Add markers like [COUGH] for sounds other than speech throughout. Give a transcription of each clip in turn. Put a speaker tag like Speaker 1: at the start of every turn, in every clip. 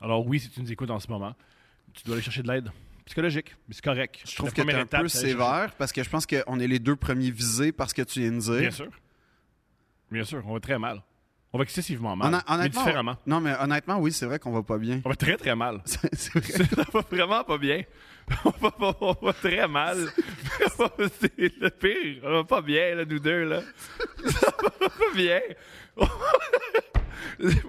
Speaker 1: Alors oui, si tu nous écoutes en ce moment, tu dois aller chercher de l'aide psychologique, mais c'est correct.
Speaker 2: Je trouve
Speaker 1: La
Speaker 2: que t'es
Speaker 1: première
Speaker 2: un
Speaker 1: étape,
Speaker 2: peu
Speaker 1: c'est aller
Speaker 2: sévère parce que je pense qu'on est les deux premiers visés par ce que tu viens de dire.
Speaker 1: chercher- Bien sûr. Bien sûr, on va très mal. On va excessivement mal,
Speaker 2: Honn-
Speaker 1: mais
Speaker 2: honnêtement,
Speaker 1: différemment.
Speaker 2: Non, mais honnêtement, oui, c'est vrai qu'on va pas bien. [LAUGHS]
Speaker 1: On va très très mal.
Speaker 2: C'est- c'est vrai.
Speaker 1: [LAUGHS] Ça va vraiment pas bien. [LAUGHS] On va, pas- on va très [LAUGHS] mal. C'est le pire. On va pas bien, là, nous deux, là. [LAUGHS] Ça va pas bien. [LAUGHS] Moi,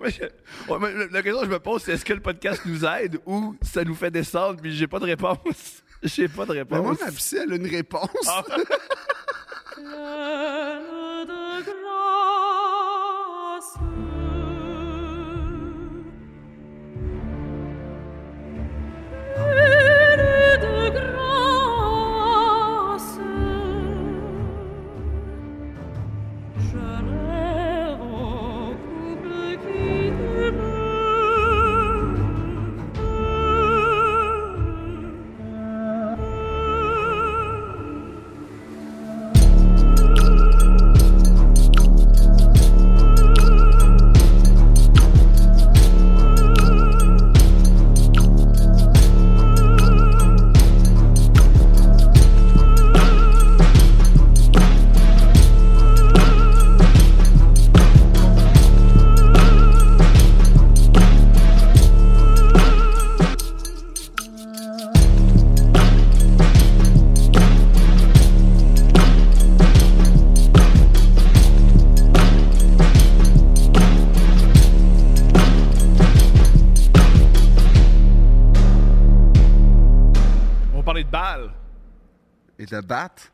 Speaker 1: je- ouais, mais la- la question que je me pose, c'est est-ce que le podcast nous aide ou ça nous fait descendre, puis j'ai pas de réponse. [LAUGHS] J'ai pas de
Speaker 2: Mais moi,
Speaker 1: réponse.
Speaker 2: ma psy, elle a une réponse.
Speaker 1: Ah.
Speaker 3: Pleine de grâce. Pleine de grâce. Je rêve au couple qui demeure.
Speaker 1: On va parler de balles.
Speaker 2: Et de [LAUGHS] battre.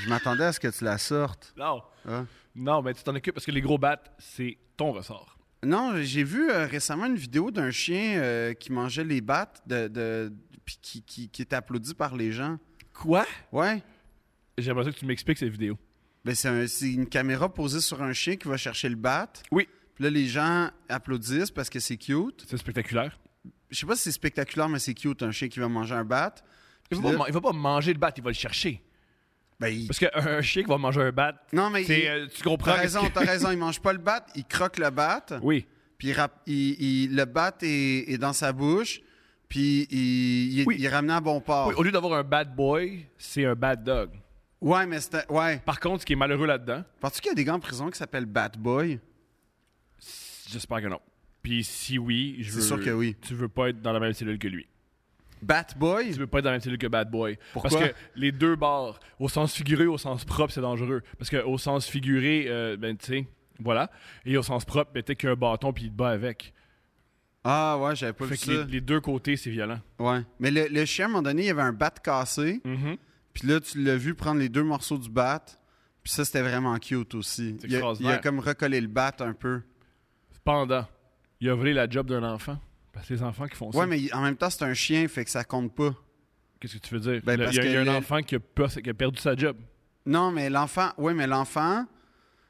Speaker 2: je m'attendais à ce que tu la sortes.
Speaker 1: Non.
Speaker 2: Hein?
Speaker 1: Non, mais tu t'en occupes parce que les gros bats, c'est ton ressort.
Speaker 2: Non, j'ai vu euh, récemment une vidéo d'un chien euh, qui mangeait les battes de, de- puis qui, qui, qui était applaudi par les gens.
Speaker 1: Quoi?
Speaker 2: Ouais.
Speaker 1: J'aimerais ça que tu m'expliques cette vidéo.
Speaker 2: Ben, c'est un- c'est une caméra posée sur un chien qui va chercher le bat.
Speaker 1: Oui.
Speaker 2: Puis là, les gens applaudissent parce que c'est cute.
Speaker 1: C'est spectaculaire.
Speaker 2: Je sais pas si c'est spectaculaire, mais c'est cute, un chien qui va manger un bat.
Speaker 1: Il
Speaker 2: Puis
Speaker 1: va,
Speaker 2: là-
Speaker 1: pas, man- il va pas manger le bat, il va le chercher.
Speaker 2: Ben, il-
Speaker 1: Parce qu'un chien qui va manger un bat,
Speaker 2: Non, mais
Speaker 1: c'est,
Speaker 2: il-
Speaker 1: euh, tu comprends.
Speaker 2: t'as
Speaker 1: qu'est-ce
Speaker 2: raison,
Speaker 1: que-
Speaker 2: t'as raison. Il mange pas le bat, il croque le bat.
Speaker 1: Oui.
Speaker 2: Puis il rap- il- il- le bat est, est dans sa bouche. Puis il, il, est-
Speaker 1: Oui.
Speaker 2: il est ramené à bon port.
Speaker 1: Oui, Au lieu d'avoir un bad boy, c'est un bad dog.
Speaker 2: Ouais, mais c'était. Ouais.
Speaker 1: Par contre, ce qui est malheureux là-dedans,
Speaker 2: Penses-tu qu'il y a des gars en prison qui s'appellent Bat Boy?
Speaker 1: j'espère que non. Puis si oui, je
Speaker 2: C'est
Speaker 1: veux-
Speaker 2: sûr que oui.
Speaker 1: Tu veux pas être dans la même cellule que lui.
Speaker 2: Bat Boy?
Speaker 1: Tu veux pas être dans la même cellule que Bad Boy.
Speaker 2: Pourquoi?
Speaker 1: Parce que les deux bords, au sens figuré, au sens propre, c'est dangereux. Parce que au sens figuré, euh, ben tu sais, voilà. Et au sens propre, ben t'es qu'un bâton puis il te bat avec.
Speaker 2: Ah ouais, j'avais pas
Speaker 1: Fait
Speaker 2: vu
Speaker 1: que
Speaker 2: ça.
Speaker 1: les, les deux côtés, c'est violent.
Speaker 2: Ouais. Mais le, le chien, à un moment donné, il y avait un bat cassé. Puis là, tu l'as vu prendre les deux morceaux du bat. Puis ça, c'était vraiment cute aussi.
Speaker 1: C'est
Speaker 2: Il a, il
Speaker 1: extraordinaire.
Speaker 2: a comme recollé le bat un peu.
Speaker 1: Cependant, il a volé la job d'un enfant. Parce que les enfants qui font ça.
Speaker 2: Ouais, mais il- en même temps, c'est un chien, fait que ça compte pas.
Speaker 1: Qu'est-ce que tu veux dire?
Speaker 2: Ben,
Speaker 1: Le-
Speaker 2: parce
Speaker 1: il y a, il y a
Speaker 2: que
Speaker 1: un
Speaker 2: le-
Speaker 1: enfant qui a, pas- qui a perdu sa job.
Speaker 2: Non, mais l'enfant, ouais, mais l'enfant,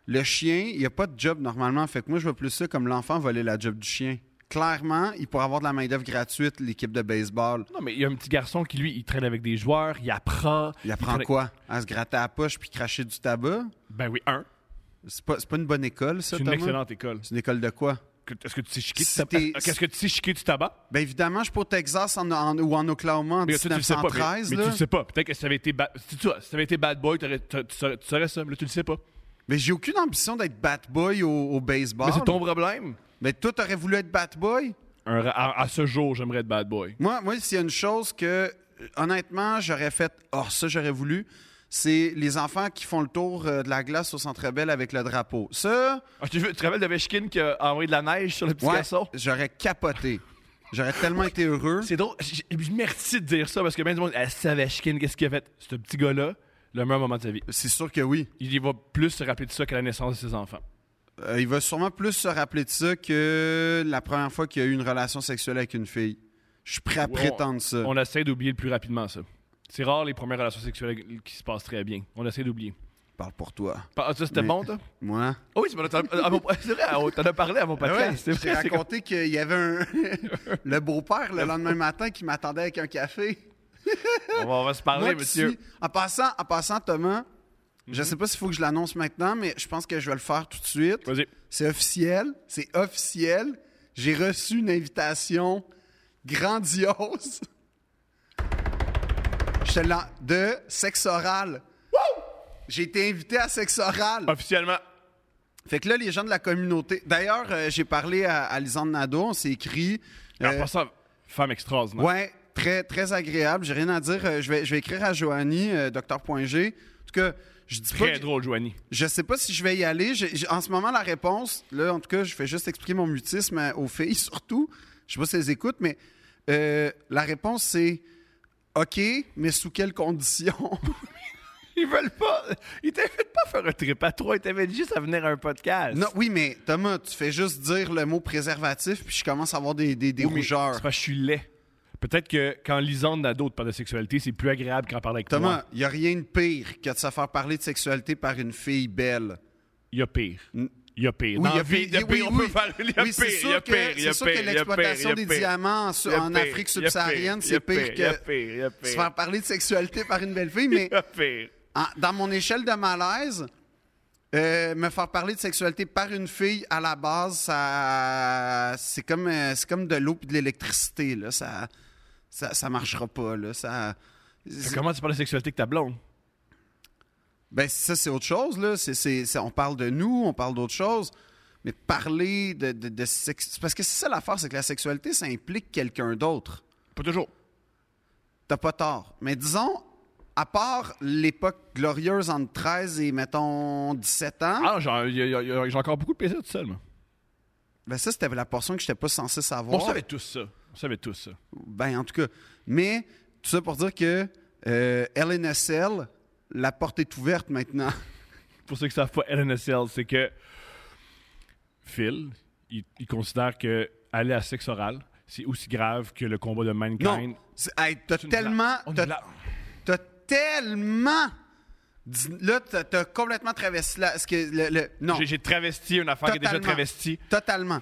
Speaker 2: le chien, il n'y a pas de job normalement. Fait que moi, je vois plus ça comme l'enfant voler la job du chien. Clairement, il pourrait avoir de la main-d'œuvre gratuite, l'équipe de baseball.
Speaker 1: Non, mais il y a un petit garçon qui, lui, il traîne avec des joueurs, il apprend.
Speaker 2: Il apprend
Speaker 1: traîne-
Speaker 2: quoi? À se gratter la poche puis cracher du tabac?
Speaker 1: Ben oui, un.
Speaker 2: C'est pas, c'est pas une bonne école, ça,
Speaker 1: C'est une
Speaker 2: Thomas?
Speaker 1: excellente école.
Speaker 2: C'est une école de quoi?
Speaker 1: Que- Est-ce que tu sais chiquer du
Speaker 2: Si
Speaker 1: tabac?
Speaker 2: t'es-
Speaker 1: Qu'est-ce que tu sais chiquer du tabac?
Speaker 2: Ben évidemment, je suis pas au Texas en- en- ou en Oklahoma en
Speaker 1: Mais toi, tu le sais pas. mais-
Speaker 2: 1913.
Speaker 1: Mais,
Speaker 2: là.
Speaker 1: tu le sais pas. Peut-être que si ça avait été, ba- si tu, si ça avait été bad boy, t'aurais- t'a- tu saurais, tu saurais ça. Mais là, tu le sais pas.
Speaker 2: Mais j'ai aucune ambition d'être bat boy au, au baseball.
Speaker 1: Mais c'est ton problème.
Speaker 2: Ah, Mais toi, t'aurais voulu être bat boy?
Speaker 1: Un ra- à, à ce jour, j'aimerais être bad boy.
Speaker 2: Moi, moi s'il y a une chose que, euh, honnêtement, j'aurais fait, oh, ça, j'aurais voulu, c'est les enfants qui font le tour euh, de la glace au Centre Bell avec le drapeau. Ça,
Speaker 1: Ah, tu, veux- tu te rappelles de Veshkin qui a envoyé de la neige sur le petit
Speaker 2: ouais,
Speaker 1: garçon?
Speaker 2: j'aurais capoté. J'aurais tellement été heureux.
Speaker 1: C'est drôle. J- j- Merci de dire ça parce que même du monde, elle savait Veshkin, qu'est-ce qu'il a fait? Ce petit gars-là, le meilleur moment de sa vie.
Speaker 2: C'est sûr que oui.
Speaker 1: Il y va plus se rappeler de ça qu'à la naissance de ses enfants.
Speaker 2: Euh, il va sûrement plus se rappeler de ça que la première fois qu'il a eu une relation sexuelle avec une fille. Je suis prêt à
Speaker 1: Ouais,
Speaker 2: prétendre ça.
Speaker 1: On essaie d'oublier le plus rapidement ça. C'est rare les premières relations sexuelles qui se passent très bien. On essaie d'oublier.
Speaker 2: Parle pour toi.
Speaker 1: Ah, ça, c'était
Speaker 2: Mais-
Speaker 1: bon, [LAUGHS] toi?
Speaker 2: Moi?
Speaker 1: Ah oui, tu m'en as- à mon- c'est vrai, on t'en a parlé à mon podcast. c'est
Speaker 2: j'ai
Speaker 1: vrai, c'est comme-
Speaker 2: raconté qu'il y avait
Speaker 1: [LAUGHS]
Speaker 2: un... [LAUGHS] le beau-père le lendemain matin qui m'attendait avec un café.
Speaker 1: on, va, on va se parler,
Speaker 2: Moi qui
Speaker 1: monsieur.
Speaker 2: suis- En passant, en passant, Thomas, je sais pas s'il faut que je l'annonce maintenant, mais je pense que je vais le faire tout de suite.
Speaker 1: Vas-y.
Speaker 2: C'est officiel. C'est officiel. J'ai reçu une invitation grandiose Je te l'en- de sexe oral. J'ai été invité à sexe oral.
Speaker 1: Ah. Officiellement.
Speaker 2: Fait que là, les gens de la communauté. D'ailleurs, euh, j'ai parlé à, à Lisanne Nadeau, on s'est écrit.
Speaker 1: En
Speaker 2: Euh,
Speaker 1: passant, femme extraordinaire.
Speaker 2: Ouais, très, très agréable. J'ai rien à dire. Euh, je, vais, je vais écrire à Joanie, euh, docteur.g. En tout cas, je dis pas.
Speaker 1: Très
Speaker 2: que-
Speaker 1: drôle, Joanie.
Speaker 2: je sais pas si je vais y aller. J'ai- j'ai- en ce moment, la réponse, là, en tout cas, je fais juste expliquer mon mutisme euh, aux filles, [LAUGHS] surtout. Je sais pas si elles écoutent, mais euh, la réponse, c'est OK, mais sous quelles conditions? [LAUGHS]
Speaker 1: Ils veulent pas. Ils t'invitent pas à faire un trip à trois. Ils t'invitent juste à venir à un podcast.
Speaker 2: non, oui, mais Thomas, tu fais juste dire le mot préservatif, puis je commence à avoir des, des, des
Speaker 1: Oui, mais
Speaker 2: rougeurs.
Speaker 1: C'est parce que je suis laid. Peut-être que quand Lisande Nadeau te parle de sexualité, c'est plus agréable qu'en parler avec
Speaker 2: Thomas,
Speaker 1: moi.
Speaker 2: il n'y a rien de pire que de se faire parler de sexualité par une fille belle.
Speaker 1: Il y a pire.
Speaker 2: Mm.
Speaker 1: Il y a pire.
Speaker 2: Oui,
Speaker 1: Dans
Speaker 2: il y
Speaker 1: la
Speaker 2: a
Speaker 1: vie,
Speaker 2: pire-
Speaker 1: il y a
Speaker 2: oui,
Speaker 1: pire. On
Speaker 2: oui.
Speaker 1: peut faire. [LAUGHS] Il y a pire.
Speaker 2: Oui, c'est
Speaker 1: Il y a
Speaker 2: sûr que,
Speaker 1: pire. Il y a
Speaker 2: c'est sûr que
Speaker 1: pire, il y a
Speaker 2: l'exploitation
Speaker 1: pire, il y
Speaker 2: des
Speaker 1: a pire.
Speaker 2: diamants
Speaker 1: Il
Speaker 2: sur-
Speaker 1: y a
Speaker 2: en
Speaker 1: pire,
Speaker 2: Afrique
Speaker 1: il y a pire,
Speaker 2: subsaharienne,
Speaker 1: il y a
Speaker 2: c'est pire
Speaker 1: Il y a
Speaker 2: que
Speaker 1: pire. Il y a
Speaker 2: se
Speaker 1: pire.
Speaker 2: faire parler de sexualité par une belle fille, mais
Speaker 1: Il y a pire.
Speaker 2: en- dans mon échelle de malaise, euh, me faire parler de sexualité par une fille à la base, ça, c'est comme, euh, c'est comme de l'eau et de l'électricité. Là. Ça, ça, ça marchera pas. Là. Ça,
Speaker 1: Fait Comment tu parles de sexualité que ta blonde?
Speaker 2: Ben, ça, c'est autre chose, là. C'est, c'est- c'est- on parle de nous, on parle d'autre chose. Mais parler de, de, de sexe. Parce que c'est ça l'affaire, c'est que la sexualité, ça implique quelqu'un d'autre.
Speaker 1: Pas toujours.
Speaker 2: T'as pas tort. Mais disons, à part l'époque glorieuse entre 13 et, mettons, 17 ans,
Speaker 1: Ah, genre, il y a- il y a- il y a- j'ai encore beaucoup de plaisir tout seul, moi.
Speaker 2: ben ça, c'était la portion que j'étais pas censé savoir.
Speaker 1: On savait tous ça. On savait tous ça.
Speaker 2: Ben, en tout cas. Mais, tout ça pour dire que euh, LNSL, la porte est ouverte maintenant.
Speaker 1: pour ceux qui savent pas LNSL, c'est que Phil, il, il considère que aller à sexe oral, c'est aussi grave que le combat de Mankind.
Speaker 2: Non. C'est- hey, t'as
Speaker 1: C'est une
Speaker 2: tellement.
Speaker 1: blague. On
Speaker 2: t'as-
Speaker 1: est là.
Speaker 2: T'as tellement. dit- Là, t'as t'as complètement traversé la- ce que le, le- non,
Speaker 1: J'ai- J'ai travesti une affaire qui est
Speaker 2: Totalement.
Speaker 1: déjà travestie.
Speaker 2: totalement.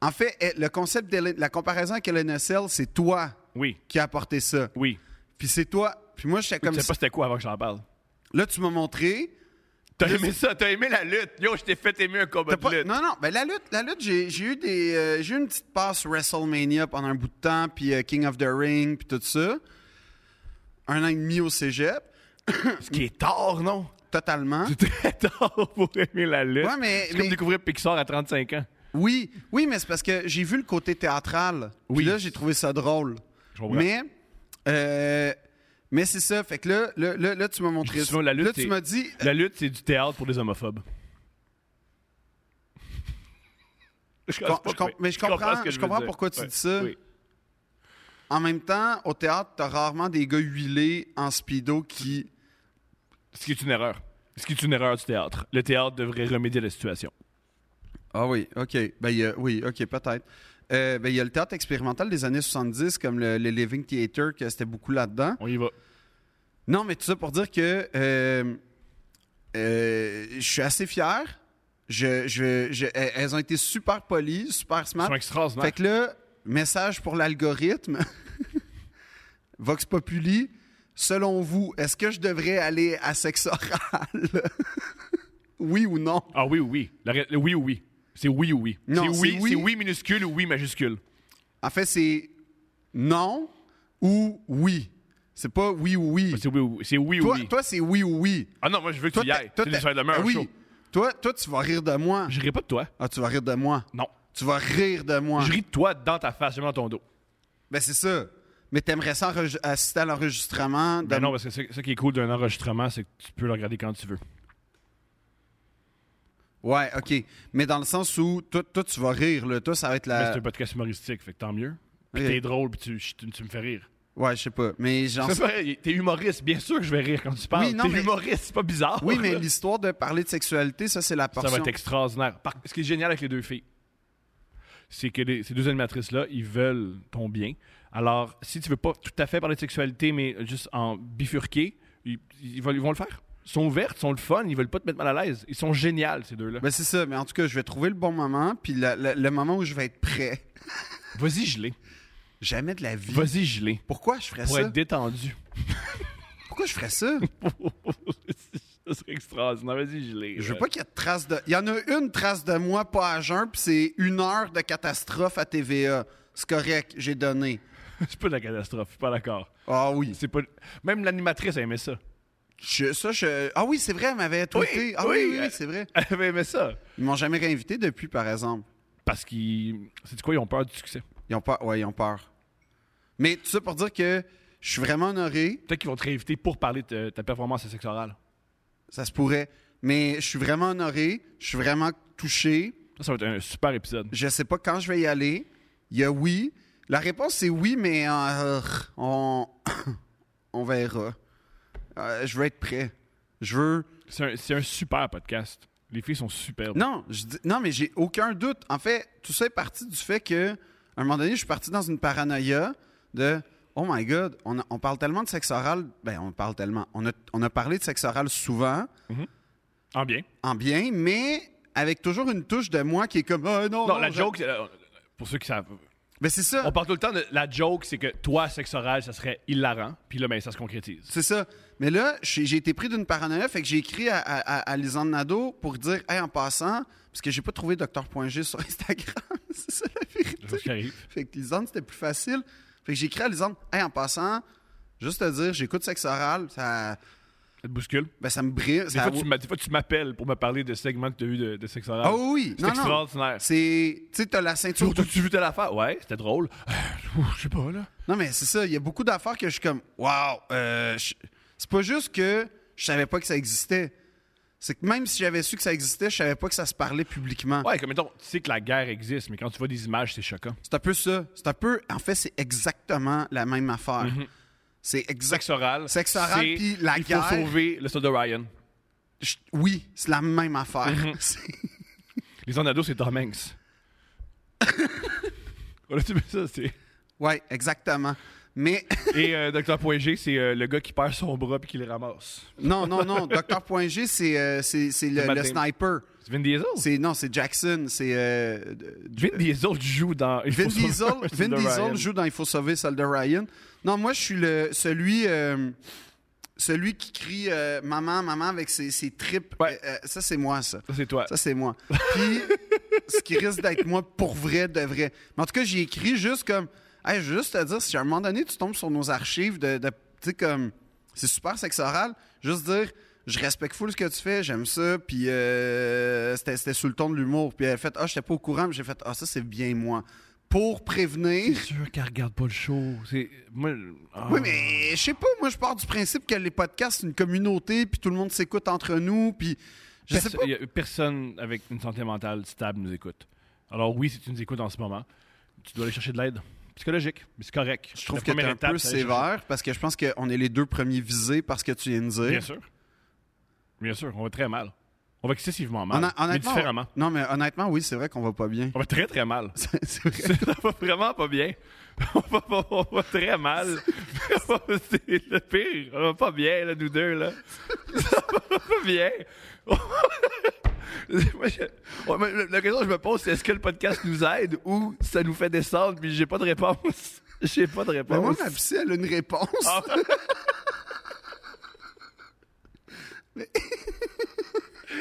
Speaker 2: En fait, eh, le concept de la comparaison avec LNSL, c'est toi
Speaker 1: Oui,
Speaker 2: qui as apporté ça.
Speaker 1: oui.
Speaker 2: Puis c'est toi. Puis moi, j'étais comme
Speaker 1: je sais
Speaker 2: ça.
Speaker 1: pas c'était quoi avant que j'en parle.
Speaker 2: Là, tu m'as montré.
Speaker 1: T'as aimé ça, t'as aimé la lutte. Yo, je t'ai fait aimer un combat
Speaker 2: T'as
Speaker 1: de
Speaker 2: pas-
Speaker 1: lutte.
Speaker 2: Non, non, ben la lutte, la lutte, j'ai j'ai eu des, euh, j'ai eu une petite passe WrestleMania pendant un bout de temps, puis euh, King of the Ring, puis tout ça. Un an et demi au cégep,
Speaker 1: Ce
Speaker 2: Mm.
Speaker 1: qui est tard, non? [LAUGHS]
Speaker 2: totalement.
Speaker 1: C'est très tard pour aimer la lutte.
Speaker 2: Ouais, mais-
Speaker 1: c'est comme
Speaker 2: mais-
Speaker 1: découvrir Pixar à 35 ans.
Speaker 2: Oui, oui, mais c'est parce que j'ai vu le côté théâtral. Oui.
Speaker 1: Oui.
Speaker 2: là, j'ai trouvé ça drôle.
Speaker 1: Je comprends.
Speaker 2: Mais, euh, mais c'est ça. Fait que là, là, là, là, tu m'as montré.
Speaker 1: Je dis souvent, la lutte,
Speaker 2: là, tu
Speaker 1: c'est-
Speaker 2: m'as dit.
Speaker 1: La lutte, c'est du théâtre pour des homophobes. Je,
Speaker 2: com- je com- mais je comprends- je comprends pourquoi tu dis ça. En même temps, au théâtre, t'as rarement des gars huilés en speedo qui.
Speaker 1: Ce qui est une erreur. Ce qui est une erreur du théâtre. Le théâtre devrait remédier à la situation.
Speaker 2: Ah oui, OK. Ben, il y a- oui, OK, peut-être. Euh, ben, il y a le théâtre expérimental des années 70, comme le, le Living Theater, que c'était beaucoup là-dedans.
Speaker 1: On y va.
Speaker 2: Non, mais tout ça pour dire que euh, euh, je suis assez fier. Je, je- je- elles- elles ont été super polies, super
Speaker 1: Ils
Speaker 2: smart.
Speaker 1: sont extraordinaires.
Speaker 2: Ah. Fait que là, message pour l'algorithme. [LAUGHS] Vox Populi, selon vous, est-ce que je devrais aller à sexe oral? [LAUGHS] oui ou non?
Speaker 1: Ah oui ou oui. La ré- le Oui ou oui. C'est oui ou oui.
Speaker 2: Non,
Speaker 1: c'est oui,
Speaker 2: c'est oui.
Speaker 1: c'est oui minuscule ou oui majuscule.
Speaker 2: En fait, c'est non ou oui. C'est pas oui ou oui.
Speaker 1: C'est oui ou oui. C'est oui ou
Speaker 2: Toi,
Speaker 1: oui.
Speaker 2: toi c'est oui ou oui.
Speaker 1: Ah non, moi je veux que
Speaker 2: Toi,
Speaker 1: tu y
Speaker 2: t'as-
Speaker 1: ailles. C'est
Speaker 2: toi, t'as-
Speaker 1: l'histoire de
Speaker 2: Ah
Speaker 1: meilleur
Speaker 2: oui.
Speaker 1: show.
Speaker 2: Toi, toi, tu vas rire de moi.
Speaker 1: Je rirai pas de toi.
Speaker 2: Ah, tu vas rire de moi.
Speaker 1: Non.
Speaker 2: Tu vas rire de moi.
Speaker 1: Je ris de toi dans ta face, jamais dans ton dos.
Speaker 2: Ben, c'est ça. Mais t'aimerais ça enregistre- assister à l'enregistrement. de-
Speaker 1: Ben non, parce que c'est- ça qui est cool d'un enregistrement, c'est que tu peux le regarder quand tu veux.
Speaker 2: Ouais, OK. Mais dans le sens où, toi, toi, tu vas rire, là. Toi, ça va être
Speaker 1: Mais
Speaker 2: la.
Speaker 1: c'est un podcast humoristique, fait que tant mieux. Puis
Speaker 2: Ok.
Speaker 1: t'es drôle, puis tu, je- tu- tu me fais rire.
Speaker 2: Ouais, je sais pas. Mais genre.
Speaker 1: C'est vrai, t'es humoriste, bien sûr que je vais rire quand tu parles.
Speaker 2: Oui, non,
Speaker 1: t'es
Speaker 2: mais-
Speaker 1: humoriste, c'est pas bizarre.
Speaker 2: Oui, mais l'histoire de parler de sexualité, ça, c'est la
Speaker 1: Ça
Speaker 2: portion.
Speaker 1: va être extraordinaire. Par- Ce qui est génial avec les deux filles, c'est que les- ces deux animatrices-là, ils veulent ton bien. Alors, si tu veux pas tout à fait parler de sexualité, mais juste en bifurquer, ils, ils vont, ils vont le faire. Ils sont ouvertes, ils sont le fun, ils veulent pas te mettre mal à l'aise. Ils sont géniales, ces deux-là.
Speaker 2: Ben, c'est ça. Mais en tout cas, je vais trouver le bon moment, puis la- la- le moment où je vais être prêt.
Speaker 1: Vas-y, geler.
Speaker 2: Jamais de la vie.
Speaker 1: Vas-y, geler.
Speaker 2: Pourquoi je ferais
Speaker 1: Pour
Speaker 2: ça?
Speaker 1: être détendu.
Speaker 2: Pourquoi je ferais ça?
Speaker 1: [LAUGHS] ça serait extraordinaire. Vas-y, je l'ai.
Speaker 2: Je veux
Speaker 1: là.
Speaker 2: pas qu'il y ait de traces de. Il y en a une trace de moi pas à jeun, puis c'est une heure de catastrophe à TVA. C'est correct, j'ai donné.
Speaker 1: C'est pas de la catastrophe, je suis pas d'accord.
Speaker 2: Ah oui.
Speaker 1: C'est pas... Même l'animatrice a aimé ça. [LAUGHS]
Speaker 2: Je- ça, je... Ah oui, c'est vrai, elle m'avait tweeté. ah oui,
Speaker 1: oui,
Speaker 2: oui,
Speaker 1: euh,
Speaker 2: c'est vrai.
Speaker 1: Elle avait aimé ça.
Speaker 2: Ils m'ont jamais réinvité depuis, par exemple.
Speaker 1: Parce qu'ils. C'est quoi, ils ont peur du succès.
Speaker 2: Ils ont peur. Ouais, ils ont peur. Mais tout ça pour dire que je suis vraiment honoré.
Speaker 1: Peut-être qu'ils vont te réinviter pour parler de euh, ta performance sexuelle.
Speaker 2: Ça se pourrait. Mais je suis vraiment honoré. Je suis vraiment touché.
Speaker 1: Ça, ça va être un super épisode.
Speaker 2: Je sais pas quand je vais y aller. Il y a oui. La réponse c'est oui, mais euh, on, [COUGHS] on verra. Euh, je veux être prêt. Je veux.
Speaker 1: C'est un, c'est un super podcast. Les filles sont superbes.
Speaker 2: Non, je dis- non, mais j'ai aucun doute. En fait, tout ça est parti du fait que, à un moment donné, je suis parti dans une paranoïa de Oh my God, on, a- on parle tellement de sexe oral. Ben, on parle tellement. On a, on a parlé de sexe oral souvent,
Speaker 1: En Ah, bien.
Speaker 2: en bien, mais avec toujours une touche de moi qui est comme Ah non,
Speaker 1: Non, la
Speaker 2: je-
Speaker 1: joke, c'est- euh, pour ceux qui savent.
Speaker 2: Ben, c'est ça.
Speaker 1: On parle tout le temps de la joke, c'est que toi, sexe oral, ça serait hilarant. Puis là, ben, ça se concrétise.
Speaker 2: C'est ça. Mais là, j'ai j'ai été pris d'une paranoïa, fait que j'ai écrit à, à, à- à Lisanne Nadeau pour dire, hey, en passant, parce que j'ai pas trouvé Dr.G sur Instagram, [LAUGHS] c'est ça la
Speaker 1: C'est ce
Speaker 2: vérité.
Speaker 1: qui arrive.
Speaker 2: Fait que Lisanne, c'était plus facile. Fait que j'ai écrit à Lisanne, hey, en passant, juste te dire, j'écoute sexe oral, ça,
Speaker 1: Ça te bouscule.
Speaker 2: ben, ça me brise.
Speaker 1: Des fois, tu m'a- des fois, tu m'appelles pour me parler de segments que tu as eu de, de sexe oral.
Speaker 2: Ah oui,
Speaker 1: C'est
Speaker 2: non, non.
Speaker 1: extraordinaire.
Speaker 2: C'est, tu sais, t'as la
Speaker 1: Tu
Speaker 2: ceinture. de-
Speaker 1: as vu telle affaire? Ouais, c'était drôle. [SIGHS] Euh, ouf, je sais pas, là.
Speaker 2: Non, mais c'est ça, il y a beaucoup d'affaires que je suis comme, waouh, euh, je- c'est pas juste que je savais pas que ça existait. C'est que même si j'avais su que ça existait, je savais pas que ça se parlait publiquement.
Speaker 1: Ouais, comme mettons, tu sais que la guerre existe, mais quand tu vois des images, c'est choquant.
Speaker 2: C'est un peu ça. C'est un peu. En fait, c'est exactement la même affaire. C'est
Speaker 1: Mm-hmm.
Speaker 2: exact.
Speaker 1: Sexe oral.
Speaker 2: Sexe oral,
Speaker 1: c'est-
Speaker 2: puis la
Speaker 1: il
Speaker 2: guerre.
Speaker 1: faut sauver le soldat Ryan.
Speaker 2: je- Oui, c'est la même affaire.
Speaker 1: Mm-hmm.
Speaker 2: [LAUGHS] C'est-
Speaker 1: Les Ornados, c'est Tom
Speaker 2: [LAUGHS]
Speaker 1: Hanks. On a-tu vu ça? c'est-
Speaker 2: ouais, exactement. Mais [LAUGHS]
Speaker 1: Et euh, Dr. Point G, c'est euh, le gars qui perd son bras puis qui le ramasse.
Speaker 2: non, non, non. Docteur Point G, c'est euh, c'est- c'est le,
Speaker 1: Le matin.
Speaker 2: le sniper.
Speaker 1: C'est Vin Diesel?
Speaker 2: C'est non, c'est Jackson. C'est euh,
Speaker 1: Vin Diesel joue dans... Il
Speaker 2: Vin
Speaker 1: faut sauver
Speaker 2: Diesel.
Speaker 1: le
Speaker 2: Vin
Speaker 1: soldat Ryan.
Speaker 2: Diesel joue dans Il faut sauver Soldier Ryan. Non, moi, je suis le celui. euh, celui qui crie euh, maman, maman avec ses, ses tripes,
Speaker 1: Ouais.
Speaker 2: Euh, euh, ça c'est moi ça.
Speaker 1: Ça, c'est toi.
Speaker 2: Ça, c'est moi. Puis, ce qui risque d'être moi pour vrai, de vrai. Mais en tout cas, j'ai écrit juste comme. Hey, je veux juste te dire, si à un moment donné, tu tombes sur nos archives de. de- tu sais, comme. C'est super sexe oral. Juste dire, je respecte full ce que tu fais, j'aime ça. Puis, euh, c'était c'était sous le ton de l'humour. Puis, elle a fait, ah, j'étais pas au courant. Puis, j'ai fait, ah, ça, c'est bien moi. Pour prévenir.
Speaker 1: sûr qu'elle regarde pas le show. C'est... Moi... ah.
Speaker 2: Oui, mais je sais pas, moi je pars du principe que les podcasts, c'est une communauté, puis tout le monde s'écoute entre nous, puis je sais
Speaker 1: Perso-
Speaker 2: pas.
Speaker 1: y a personne avec une santé mentale stable nous écoute. Alors oui, si tu nous écoutes en ce moment, tu dois aller chercher de l'aide psychologique, mais c'est correct.
Speaker 2: Je trouve
Speaker 1: La
Speaker 2: que t'es
Speaker 1: première
Speaker 2: un
Speaker 1: étape,
Speaker 2: peu
Speaker 1: c'est aller chercher-
Speaker 2: sévère parce que je pense qu'on est les deux premiers visés parce que tu viens de dire.
Speaker 1: Bien sûr. Bien sûr, on va très mal. On va excessivement mal.
Speaker 2: Honna-
Speaker 1: Ah, mais
Speaker 2: honnêtement,
Speaker 1: différemment. Oh.
Speaker 2: Non, mais honnêtement, oui, c'est vrai qu'on va pas bien.
Speaker 1: On va très très mal. [LAUGHS]
Speaker 2: C'est- [LAUGHS] c'est vrai.
Speaker 1: Ça va vraiment pas bien. [LAUGHS] On va, on va- on va très mal. [LAUGHS] On va- C'est le pire. On va pas bien, là, nous deux, là. [LAUGHS] Ça va pas bien. [LAUGHS] Moi, je- ouais, mais la question que je me pose, c'est est-ce que le podcast nous aide ou ça nous fait descendre, puis j'ai pas de réponse. [LAUGHS] J'ai pas de
Speaker 2: Mais Ben, moi,
Speaker 1: réponse.
Speaker 2: ma psy, elle a une réponse.
Speaker 1: Ah.
Speaker 2: [LAUGHS] Mais- [LAUGHS]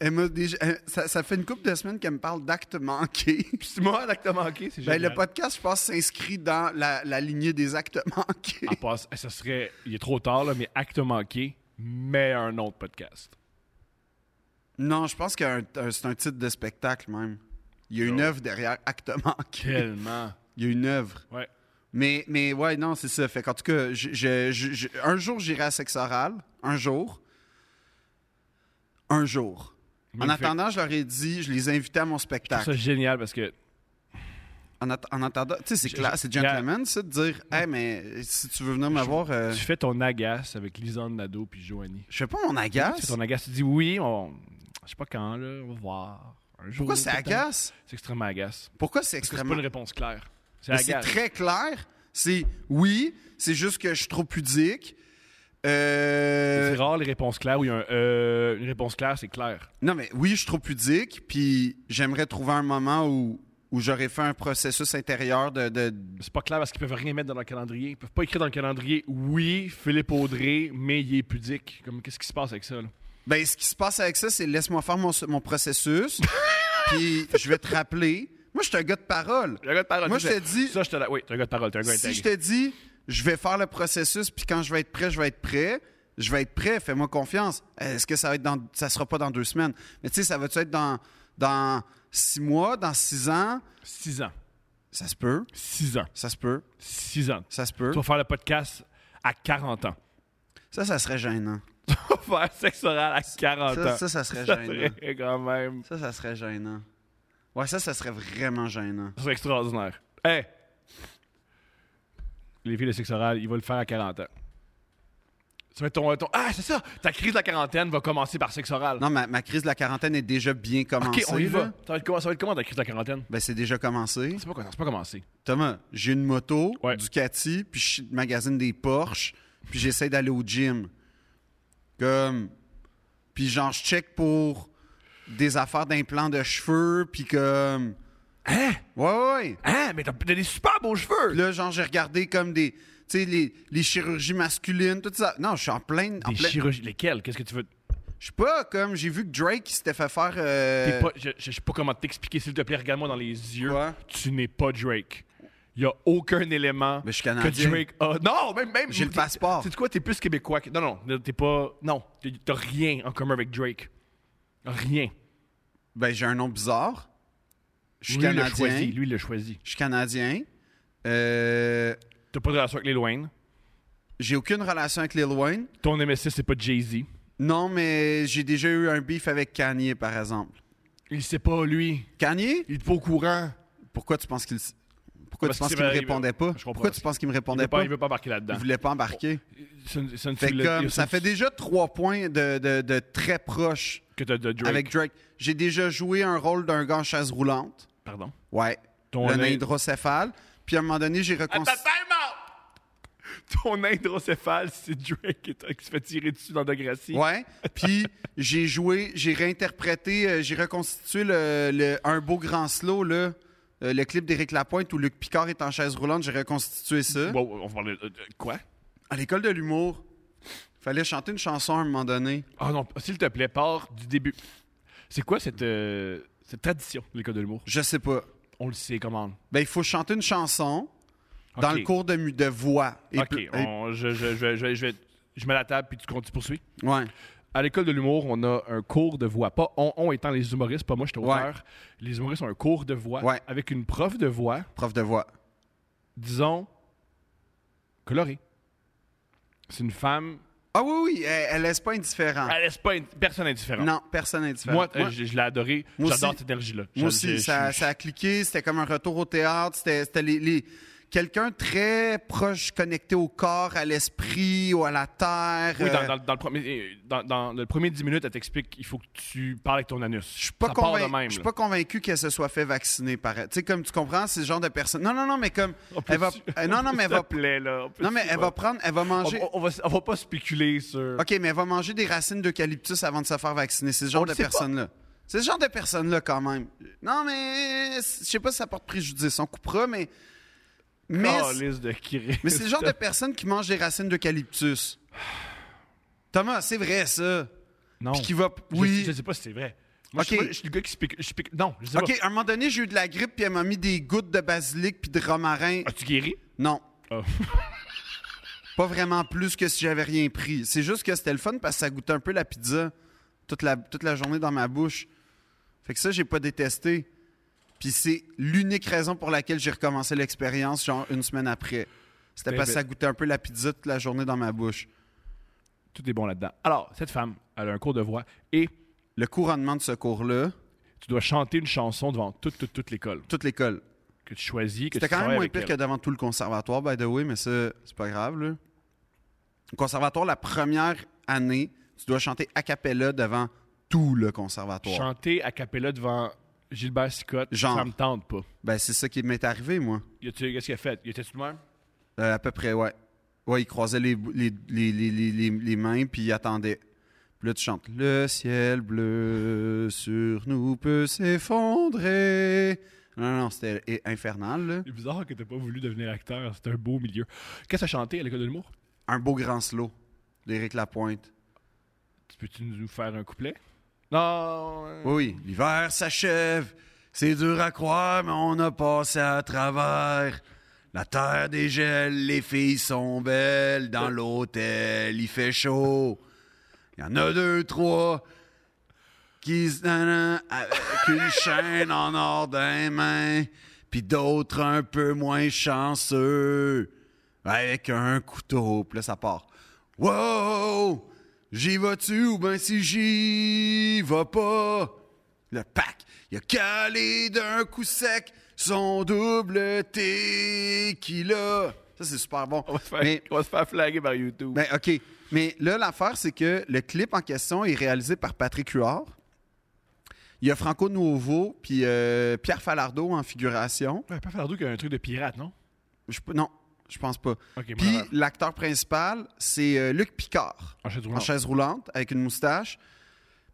Speaker 2: Elle m'a déjà- elle- ça, ça fait une couple de semaines qu'elle me parle d'actes
Speaker 1: [LAUGHS]
Speaker 2: manqués.
Speaker 1: C'est moi, l'acte manqué, c'est
Speaker 2: Ben,
Speaker 1: génial.
Speaker 2: le podcast, je pense, s'inscrit dans la, la lignée des actes manqués.
Speaker 1: À part- ça serait... Il est trop tard, là, mais acte manqué, mais un autre podcast.
Speaker 2: Non, je pense que un- un- c'est un titre de spectacle même. Il y a
Speaker 1: Oh.
Speaker 2: une œuvre derrière acte manqué.
Speaker 1: Tellement.
Speaker 2: Il y a une œuvre.
Speaker 1: Ouais.
Speaker 2: Mais, mais ouais, non, c'est ça. Fait qu'en tout cas, je- je- je- je- un jour, j'irai à sexe oral. Un jour. Un jour. En
Speaker 1: Magnifique.
Speaker 2: attendant, je leur ai dit, je les invitais à mon
Speaker 1: C'est
Speaker 2: spectacle.
Speaker 1: Ah, ça génial parce que
Speaker 2: En, atta- en attendant, tu sais, c'est clair, c'est gentleman, ça, de dire, hey, mais si tu veux venir me voir, euh,
Speaker 1: Tu fais ton agace avec Lisanne Nadeau puis Joanie.
Speaker 2: je fais pas mon
Speaker 1: Tu fais
Speaker 2: agace.
Speaker 1: ton agace, tu dis oui, on... je sais pas quand, là, on va voir. Un jour,
Speaker 2: Pourquoi c'est
Speaker 1: peut-être.
Speaker 2: agace?
Speaker 1: C'est extrêmement agace.
Speaker 2: Pourquoi c'est
Speaker 1: Parce que c'est pas
Speaker 2: extrêmement.
Speaker 1: une réponse claire. C'est
Speaker 2: Mais C'est
Speaker 1: agace.
Speaker 2: très clair. C'est oui, c'est juste que je suis trop pudique. Euh,
Speaker 1: C'est rare les réponses claires où il y a un euh, une réponse claire, c'est clair.
Speaker 2: Non, mais oui, je suis trop pudique, puis j'aimerais trouver un moment où où j'aurais fait un processus intérieur de. de-
Speaker 1: C'est pas clair parce qu'ils peuvent rien mettre dans leur calendrier. Ils peuvent pas écrire dans le calendrier Oui, Philippe Audrey, mais il est pudique. Comme qu'est-ce qui se passe avec ça là?
Speaker 2: Ben, ce qui se passe avec ça, c'est laisse-moi faire mon, mon processus, puis je vais te rappeler. Moi, je suis un gars de parole.
Speaker 1: T'as un gars de parole.
Speaker 2: Moi,
Speaker 1: Ça,
Speaker 2: je te dis-
Speaker 1: Ça, je te la. Oui, t'es un gars de parole, t'es un gars
Speaker 2: Si
Speaker 1: intègre.
Speaker 2: je te dis, je vais faire le processus, puis quand je vais être prêt, je vais être prêt, je vais être prêt, fais-moi confiance. Est-ce que ça va être dans, ça sera pas dans deux semaines? Mais tu sais, ça va-tu être dans, dans six mois, dans six ans?
Speaker 1: 6 ans.
Speaker 2: Ça se peut,
Speaker 1: 6 ans.
Speaker 2: ça se peut,
Speaker 1: 6 ans.
Speaker 2: ça se peut.
Speaker 1: Tu vas faire le podcast à 40 ans. [LAUGHS]
Speaker 2: Ça, ça serait gênant.
Speaker 1: Tu vas faire sexe oral à 40 ans.
Speaker 2: Ça, ça, ça serait gênant.
Speaker 1: serait quand même.
Speaker 2: Ça, ça serait gênant. Ouais, ça, ça serait vraiment gênant.
Speaker 1: Ça serait extraordinaire. Hey! Les filles de sexe oral, ils vont le faire à 40 ans. Ça va être ton. ton- Ah, c'est ça! Ta crise de la quarantaine va commencer par sexe oral.
Speaker 2: Non, ma, ma crise de la quarantaine est déjà bien commencée.
Speaker 1: ok, on y
Speaker 2: là.
Speaker 1: va. Ça va être comment, ça va être comment ta crise de la quarantaine?
Speaker 2: Ben, c'est déjà commencé.
Speaker 1: C'est pas, quoi- c'est pas commencé.
Speaker 2: Thomas, j'ai une moto,
Speaker 1: Ouais.
Speaker 2: Ducati, puis je magasine des Porsche, puis j'essaie d'aller au gym. Comme. Puis genre, je check pour des affaires d'implants de cheveux, puis comme.
Speaker 1: Hein?
Speaker 2: Ouais, ouais, ouais.
Speaker 1: Hein? Mais t'as t'as des super beaux cheveux!
Speaker 2: Puis là, genre, j'ai regardé comme des. Tu sais, les, les chirurgies masculines, tout ça. Non, je suis en plein. en
Speaker 1: Des
Speaker 2: plein-
Speaker 1: chirurgies. Lesquelles? Qu'est-ce que tu veux?
Speaker 2: Je suis pas comme. J'ai vu que Drake il s'était fait faire. euh,
Speaker 1: T'es pas- je, je sais pas comment t'expliquer, s'il te plaît, regarde-moi dans les yeux.
Speaker 2: Quoi?
Speaker 1: Tu n'es pas Drake. Il y a aucun élément
Speaker 2: Mais je suis
Speaker 1: que
Speaker 2: Canadien.
Speaker 1: Drake a. Non, même. même
Speaker 2: J'ai le
Speaker 1: t'es-
Speaker 2: passeport.
Speaker 1: C'est quoi, t'es plus québécois que. Non, non, t'es pas. Non, t'es- t'as rien en commun avec Drake. Rien.
Speaker 2: Ben, j'ai un nom bizarre. Je suis
Speaker 1: lui, il l'a
Speaker 2: canadien.
Speaker 1: choisi. Lui, il l'a choisi.
Speaker 2: Je suis canadien. Euh,
Speaker 1: T'as pas de relation avec Lil Wayne.
Speaker 2: j'ai aucune relation avec Lil Wayne.
Speaker 1: Ton MSC, c'est pas Jay-Z.
Speaker 2: Non, mais j'ai déjà eu un beef avec Kanye, par exemple.
Speaker 1: Il sait pas, lui.
Speaker 2: Kanye?
Speaker 1: Il est pas au courant.
Speaker 2: Pourquoi tu penses qu'il... s- Pourquoi
Speaker 1: Parce
Speaker 2: tu penses
Speaker 1: qu'il
Speaker 2: qu'il me
Speaker 1: va- il
Speaker 2: répondait
Speaker 1: va-
Speaker 2: pas?
Speaker 1: je comprends.
Speaker 2: Pourquoi tu penses qu'il me
Speaker 1: Il
Speaker 2: répondait
Speaker 1: veut pas,
Speaker 2: pas?
Speaker 1: il veut pas embarquer
Speaker 2: Il
Speaker 1: là-dedans.
Speaker 2: voulait pas embarquer.
Speaker 1: Sun- Sun Tzu
Speaker 2: Fait
Speaker 1: l'a-
Speaker 2: que
Speaker 1: il y
Speaker 2: comme,
Speaker 1: a
Speaker 2: ça
Speaker 1: Sun
Speaker 2: fait
Speaker 1: Tzu
Speaker 2: déjà trois points de, de- de très proches
Speaker 1: Que t'as de Drake.
Speaker 2: avec Drake. J'ai déjà joué un rôle d'un gars en chaise roulante.
Speaker 1: Pardon.
Speaker 2: Ouais.
Speaker 1: Ton
Speaker 2: le nain
Speaker 1: nain-
Speaker 2: hydrocéphale. Puis à un moment donné, j'ai reconstruit...
Speaker 1: Attends, time out! Ton hydrocéphale, c'est Drake qui, est- qui se fait tirer dessus dans Degrassi.
Speaker 2: Ouais. Puis j'ai joué, j'ai réinterprété, euh, j'ai reconstitué le, le- un beau grand slow là, euh, le clip d'Éric Lapointe où Luc Picard est en chaise roulante, j'ai reconstitué ça.
Speaker 1: Wow, on va parler de, de- quoi?
Speaker 2: À l'école de l'humour, fallait chanter une chanson à un moment donné.
Speaker 1: Ah non, s'il te plaît, pars du début. C'est quoi cette, euh, cette tradition, l'école de l'humour?
Speaker 2: Je sais pas.
Speaker 1: On le sait, comment?
Speaker 2: Ben il faut chanter une chanson dans
Speaker 1: Ok.
Speaker 2: le cours de mu- de voix. Et
Speaker 1: Ok,
Speaker 2: puis- et-
Speaker 1: on- je, je, je, je, je, vais- je mets la table puis tu, con- tu poursuis.
Speaker 2: ouais.
Speaker 1: À l'école de l'humour, on a un cours de voix. Pas on, on étant les humoristes, pas moi, j'étais
Speaker 2: Ouais.
Speaker 1: auteur. Les humoristes ont un cours de voix
Speaker 2: Ouais.
Speaker 1: avec une prof de voix,
Speaker 2: Prof de voix.
Speaker 1: disons, colorée. C'est une femme
Speaker 2: Ah oui oui, elle, elle laisse pas indifférent.
Speaker 1: Elle laisse pas une personne indifférente.
Speaker 2: Non, personne indifférent.
Speaker 1: Ah, Moi, euh, je, je l'ai adoré.
Speaker 2: Moi
Speaker 1: J'adore
Speaker 2: aussi.
Speaker 1: cette énergie-là.
Speaker 2: Moi
Speaker 1: Je- je-
Speaker 2: aussi, ça,
Speaker 1: je-
Speaker 2: ça a cliqué. C'était comme un retour au théâtre. C'était c'était les, les- quelqu'un très proche, connecté au corps, à l'esprit ou à la terre.
Speaker 1: Oui, dans,
Speaker 2: Euh,
Speaker 1: dans- dans le premier, dans, dans le premier 10 minutes, elle t'explique qu'il faut que tu parles avec ton anus.
Speaker 2: je suis pas,
Speaker 1: ça part
Speaker 2: convain-
Speaker 1: de même.
Speaker 2: je suis
Speaker 1: là.
Speaker 2: pas convaincu qu'elle se soit fait vacciner par elle. Tu sais, comme tu comprends, c'est ce genre de personne. Non, non, non, mais comme.
Speaker 1: On peut-
Speaker 2: Elle va, euh, non,
Speaker 1: [LAUGHS]
Speaker 2: non, mais elle
Speaker 1: Oh, S'il
Speaker 2: va.
Speaker 1: te plaît, là. on peut-
Speaker 2: Non, mais elle va prendre. Elle va
Speaker 1: On,
Speaker 2: manger.
Speaker 1: on- on va, on va pas spéculer sur.
Speaker 2: OK, mais elle va manger des racines d'eucalyptus avant de se faire vacciner. C'est ce genre
Speaker 1: On le
Speaker 2: de
Speaker 1: sait pas.
Speaker 2: personne-là. C'est ce genre de personne-là, quand même. Non, mais. Je sais pas si ça porte préjudice. On coupera, mais. Mais.
Speaker 1: Câlisse Ah, de Christ.
Speaker 2: Mais c'est le genre de personne qui mange des racines d'eucalyptus. [SIGHS] Thomas, c'est vrai ça.
Speaker 1: Non.
Speaker 2: Puis qui va.
Speaker 1: Je-
Speaker 2: Oui.
Speaker 1: Je, sais pas si c'est vrai. Moi, je,
Speaker 2: Ok.
Speaker 1: suis pas- je suis le gars qui spécule. Je spécule- Non, je sais
Speaker 2: Ok, à un moment donné, j'ai eu de la grippe, puis elle m'a mis des gouttes de basilic puis de romarin.
Speaker 1: pas. As-tu guéri?
Speaker 2: Non.
Speaker 1: Ah. Oh.
Speaker 2: [LAUGHS] Pas vraiment plus que si j'avais rien pris. C'est juste que c'était le fun parce que ça goûtait un peu la pizza toute la, toute la journée dans ma bouche. Fait que ça, j'ai pas détesté. Puis c'est l'unique raison pour laquelle j'ai recommencé l'expérience, genre une semaine après. C'était
Speaker 1: Ben,
Speaker 2: parce que
Speaker 1: ben.
Speaker 2: ça goûtait un peu la pizza toute la journée dans ma bouche.
Speaker 1: Tout est bon là-dedans. Alors, cette femme, elle a un cours de voix et
Speaker 2: Le couronnement de ce cours-là,
Speaker 1: tu dois chanter une chanson devant toute, toute, toute l'école
Speaker 2: toute l'école.
Speaker 1: que tu choisis. que
Speaker 2: C'était
Speaker 1: tu
Speaker 2: quand même
Speaker 1: travailles
Speaker 2: moins
Speaker 1: avec
Speaker 2: pire
Speaker 1: elle.
Speaker 2: que devant tout le conservatoire, by the way, mais ça, c'est pas grave, là. Au conservatoire, la première année, tu dois chanter a cappella devant tout le conservatoire.
Speaker 1: Chanter à cappella devant Gilbert Sicotte,
Speaker 2: Genre.
Speaker 1: ça me tente pas.
Speaker 2: Ben, c'est ça qui m'est arrivé, moi.
Speaker 1: Y a-tu- Qu'est-ce qu'il a fait? Y était-tu de même?
Speaker 2: Euh, à peu près, ouais. Ouais, il croisait les, bou- les, les, les, les, les- les mains, puis il attendait. Puis là, tu chantes « Le ciel bleu sur nous peut s'effondrer ». Non, non, c'était é- infernal, là.
Speaker 1: C'est bizarre que t'aies pas voulu devenir acteur. C'est un beau milieu. Qu'est-ce que tu chanté à l'école de l'humour?
Speaker 2: Un beau grand slow d'Éric Lapointe.
Speaker 1: Tu Peux-tu nous faire un couplet? Non. euh,
Speaker 2: Oui, oui. L'hiver s'achève. C'est dur à croire, mais on a passé à travers. La terre dégèle, les filles sont belles. Dans l'hôtel, il fait chaud. Il y en a deux, trois qui se donnent avec une chaîne en or d'un main, puis d'autres un peu moins chanceux avec un couteau. Puis là, ça part. Wow! J'y vas-tu ou ben si j'y vas pas? Le pack, il a calé d'un coup sec son double tequila. Ça, c'est super bon.
Speaker 1: On va, se faire,
Speaker 2: Mais-
Speaker 1: on va se faire flaguer par YouTube.
Speaker 2: ben, OK. Mais là, l'affaire, c'est que le clip en question est réalisé par Patrick Huard. Il y a Franco Nuovo puis euh, Pierre Falardeau en figuration.
Speaker 1: Ouais, pas Fardeau qui a un truc de pirate, non?
Speaker 2: Je, p- non, je pense pas.
Speaker 1: Ok,
Speaker 2: Puis
Speaker 1: bon.
Speaker 2: l'acteur principal, c'est euh, Luc Picard,
Speaker 1: En chaise
Speaker 2: en
Speaker 1: roulante.
Speaker 2: chaise roulante, avec une moustache,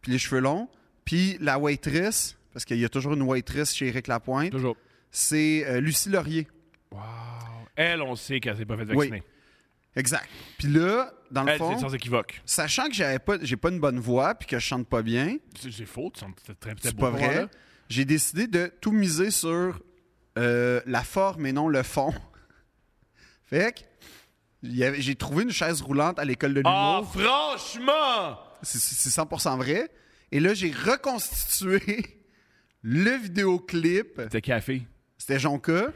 Speaker 2: puis les cheveux longs. Puis la waitress, parce qu'il y a toujours une waitress chez Éric Lapointe,
Speaker 1: Toujours.
Speaker 2: c'est euh, Lucie Laurier.
Speaker 1: Wow. Elle, on sait qu'elle s'est pas faite vacciner.
Speaker 2: Exact. Puis là, dans le
Speaker 1: Elle, c'est
Speaker 2: fond,
Speaker 1: sans équivoque.
Speaker 2: sachant que j'avais pas, j'ai pas une bonne voix puis que je chante pas bien,
Speaker 1: C'est c'est faux, tu sens- c'est très
Speaker 2: c'est
Speaker 1: beau
Speaker 2: pas
Speaker 1: pour
Speaker 2: vrai.
Speaker 1: moi, là.
Speaker 2: J'ai décidé de tout miser sur euh, la forme et non le fond. [LAUGHS] fait que il y avait- j'ai trouvé une chaise roulante à l'école de
Speaker 1: Ah,
Speaker 2: l'humour.
Speaker 1: franchement!
Speaker 2: C'est- C'est c'est 100% vrai. Et là, j'ai reconstitué [LAUGHS] le vidéoclip.
Speaker 1: C'était café.
Speaker 2: C'était Jonca.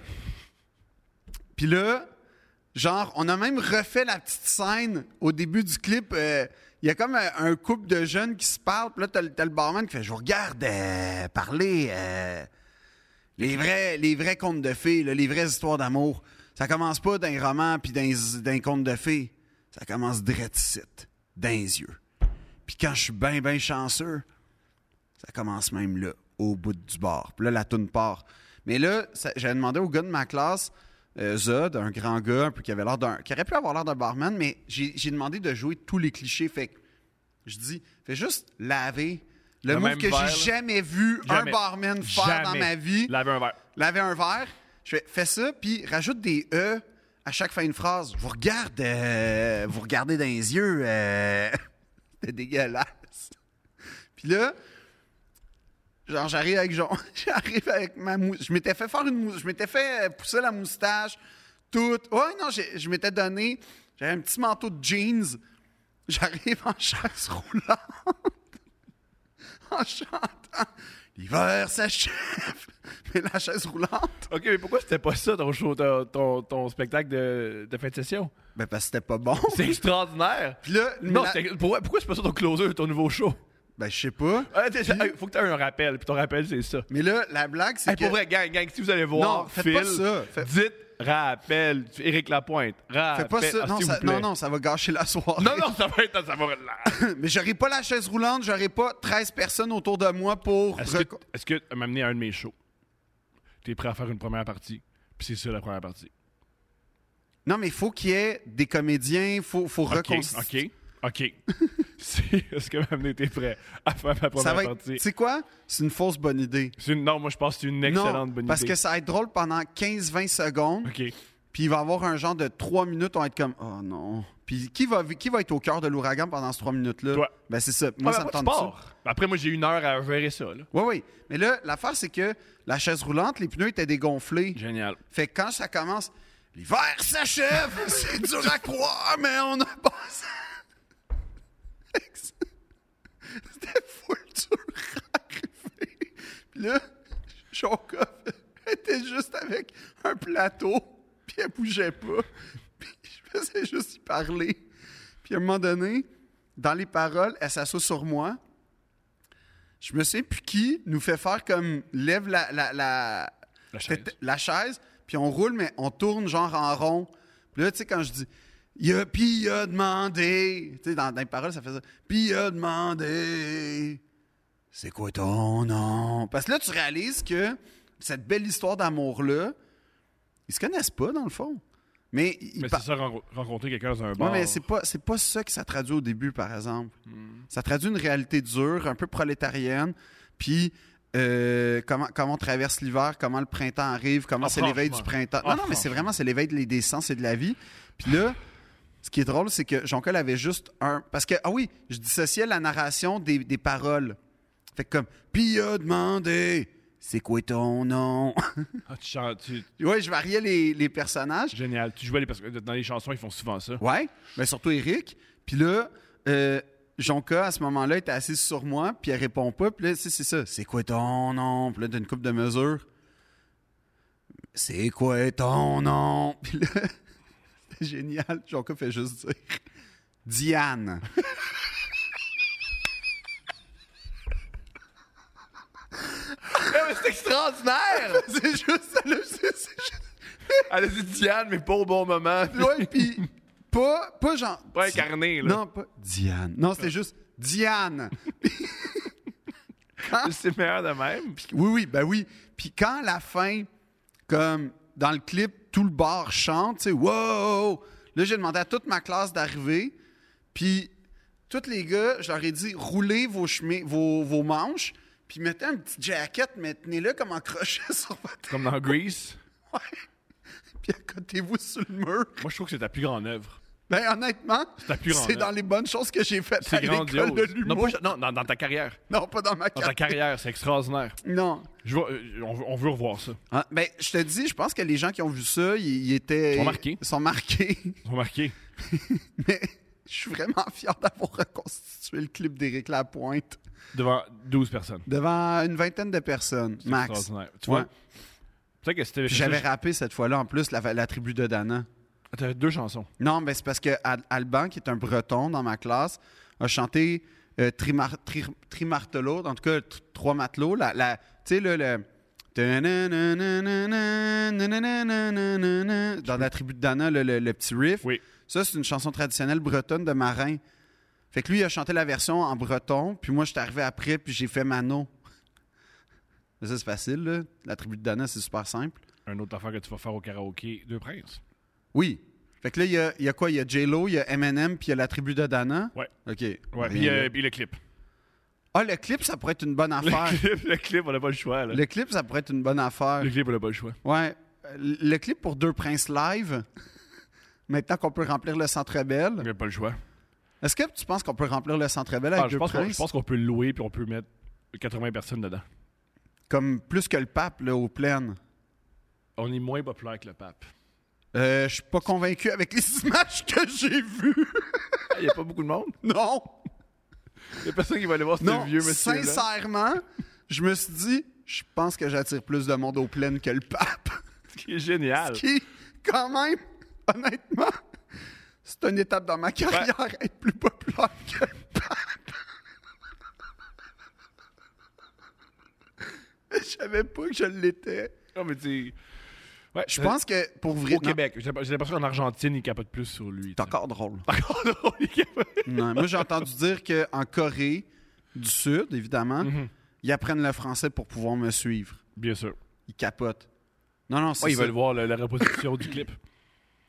Speaker 2: Puis là, genre, on a même refait la petite scène au début du clip. euh, Il y a comme euh, un couple de jeunes qui se parlent. Puis là, t'as, le- t'as le barman qui fait Je vous regarde euh, parler euh, les, vrais, les vrais contes de fées, là, les vraies histoires d'amour. Ça commence pas d'un roman puis d'un, d'un conte de fées. Ça commence direct ici, dans les yeux. Puis quand je suis bien, bien chanceux, ça commence même là, au bout du bar. Puis là, la toune part. Mais là, ça- j'avais demandé au gars de ma classe, euh, Zod, un grand gars, un peu qui avait l'air d'un. qui aurait pu avoir l'air d'un barman, mais j'ai j'ai demandé de jouer tous les clichés. Fait que je dis, fais juste laver. Le,
Speaker 1: Le
Speaker 2: move
Speaker 1: même
Speaker 2: que
Speaker 1: verre, là.
Speaker 2: j'ai jamais vu
Speaker 1: Jamais.
Speaker 2: un barman faire dans
Speaker 1: Jamais.
Speaker 2: ma vie.
Speaker 1: Laver un verre.
Speaker 2: Laver un verre. Je fais, fais ça, puis rajoute des E à chaque fin de phrase. Je vous regarde, euh, vous regardez dans les yeux. euh. [LAUGHS] C'était dégueulasse. Puis là, genre, j'arrive avec Jean. [LAUGHS] J'arrive avec ma mousse. Je m'étais fait faire une mousse. Je m'étais fait euh, pousser la moustache. Tout. Ouais, non, j'ai- je m'étais donné. J'avais un petit manteau de jeans. J'arrive en [LAUGHS] chaise roulante. en chantant. L'hiver s'achève. [LAUGHS] Mais la chaise roulante.
Speaker 1: OK, mais pourquoi c'était pas ça ton show, ton, ton- ton spectacle de, de fin de session?
Speaker 2: Ben, parce que c'était pas bon.
Speaker 1: C'est extraordinaire!
Speaker 2: Puis là,
Speaker 1: Non,
Speaker 2: la-
Speaker 1: c'était- pourquoi, pourquoi c'est pas ça ton closer, ton nouveau show?
Speaker 2: ben, je sais pas.
Speaker 1: Ah, t'es- hey, faut que t'aies un rappel, puis ton rappel, c'est ça.
Speaker 2: Mais là, la blague, c'est
Speaker 1: Hey,
Speaker 2: que.
Speaker 1: Pour vrai, gang, gang, si vous allez voir,
Speaker 2: Non, faites
Speaker 1: Phil,
Speaker 2: pas ça. Faites-
Speaker 1: dites rappel, Éric Lapointe, rappel,
Speaker 2: Fais pas ça.
Speaker 1: ah,
Speaker 2: Non,
Speaker 1: s'il
Speaker 2: ça-
Speaker 1: vous plaît.
Speaker 2: non, non, ça va gâcher la soirée.
Speaker 1: Non, non, ça va être... Ça va être là.
Speaker 2: [LAUGHS] Mais j'aurai pas la chaise roulante, j'aurai pas 13 personnes autour de moi pour.
Speaker 1: Est-ce que,
Speaker 2: reco-
Speaker 1: est-ce que à m'amener à un de mes shows, t'es prêt à faire une première partie, puis c'est ça la première partie.
Speaker 2: Non, mais il faut qu'il y ait des comédiens, il faut, faut
Speaker 1: OK,
Speaker 2: reconstituer.
Speaker 1: OK, OK. [LAUGHS] C'est- Est-ce que m'amener t'es prêt à faire ma première
Speaker 2: Ça va être.
Speaker 1: partie?
Speaker 2: Tu sais quoi? C'est une fausse bonne idée.
Speaker 1: C'est une- non, moi, je pense que c'est une excellente
Speaker 2: non,
Speaker 1: bonne
Speaker 2: parce
Speaker 1: idée.
Speaker 2: que ça va être drôle pendant 15-20 secondes,
Speaker 1: OK.
Speaker 2: puis il va y avoir un genre de 3 minutes, on va être comme Oh non. Puis qui va, qui va être au cœur de l'ouragan pendant ces 3 minutes-là?
Speaker 1: Toi.
Speaker 2: Ben c'est ça. Moi,
Speaker 1: Ah,
Speaker 2: ça
Speaker 1: ben,
Speaker 2: me
Speaker 1: tu
Speaker 2: tente ça.
Speaker 1: pars. Après, moi, j'ai une heure à gérer ça. là.
Speaker 2: Oui, oui. Mais là, l'affaire, c'est que la chaise roulante, les pneus étaient dégonflés.
Speaker 1: Génial.
Speaker 2: Fait que quand ça commence, l'hiver s'achève, [LAUGHS] c'est dur à croire, mais on a passé. [LAUGHS] C'était full dur à arriver. Puis là, Jonka était juste avec un plateau, puis elle bougeait pas. Puis je faisais juste y parler. Puis à un moment donné, dans les paroles, elle s'assoit sur moi. Je me sais plus qui nous fait faire comme lève la- la- la,
Speaker 1: La chaise.
Speaker 2: fait la chaise, puis on roule, mais on tourne genre en rond. Puis là, tu sais, quand je dis il a, puis il a demandé, tu sais, dans, dans les paroles, ça fait ça. Puis il a demandé, c'est quoi ton nom? Parce que là, tu réalises que cette belle histoire d'amour-là, ils se connaissent pas, dans le fond. Mais, ils
Speaker 1: Mais
Speaker 2: par-
Speaker 1: c'est ça, ren- rencontrer quelqu'un dans un
Speaker 2: Ouais,
Speaker 1: bar.
Speaker 2: mais c'est pas, c'est pas ça que ça traduit
Speaker 1: Hmm.
Speaker 2: au début, par exemple. Ça traduit une réalité dure, un peu prolétarienne, puis euh, comment, comment on traverse l'hiver, comment le printemps arrive, comment
Speaker 1: Ah,
Speaker 2: c'est l'éveil du
Speaker 1: franchement.
Speaker 2: printemps.
Speaker 1: Ah,
Speaker 2: Non, non, mais c'est
Speaker 1: franchement.
Speaker 2: vraiment, c'est l'éveil de- des sens et de la vie. Puis là, ce qui est drôle, c'est que Jonquel avait juste un. Parce que, ah oui, je dissociais la narration des, des paroles. Fait que comme, puis il a demandé, c'est quoi ton nom? [LAUGHS]
Speaker 1: Ah, tu chantes, tu-
Speaker 2: ouais, je variais les, les personnages.
Speaker 1: Génial. Tu jouais les, parce que dans les chansons, ils font souvent ça.
Speaker 2: Ouais, mais surtout Eric. Puis là, euh, Jonka, à ce moment-là, était assise sur moi, puis elle répond pas. Puis là, tu sais, c'est ça. C'est quoi ton nom? Puis là, d'une coupe de mesure. C'est quoi ton nom? [LAUGHS] Puis là, c'était génial. Jonka fait juste dire Diane.
Speaker 1: c'est extraordinaire!
Speaker 2: [LAUGHS] c'est juste là, c'est- c'est juste-
Speaker 1: Elle a dit Diane, mais pas au bon
Speaker 2: [LAUGHS]
Speaker 1: moment.
Speaker 2: Ouais, puis pas, pas genre.
Speaker 1: Pas incarné, là.
Speaker 2: Non, pas Diane. Non, c'était juste Diane.
Speaker 1: C'est meilleur de même.
Speaker 2: Oui, oui, ben oui. Puis quand à la fin, comme dans le clip, tout le bar chante, tu sais, wow! Là, j'ai demandé à toute ma classe d'arriver. Puis tous les gars, je leur ai dit, roulez vos, chemins, vos, vos manches, puis mettez un petit jacket, mais tenez-le comme en crochet [LAUGHS] sur votre
Speaker 1: Comme dans Grease.
Speaker 2: ouais. Puis accotez-vous sur le mur.
Speaker 1: Moi, je trouve que c'est ta plus grande
Speaker 2: [LAUGHS]
Speaker 1: œuvre.
Speaker 2: Ben honnêtement,
Speaker 1: ta plus grande
Speaker 2: c'est dans les bonnes choses que j'ai faites à
Speaker 1: C'est
Speaker 2: l'école de
Speaker 1: grandiose. Non,
Speaker 2: l'humour. Ah.
Speaker 1: pas- non, dans, dans ta carrière.
Speaker 2: Non, pas dans ma
Speaker 1: Dans ta carrière, c'est extraordinaire.
Speaker 2: Non.
Speaker 1: Je vois- euh, on, veut- on veut revoir ça.
Speaker 2: Ah, ben, je te dis, je pense que les gens qui ont vu ça, ils, ils étaient.
Speaker 1: Sont marqués.
Speaker 2: Sont marqués. [LAUGHS]
Speaker 1: Remarquez.
Speaker 2: Mais je suis vraiment fier d'avoir reconstitué le clip d'Éric Lapointe
Speaker 1: Devant 12 personnes.
Speaker 2: devant une vingtaine de personnes,
Speaker 1: C'est
Speaker 2: max.
Speaker 1: extraordinaire. Tu vois?
Speaker 2: Ouais.
Speaker 1: Peut-être que c'était.
Speaker 2: Puis J'avais rappé cette fois-là, en plus, la, la tribu de Dana.
Speaker 1: T'avais deux chansons.
Speaker 2: Non, mais c'est parce que Al- Alban, qui est un breton dans ma classe, a chanté euh, Trimar- Tri- Trimartelo, en tout cas, t- Trois matelots. La, la- tu sais, là, le. Dans la tribu de Dana, le, le- le petit riff.
Speaker 1: Oui.
Speaker 2: Ça, c'est une chanson traditionnelle bretonne de marin. Fait que lui, il a chanté la version en breton, puis moi, j'étais arrivé après, puis j'ai fait Mano. [LAUGHS] Mais Ça, c'est facile, là. La tribu de Dana, c'est super simple.
Speaker 1: Un autre affaire que tu vas faire au karaoké, Deux Princes.
Speaker 2: Oui. Fait que là, il y a, il y a quoi? Il y a J-Lo, il y a M&M, puis il y a la tribu de Dana.
Speaker 1: Ouais.
Speaker 2: OK.
Speaker 1: Ouais,
Speaker 2: Rien
Speaker 1: puis, euh,
Speaker 2: là.
Speaker 1: puis le clip.
Speaker 2: Ah, le clip, ça pourrait être une
Speaker 1: [LAUGHS]
Speaker 2: bonne
Speaker 1: Le
Speaker 2: affaire.
Speaker 1: clip, le clip, on n'a pas le choix. Là.
Speaker 2: le clip, ça pourrait être une bonne affaire.
Speaker 1: Le clip, on n'a pas le choix.
Speaker 2: Ouais. Euh, Le clip pour Deux Princes Live, maintenant qu'on peut remplir le Centre
Speaker 1: On
Speaker 2: Bell.
Speaker 1: n'a pas le choix.
Speaker 2: Est-ce que tu penses qu'on peut remplir le Centre Bell avec
Speaker 1: Ah, je
Speaker 2: Deux
Speaker 1: pense qu'on- je
Speaker 2: Princes?
Speaker 1: pense qu'on peut le louer puis on peut mettre 80 personnes dedans.
Speaker 2: Comme plus que le pape, là, aux plaines.
Speaker 1: On est moins populaire que le
Speaker 2: [LAUGHS]
Speaker 1: pape.
Speaker 2: Euh, je suis pas convaincu avec les [LAUGHS] images que j'ai vues. Ah,
Speaker 1: Il n'y a pas beaucoup de monde. [LAUGHS]
Speaker 2: Non.
Speaker 1: Il n'y a personne qui va aller voir ce
Speaker 2: Non.
Speaker 1: vieux monsieur.
Speaker 2: Sincèrement, je me suis dit, je pense que j'attire plus de monde aux plaines que le pape.
Speaker 1: Ce qui est génial.
Speaker 2: Qui, quand même, honnêtement, c'est une étape dans
Speaker 1: Ben,
Speaker 2: ma carrière être plus populaire que le pape. [LAUGHS] Je savais pas que je l'étais.
Speaker 1: Non, mais tu sais- Ouais,
Speaker 2: Je
Speaker 1: euh,
Speaker 2: pense que pour vrai.
Speaker 1: Au
Speaker 2: non,
Speaker 1: Québec. J'ai j'ai l'impression qu'en Argentine, il capote plus sur lui.
Speaker 2: C'est
Speaker 1: tu sais.
Speaker 2: encore drôle.
Speaker 1: [LAUGHS] Encore drôle, il capote.
Speaker 2: Non, moi, j'ai entendu dire qu'en Corée du Sud, évidemment,
Speaker 1: Mhm.
Speaker 2: ils apprennent le français pour pouvoir me suivre.
Speaker 1: Bien sûr.
Speaker 2: Ils capotent. Non, non, c'est
Speaker 1: Ouais, ils
Speaker 2: ça.
Speaker 1: veulent voir le- la reproduction du clip.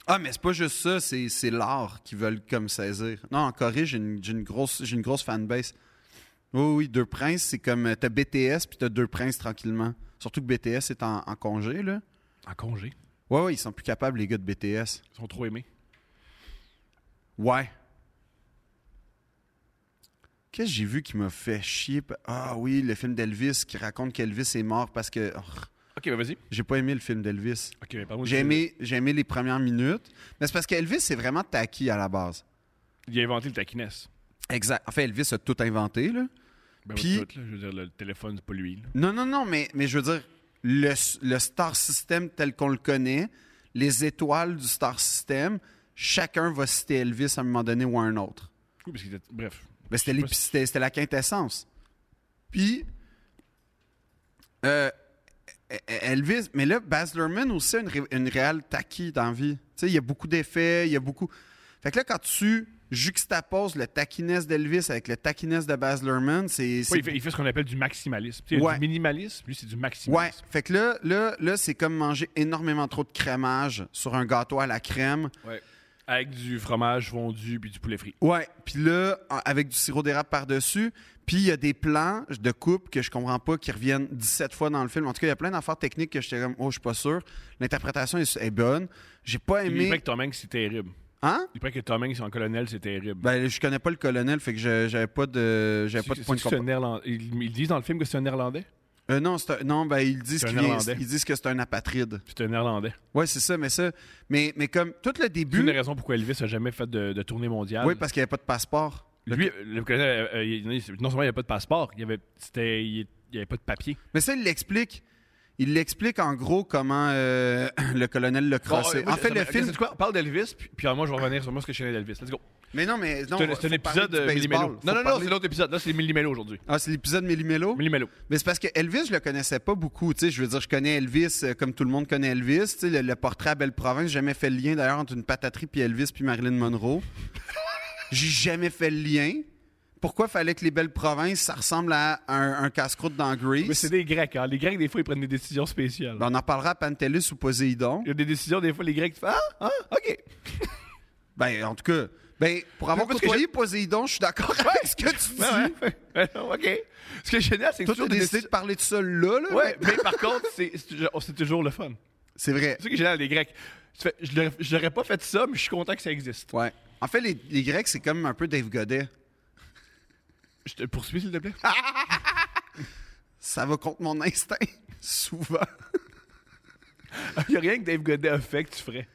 Speaker 2: Ah, mais c'est pas juste ça, c'est, c'est l'art qu'ils veulent comme saisir. Non, en Corée, j'ai une, j'ai une grosse, j'ai une grosse fanbase. Oui, oui, Deux Princes, c'est comme... euh, T'as BTS, puis t'as Deux Princes tranquillement. Surtout que BTS est en, en congé, là.
Speaker 1: En congé.
Speaker 2: Ouais, ouais, ils sont plus capables, les gars de BTS.
Speaker 1: Ils sont trop aimés.
Speaker 2: Ouais. Qu'est-ce que j'ai vu qui m'a fait chier? pa- Ah oui, le film d'Elvis qui raconte qu'Elvis est mort parce que... Oh,
Speaker 1: Ok, ben vas-y.
Speaker 2: j'ai pas aimé le film d'Elvis.
Speaker 1: Ok, ben, parle-moi du
Speaker 2: J'ai
Speaker 1: film.
Speaker 2: aimé, j'ai aimé les premières minutes. Mais c'est parce qu'Elvis, c'est vraiment taquis à la base.
Speaker 1: Il a inventé le taquiness.
Speaker 2: Exact. En fait, Elvis a tout inventé, là.
Speaker 1: Ben,
Speaker 2: Puis-
Speaker 1: tout, là. je veux dire, le téléphone, c'est pas lui. là.
Speaker 2: Non, non, non, mais, mais je veux dire, le, le star system tel qu'on le connaît, les étoiles du star system, chacun va citer Elvis à un moment donné ou à un autre.
Speaker 1: Oui, parce qu'il était- Bref.
Speaker 2: Ben, c'était,
Speaker 1: Je sais
Speaker 2: les-
Speaker 1: pas si-
Speaker 2: c'était- c'était la quintessence. Puis, euh, E- Elvis, mais là, Baz Luhrmann aussi a une, ré- une réelle taquille dans la vie. Tu sais, il y a beaucoup d'effets, il y a beaucoup... Fait que là, quand tu juxtaposes le taquiness d'Elvis avec le taquiness de Baz Luhrmann, c'est... c'est
Speaker 1: Ouais, il, fait, il fait ce qu'on appelle du maximalisme. Tu sais, il y a
Speaker 2: Ouais.
Speaker 1: Du minimalisme, lui, c'est du
Speaker 2: Ouais,
Speaker 1: maximalisme.
Speaker 2: fait que là, là, là c'est comme manger énormément trop de crémage sur un gâteau à la crème.
Speaker 1: Ouais. Avec du fromage fondu puis du poulet frit.
Speaker 2: Ouais, puis là, en- avec du sirop d'érable par-dessus. Puis il y a des plans de couple que je comprends pas qui reviennent 17 fois dans le film. En tout cas, il y a plein d'affaires techniques que j'étais comme, oh, je suis pas sûr. L'interprétation est, est bonne. J'ai pas
Speaker 1: Il paraît
Speaker 2: aimé.
Speaker 1: que Tom Hanks, c'est terrible.
Speaker 2: Hein?
Speaker 1: Il paraît que Tom Hanks en colonel, c'est terrible.
Speaker 2: Ben, je connais pas le colonel, fait que je- j'avais pas de, j'avais
Speaker 1: C'est-
Speaker 2: pas de point de
Speaker 1: c'est- c'est un
Speaker 2: comparaison.
Speaker 1: Néerland- Ils, ils disent dans le film que c'est un Néerlandais.
Speaker 2: Euh, non, c'est un- non, ben, ils disent,
Speaker 1: C'est un
Speaker 2: qu'il vient-
Speaker 1: Irlandais.
Speaker 2: ils disent que c'est un apatride.
Speaker 1: C'est un Néerlandais.
Speaker 2: Ouais, c'est ça, mais ça. Mais, mais comme tout le
Speaker 1: C'est une
Speaker 2: début.
Speaker 1: des raisons pourquoi Elvis n'a jamais fait de, de tournée mondiale.
Speaker 2: Oui, parce qu'il n'y avait pas de passeport.
Speaker 1: Lui, le colonel, euh, euh, il- non seulement il n'y avait pas de passeport, il n'y avait, c'était- il- il avait pas de papier.
Speaker 2: Mais ça, il l'explique. Il l'explique en gros comment euh, [CLEARS THROAT] le colonel le crossé.
Speaker 1: Bon, euh,
Speaker 2: en fait,
Speaker 1: ça
Speaker 2: le
Speaker 1: me-
Speaker 2: film.
Speaker 1: sais-tu quoi? Parle d'Elvis, puis, puis alors moi, je vais revenir sur moi ce que je connais d'Elvis. Let's go.
Speaker 2: Mais non, mais non.
Speaker 1: C'est un- c'est un
Speaker 2: faut parler
Speaker 1: épisode
Speaker 2: du
Speaker 1: euh,
Speaker 2: baseball.
Speaker 1: Millimello.
Speaker 2: Faut
Speaker 1: Non, non, non,
Speaker 2: parler-
Speaker 1: c'est l'autre épisode. Là, c'est Millimello aujourd'hui.
Speaker 2: Ah, c'est l'épisode Millimello.
Speaker 1: Millimello.
Speaker 2: Mais c'est parce que Elvis, je le connaissais pas beaucoup. Tu sais, je veux dire, je connais Elvis euh, comme tout le monde connaît Elvis. Tu sais, le, le portrait à Belle Province, j'ai jamais fait le lien d'ailleurs entre une pataterie puis Elvis puis
Speaker 1: [LAUGHS]
Speaker 2: Marilyn Monroe. j'ai jamais fait le lien. Pourquoi fallait que les Belles Provinces, ça ressemble à un, un casse-croûte dans Grease?
Speaker 1: Mais c'est des Grecs. hein. Les Grecs, des fois, ils prennent des décisions spéciales.
Speaker 2: Ben, on en parlera à Pantelis ou Poséidon.
Speaker 1: Il y a des décisions, des fois, les Grecs, tu fais Ah, ah, OK.
Speaker 2: Ben, en tout cas, ben, pour avoir
Speaker 1: Parce que
Speaker 2: côtoyé Poséidon, je suis d'accord avec ce que tu dis.
Speaker 1: Ouais, ouais. [LAUGHS] Ouais, non, OK. Ce qui est génial, c'est que
Speaker 2: Toi,
Speaker 1: toujours
Speaker 2: t'as
Speaker 1: des
Speaker 2: décidé de parler de ça là, là.
Speaker 1: décisions- Ouais, mais par contre, c'est c'est toujours- oh, c'est toujours le fun.
Speaker 2: C'est vrai.
Speaker 1: C'est ça qui est génial, les Grecs. Tu fais, Je l'aurais- je l'aurais pas fait ça, mais je suis content que ça existe.
Speaker 2: Ouais. En fait, les, les Grecs, c'est comme un peu Dave Godet.
Speaker 1: Je te poursuis, s'il te
Speaker 2: [LAUGHS]
Speaker 1: plaît.
Speaker 2: Ça va contre mon [LAUGHS] instinct, souvent.
Speaker 1: Il y a rien que Dave Godet a fait que tu ferais.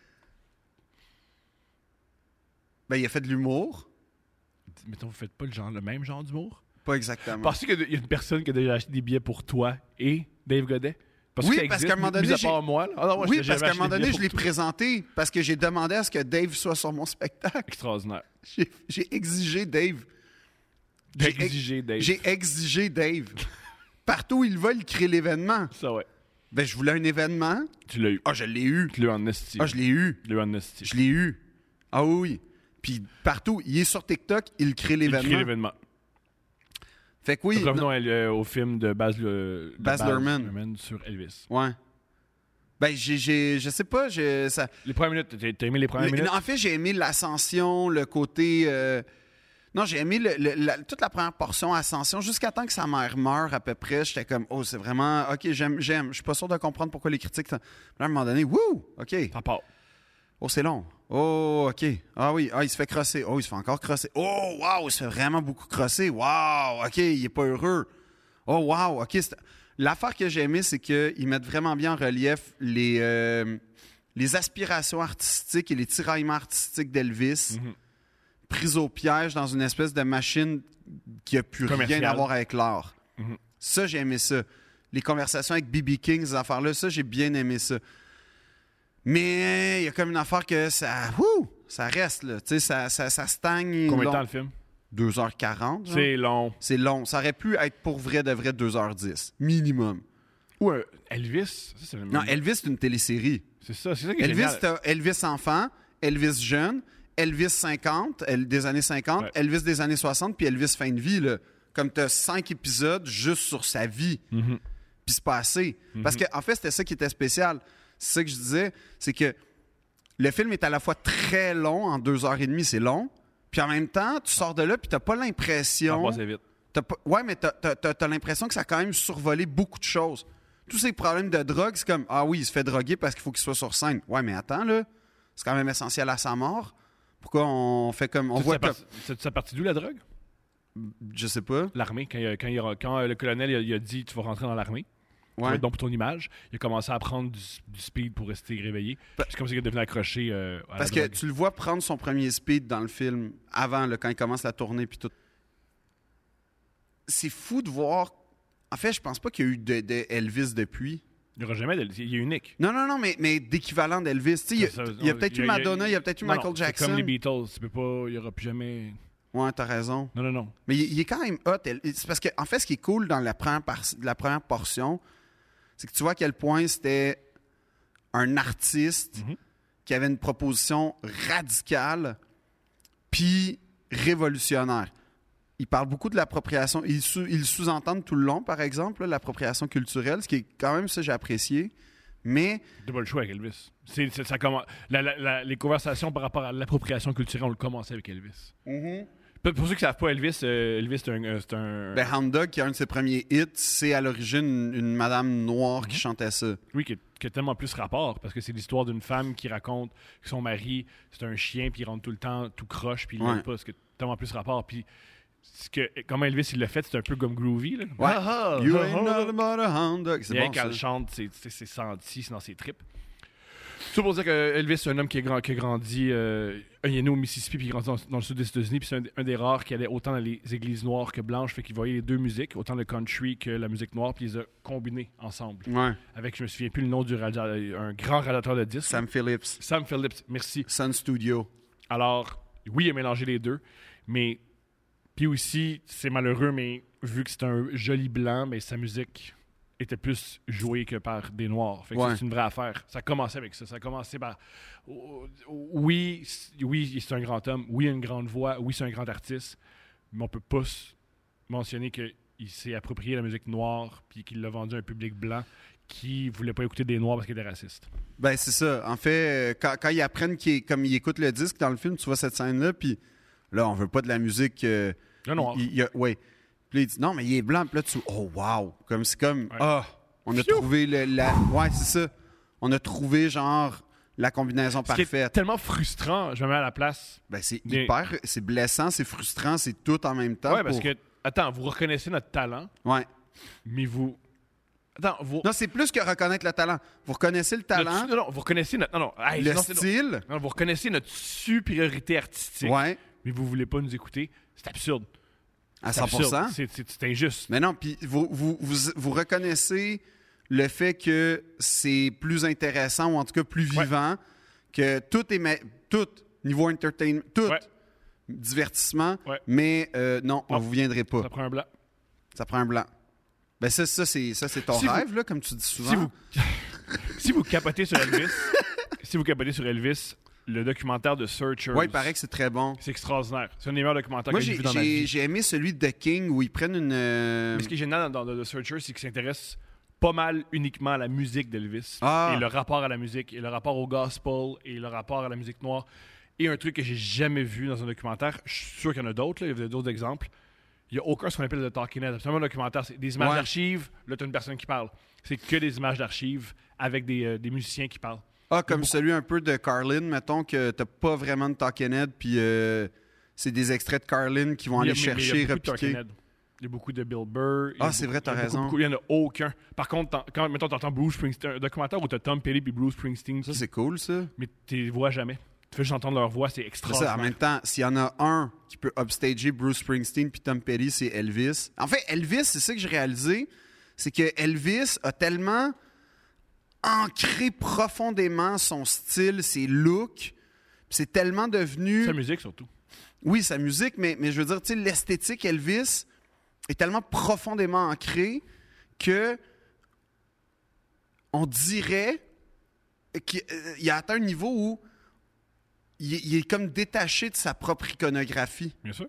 Speaker 2: Ben, il a fait de l'humour.
Speaker 1: Mettons, vous faites pas le, genre, le même genre d'humour?
Speaker 2: Pas exactement.
Speaker 1: Pensez qu'il y a une personne qui a déjà aché des billets pour toi et Dave Godet? Parce
Speaker 2: Oui,
Speaker 1: ça
Speaker 2: parce
Speaker 1: existe,
Speaker 2: qu'à un moment donné,
Speaker 1: mis à
Speaker 2: j'ai-
Speaker 1: part moi, là. Ah non, moi,
Speaker 2: oui,
Speaker 1: j'ai jamais
Speaker 2: parce qu'à un moment
Speaker 1: acheté des
Speaker 2: donné, je
Speaker 1: billets
Speaker 2: l'ai
Speaker 1: pour toi.
Speaker 2: présenté parce que j'ai demandé à ce que Dave soit sur mon spectacle. [LAUGHS]
Speaker 1: Extraordinaire.
Speaker 2: J'ai- J'ai exigé Dave.
Speaker 1: J'ai
Speaker 2: J'ai-
Speaker 1: exigé Dave.
Speaker 2: J'ai exigé Dave. Partout où il va, il crée l'événement.
Speaker 1: Ça, ouais.
Speaker 2: Ben, je voulais un événement.
Speaker 1: Tu l'as eu.
Speaker 2: Ah, je l'ai eu.
Speaker 1: Tu l'as eu en esti.
Speaker 2: Ah, je l'ai eu.
Speaker 1: Tu l'as eu en esti.
Speaker 2: Je l'ai eu. Ah oui. Puis partout, il est sur TikTok, il crée
Speaker 1: Il crée
Speaker 2: l'événement.
Speaker 1: l'événement.
Speaker 2: Fait que oui.
Speaker 1: Revenons à- euh, au film de Baz, le, de
Speaker 2: Baz Luhrmann.
Speaker 1: sur Elvis.
Speaker 2: non- Ouais. Ben, j'ai, j'ai- je sais pas, je, ça,
Speaker 1: Les premières minutes, t'as- t'as aimé les premières
Speaker 2: Mais-
Speaker 1: minutes?
Speaker 2: En fait, j'ai aimé l'ascension, le côté. euh, Non, j'ai aimé le- le- la- toute la première portion ascension jusqu'à temps que sa mère meure à peu près. J'étais comme, oh, c'est vraiment. Ok, j'aime, j'aime. Je suis pas sûr de comprendre pourquoi les critiques. Là, à un moment donné, wouh, ok.
Speaker 1: Ça part.
Speaker 2: Oh, c'est long. Oh, ok. Ah oui, ah, il se fait crosser. Oh, il se fait encore crosser. Oh, wow, il se fait vraiment beaucoup crosser. Wow, ok, il est pas heureux. Oh, wow, ok. c'est- L'affaire que j'ai aimée, c'est qu'ils mettent vraiment bien en relief les, euh, les aspirations artistiques et les tiraillements artistiques d'Elvis,
Speaker 1: Mhm.
Speaker 2: pris au piège dans une espèce de machine qui a plus
Speaker 1: Commercial.
Speaker 2: rien à voir avec l'art.
Speaker 1: Mhm.
Speaker 2: Ça, j'ai aimé ça. Les conversations avec B.B. King, ces affaires-là, ça, j'ai bien aimé ça. Mais il y a comme une affaire que ça. wouh, ça reste, là. Tu sais, ça, ça, ça stagne.
Speaker 1: Combien de
Speaker 2: long.
Speaker 1: temps le film?
Speaker 2: 2h40. genre.
Speaker 1: C'est long.
Speaker 2: C'est long. Ça aurait pu être pour vrai de vrai 2h10, minimum.
Speaker 1: Ou un Elvis? Ça, c'est le même-
Speaker 2: Non, Elvis, c'est une télésérie.
Speaker 1: C'est ça, Mm. c'est ça qui est
Speaker 2: Elvis,
Speaker 1: génial.
Speaker 2: t'as Elvis enfant, Elvis jeune, Elvis 50, El- des années 50,
Speaker 1: Ouais.
Speaker 2: Elvis des années 60, puis Elvis fin de vie, là. Comme t'as cinq épisodes juste sur sa vie.
Speaker 1: Mhm.
Speaker 2: puis c'est pas assez. Parce que en fait, c'était ça qui était spécial. C'est ça que je disais, c'est que le film est à la fois très long, en deux heures et demie, c'est long, puis en même temps, tu sors de là, puis t'as pas
Speaker 1: Ça
Speaker 2: l'impression...
Speaker 1: passe vite.
Speaker 2: t'as pas- Ouais, mais t'as, t'as- t'as- t'as l'impression que ça a quand même survolé beaucoup de choses. Tous ces problèmes de drogue, c'est comme, ah oui, il se fait droguer parce qu'il faut qu'il soit sur scène. Ouais, mais attends, là, c'est quand même essentiel à sa mort. Pourquoi on fait comme... On
Speaker 1: Ça,
Speaker 2: voit
Speaker 1: ça,
Speaker 2: comme...
Speaker 1: part- ça- ça partit d'où la drogue?
Speaker 2: Je sais pas.
Speaker 1: L'armée. Quand, il a- quand, il a- quand, euh, le colonel il a, il a dit tu vas rentrer dans l'armée, tu vas
Speaker 2: Ouais.
Speaker 1: être bon pour ton image, il a commencé à prendre du, du speed pour rester réveillé.
Speaker 2: Pa-
Speaker 1: C'est comme ça qu'il est devenu accroché euh, à
Speaker 2: Parce
Speaker 1: la
Speaker 2: que
Speaker 1: drogue.
Speaker 2: tu le vois prendre son premier speed dans le film avant, là, quand il commence la tournée puis tout. C'est fou de voir. En fait, je pense pas qu'il y a eu de, de Elvis depuis.
Speaker 1: Il n'y aura jamais d'Elvis. Il est unique.
Speaker 2: Non, non, non, mais, mais d'équivalent d'Elvis. Tu sais, Il y a,
Speaker 1: Ça- ça-
Speaker 2: il y a peut-être eu Madonna, il y a, peut-être eu
Speaker 1: Non, non,
Speaker 2: Michael
Speaker 1: c'est
Speaker 2: Jackson.
Speaker 1: comme les Beatles. Tu peux pas... Il n'y aura plus jamais...
Speaker 2: Ouais, t'as raison.
Speaker 1: Non, non, non.
Speaker 2: Mais il, il est quand même hot. elle- C'est parce que, en fait, ce qui est cool dans la première, par- la première portion, c'est que tu vois à quel point c'était un artiste
Speaker 1: Mhm.
Speaker 2: qui avait une proposition radicale puis révolutionnaire. Il parle beaucoup de l'appropriation. Ils sous- ils le sous-entendent tout le long, par exemple, là, l'appropriation culturelle, ce qui est quand même ça j'ai apprécié. Mais
Speaker 1: T'as pas le choix avec Elvis. C'est- c'est- ça commence- la- la- la- les conversations par rapport à l'appropriation culturelle, on le commençait avec Elvis. Pour pour ceux qui savent pas, Elvis, euh, Elvis, c'est un. euh, c'est un-
Speaker 2: Ben, Hound Dog, qui est un de ses premiers hits, c'est à l'origine une, une madame noire qui chantait ça.
Speaker 1: Oui, qui, est- qui a tellement plus rapport, parce que c'est l'histoire d'une femme qui raconte que son mari, c'est un chien, puis il rentre tout le temps tout croche, puis il l'aime
Speaker 2: Ouais.
Speaker 1: pas, ce qui a tellement plus rapport. Puis, ce que, comment Elvis, il l'a fait, c'est un peu comme groovy. Là.
Speaker 2: Ouais.
Speaker 1: Ah, ah,
Speaker 2: You
Speaker 1: ah,
Speaker 2: ain't
Speaker 1: ah.
Speaker 2: nothing but a Hound Dog. C'est
Speaker 1: Bien
Speaker 2: bon, ça.
Speaker 1: qu'elle chante, c'est- c'est c'est senti, c'est dans ses tripes. Tout pour dire que Elvis, c'est un homme qui, est grand, qui a grandi, euh, il est né au Mississippi, puis il grandit dans, dans le sud des États-Unis, puis c'est un, des- un des rares qui allait autant dans les églises noires que blanches, fait qu'il voyait les deux musiques, autant le country que la musique noire, puis il les a combinées ensemble.
Speaker 2: Ouais.
Speaker 1: Avec, je me souviens plus le nom du radio- un grand radiateur de disques.
Speaker 2: Sam Phillips,
Speaker 1: Sam Phillips, merci.
Speaker 2: Sun Studio.
Speaker 1: Alors, oui, il a mélangé les deux, mais. Puis aussi, c'est malheureux, mais vu que c'est un joli blanc, mais sa musique était plus jouée que par des noirs. Fait que
Speaker 2: Ouais.
Speaker 1: ça, c'est une vraie affaire. Ça a commencé avec ça. Ça a commencé par. oh, oh, Oui, c- oui, c'est un grand homme. Oui, il a une grande voix. Oui, c'est un grand artiste. Mais on peut pas s- mentionner qu'il s'est approprié la musique noire puis qu'il l'a vendue à un public blanc qui voulait pas écouter des noirs parce qu'il était raciste.
Speaker 2: Ben, c'est ça. En fait, euh, quand, quand ils apprennent, qu'il est- comme ils écoutent le disque dans le film, tu vois cette scène-là, puis là, on veut pas de la musique. euh,
Speaker 1: Le noir.
Speaker 2: Il, il y a- ouais. Puis là, il dit non, mais il est blanc. Puis là, tu. Oh, wow. Comme c'est comme. Ah, on a
Speaker 1: Pfiou.
Speaker 2: trouvé le, la. Ouais, c'est ça. On a trouvé, genre, la combinaison
Speaker 1: Ce qui est
Speaker 2: parfaite.
Speaker 1: tellement frustrant. Je me mets à la place
Speaker 2: Ben, c'est
Speaker 1: Bien.
Speaker 2: hyper. C'est blessant, c'est frustrant, c'est tout en même temps.
Speaker 1: Ouais, parce
Speaker 2: pour-
Speaker 1: que, attends, vous reconnaissez notre talent,
Speaker 2: Ouais.
Speaker 1: mais vous. Attends, vous.
Speaker 2: Non, c'est plus que reconnaître le talent. Vous reconnaissez le
Speaker 1: notre-
Speaker 2: talent,
Speaker 1: non, non, vous reconnaissez notre. Non, non, hey,
Speaker 2: le
Speaker 1: sinon, c'est-
Speaker 2: style.
Speaker 1: non, vous reconnaissez notre supériorité artistique,
Speaker 2: Ouais,
Speaker 1: mais vous voulez pas nous écouter. C'est absurde.
Speaker 2: à
Speaker 1: C'est
Speaker 2: 100
Speaker 1: absurde. C'est- C'est c'est injuste.
Speaker 2: Mais non, puis vous, vous, vous, vous reconnaissez le fait que c'est plus intéressant ou en tout cas plus
Speaker 1: Ouais.
Speaker 2: vivant, que tout est ma- tout niveau entertainment, tout
Speaker 1: Ouais.
Speaker 2: divertissement,
Speaker 1: Ouais.
Speaker 2: mais euh, non, on
Speaker 1: Non.
Speaker 2: vous viendrait pas.
Speaker 1: Ça prend un blanc.
Speaker 2: Ça prend un blanc. Ben ça, ça c'est ça c'est ton
Speaker 1: Si vous-
Speaker 2: rêve là, comme tu dis souvent.
Speaker 1: Si vous, si vous capotez sur
Speaker 2: [LAUGHS]
Speaker 1: Elvis, si vous capotez sur Elvis, le documentaire de Searchers,
Speaker 2: Ouais, il paraît que c'est très bon.
Speaker 1: c'est extraordinaire. C'est un des meilleurs documentaires
Speaker 2: Moi
Speaker 1: que j'ai
Speaker 2: j'ai
Speaker 1: vu dans ma
Speaker 2: j'ai-
Speaker 1: vie.
Speaker 2: j'ai aimé celui de King où ils prennent une. euh,
Speaker 1: Mais ce qui est génial dans, dans The Searchers, c'est qu'il s'intéresse pas mal uniquement à la musique d'Elvis
Speaker 2: Ah.
Speaker 1: et le rapport à la musique et le rapport au gospel et le rapport à la musique noire et un truc que j'ai jamais vu dans un documentaire. Je suis sûr qu'il y en a d'autres, là, il y a d'autres exemples. Il n'y a aucun ce qu'on appelle le talking head. C'est vraiment un documentaire, c'est des images
Speaker 2: Ouais.
Speaker 1: d'archives. Là, t'as une personne qui parle. C'est que des images d'archives avec des, euh, des musiciens qui parlent.
Speaker 2: Ah, comme celui un peu de Carlin, mettons que t'as pas vraiment de Talking Head, puis euh, c'est des extraits de Carlin qui vont
Speaker 1: Il y
Speaker 2: aller
Speaker 1: a- mais- mais il y
Speaker 2: chercher,
Speaker 1: a beaucoup de
Speaker 2: repiquer.
Speaker 1: Talking Head. Il y a beaucoup de Bill Burr. il y a
Speaker 2: Ah, c'est
Speaker 1: beaucoup-
Speaker 2: vrai, t'as
Speaker 1: il y a beaucoup,
Speaker 2: raison.
Speaker 1: beaucoup- Il n'y en a aucun. Par contre, t'en- quand, mettons, t'entends Bruce Springsteen, un documentaire où t'as Tom Petty puis Bruce Springsteen.
Speaker 2: Ça, c'est cool, ça.
Speaker 1: mais tu les vois jamais. Tu fais juste entendre leur voix, c'est
Speaker 2: C'est ça, en
Speaker 1: extraordinaire.
Speaker 2: même temps, s'il y en a un qui peut upstager Bruce Springsteen puis Tom Petty, c'est Elvis. En fait, Elvis, c'est ça que j'ai réalisé, c'est que Elvis a tellement ancré profondément son style, ses looks, puis c'est tellement devenu...
Speaker 1: Sa musique surtout.
Speaker 2: Oui, sa musique, mais, mais je veux dire, tu sais, l'esthétique Elvis est tellement profondément ancrée que on dirait qu'il euh, il a atteint un niveau où il, est- il est comme détaché de sa propre iconographie.
Speaker 1: Bien sûr.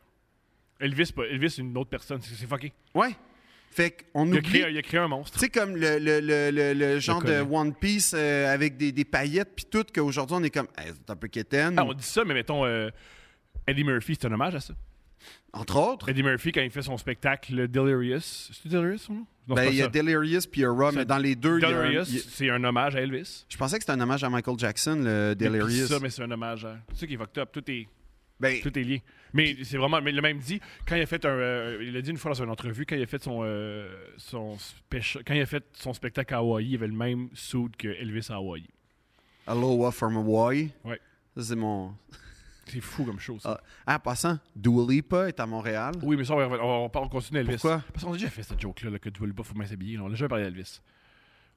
Speaker 1: Elvis, pas- Elvis c'est une autre personne, c'est c'est fucké.
Speaker 2: Ouais. Fait qu'on
Speaker 1: Il a,
Speaker 2: oublie.
Speaker 1: créé, il a créé un monstre.
Speaker 2: Tu sais, comme le, le- le- le- le genre de
Speaker 1: collet.
Speaker 2: One Piece euh, avec des, des paillettes puis tout, qu'aujourd'hui on est comme, Hey, c'est un peu quétaine.
Speaker 1: Ah, on dit ça, mais mettons, euh, Eddie Murphy, c'est un hommage à ça.
Speaker 2: Entre autres,
Speaker 1: Eddie Murphy, quand il fait son spectacle Delirious, c'est Delirious son nom? Non,
Speaker 2: ben,
Speaker 1: c'est pas
Speaker 2: il y a
Speaker 1: ça.
Speaker 2: Delirious puis il y a Raw,
Speaker 1: Ça-
Speaker 2: mais dans les deux, il y a un-
Speaker 1: Delirious,
Speaker 2: il y a-
Speaker 1: c'est un hommage à Elvis.
Speaker 2: Je pensais que c'était un hommage à Michael Jackson,
Speaker 1: Mais
Speaker 2: le
Speaker 1: puis
Speaker 2: Delirious.
Speaker 1: ça, mais c'est un hommage à. C'est ça qui est fucked up. Tout est.
Speaker 2: Ben,
Speaker 1: Tout est lié. Mais c'est vraiment. Mais le même dit, quand il a fait un. euh, il l'a dit une fois dans une entrevue, quand il a fait son. euh, son spécial- quand il a fait son spectacle à Hawaï, il avait le même suit que Elvis à Hawaï.
Speaker 2: Aloha from Hawaii.
Speaker 1: Ouais.
Speaker 2: Ça, c'est mon.
Speaker 1: C'est fou comme chose. ça.
Speaker 2: Ah, ah, en passant, Dua Lipa est à Montréal.
Speaker 1: Oui, mais ça, on, va y revenir. on, on, on continue Elvis.
Speaker 2: Pourquoi?
Speaker 1: Parce qu'on a déjà fait cette joke-là, là, que tu veux pas, faut bien s'habiller. là. On a jamais parlé d'Elvis.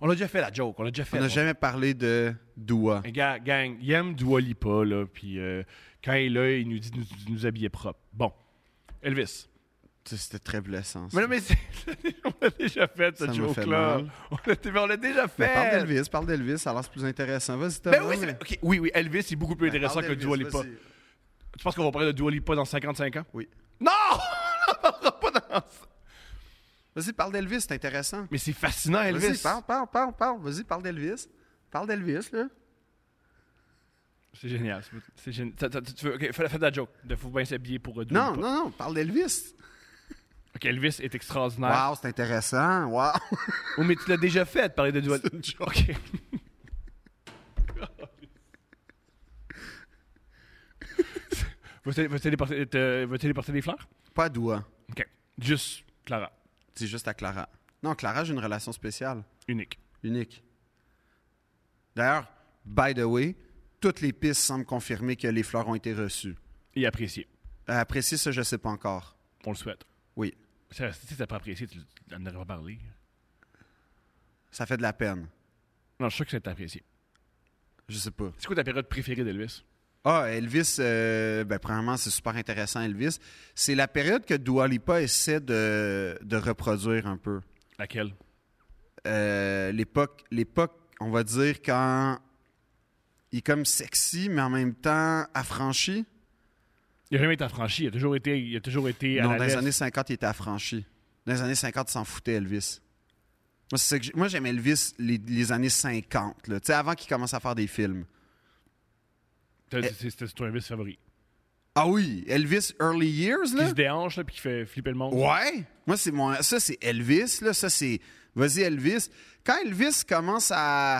Speaker 1: On a déjà fait la joke, on l'a déjà fait.
Speaker 2: On n'a
Speaker 1: là.
Speaker 2: jamais parlé de Dua.
Speaker 1: Mais gars, gang, il aime Dua Lipa, là, puis euh, quand il est là, il nous dit de nous, de nous habiller propre. Bon. Elvis.
Speaker 2: Ça, C'était très blessant. ça.
Speaker 1: Mais non, mais c'est- [LAUGHS] on l'a déjà fait,
Speaker 2: Ça
Speaker 1: cette
Speaker 2: me fait
Speaker 1: joke-là.
Speaker 2: mal.
Speaker 1: On l'a- mais on l'a déjà fait.
Speaker 2: Mais parle d'Elvis, parle d'Elvis, alors c'est plus intéressant. Vas-y, Thomas.
Speaker 1: Ben oui, c'est... ok, oui, oui, Elvis est beaucoup plus intéressant que Dua Lipa. Tu penses qu'on va parler de Dua Lipa dans 55 ans?
Speaker 2: Oui.
Speaker 1: Non! [LAUGHS] On n'en parlera pas dans...
Speaker 2: Vas-y, parle d'Elvis, c'est intéressant.
Speaker 1: Mais c'est fascinant, Elvis.
Speaker 2: Vas-y, parle, parle, parle, parle. Vas-y, parle d'Elvis. Parle d'Elvis, là.
Speaker 1: C'est génial. c'est- C'est génial. T'as- t'as- tu veux- ok, fais, fais de la joke. De faut bien s'habiller pour euh, Dwayne
Speaker 2: Non,
Speaker 1: Pope.
Speaker 2: non, non, parle d'Elvis.
Speaker 1: Ok, Elvis est extraordinaire.
Speaker 2: Wow, c'est intéressant. Wow. [LAUGHS]
Speaker 1: Oh, mais tu l'as déjà fait de parler de Dwayne.
Speaker 2: C'est une joke. [LAUGHS]
Speaker 1: Ok. Vas-tu téléporter, te- vas-tu téléporter des fleurs?
Speaker 2: Pas Doua.
Speaker 1: Ok. Juste Clara.
Speaker 2: C'est juste à Clara. Non, Clara, j'ai une relation spéciale.
Speaker 1: Unique.
Speaker 2: Unique. D'ailleurs, by the way, toutes les pistes semblent confirmer que les fleurs ont été reçues.
Speaker 1: Et appréciée.
Speaker 2: Euh, Apprécier ça, je sais pas encore.
Speaker 1: On le souhaite.
Speaker 2: Oui,
Speaker 1: Ça, si t'as pas apprécié, tu n'en aurais pas parlé.
Speaker 2: ça fait de la peine.
Speaker 1: Non, je suis sûr que ça t'a apprécié.
Speaker 2: Je sais pas.
Speaker 1: C'est quoi ta période préférée d'Elvis?
Speaker 2: Ah, Elvis, euh, ben, premièrement, c'est super intéressant, Elvis. C'est la période que Dua Lipa essaie de, de reproduire un peu.
Speaker 1: Laquelle?
Speaker 2: Euh, l'époque, l'époque, on va dire, quand il est comme sexy, mais en même temps affranchi.
Speaker 1: Il a jamais été affranchi. Il a toujours été, il a toujours été à
Speaker 2: non,
Speaker 1: la
Speaker 2: dans les
Speaker 1: lèvre.
Speaker 2: années 50, il était affranchi. Dans les années 50, il s'en foutait, Elvis. Moi, c'est ça que j'ai- moi, j'aime Elvis les, les années 50, là. Tu sais, avant qu'il commence à faire des films.
Speaker 1: T'as- c'est- C'était ton Elvis favori.
Speaker 2: Ah oui, Elvis Early Years,
Speaker 1: Qui
Speaker 2: là?
Speaker 1: se déhanche, là, puis qui fait flipper le monde.
Speaker 2: Hein? Ouais. Moi, c'est mon. Ça, c'est Elvis, là. Ça, c'est. Vas-y, Elvis. Quand Elvis commence à,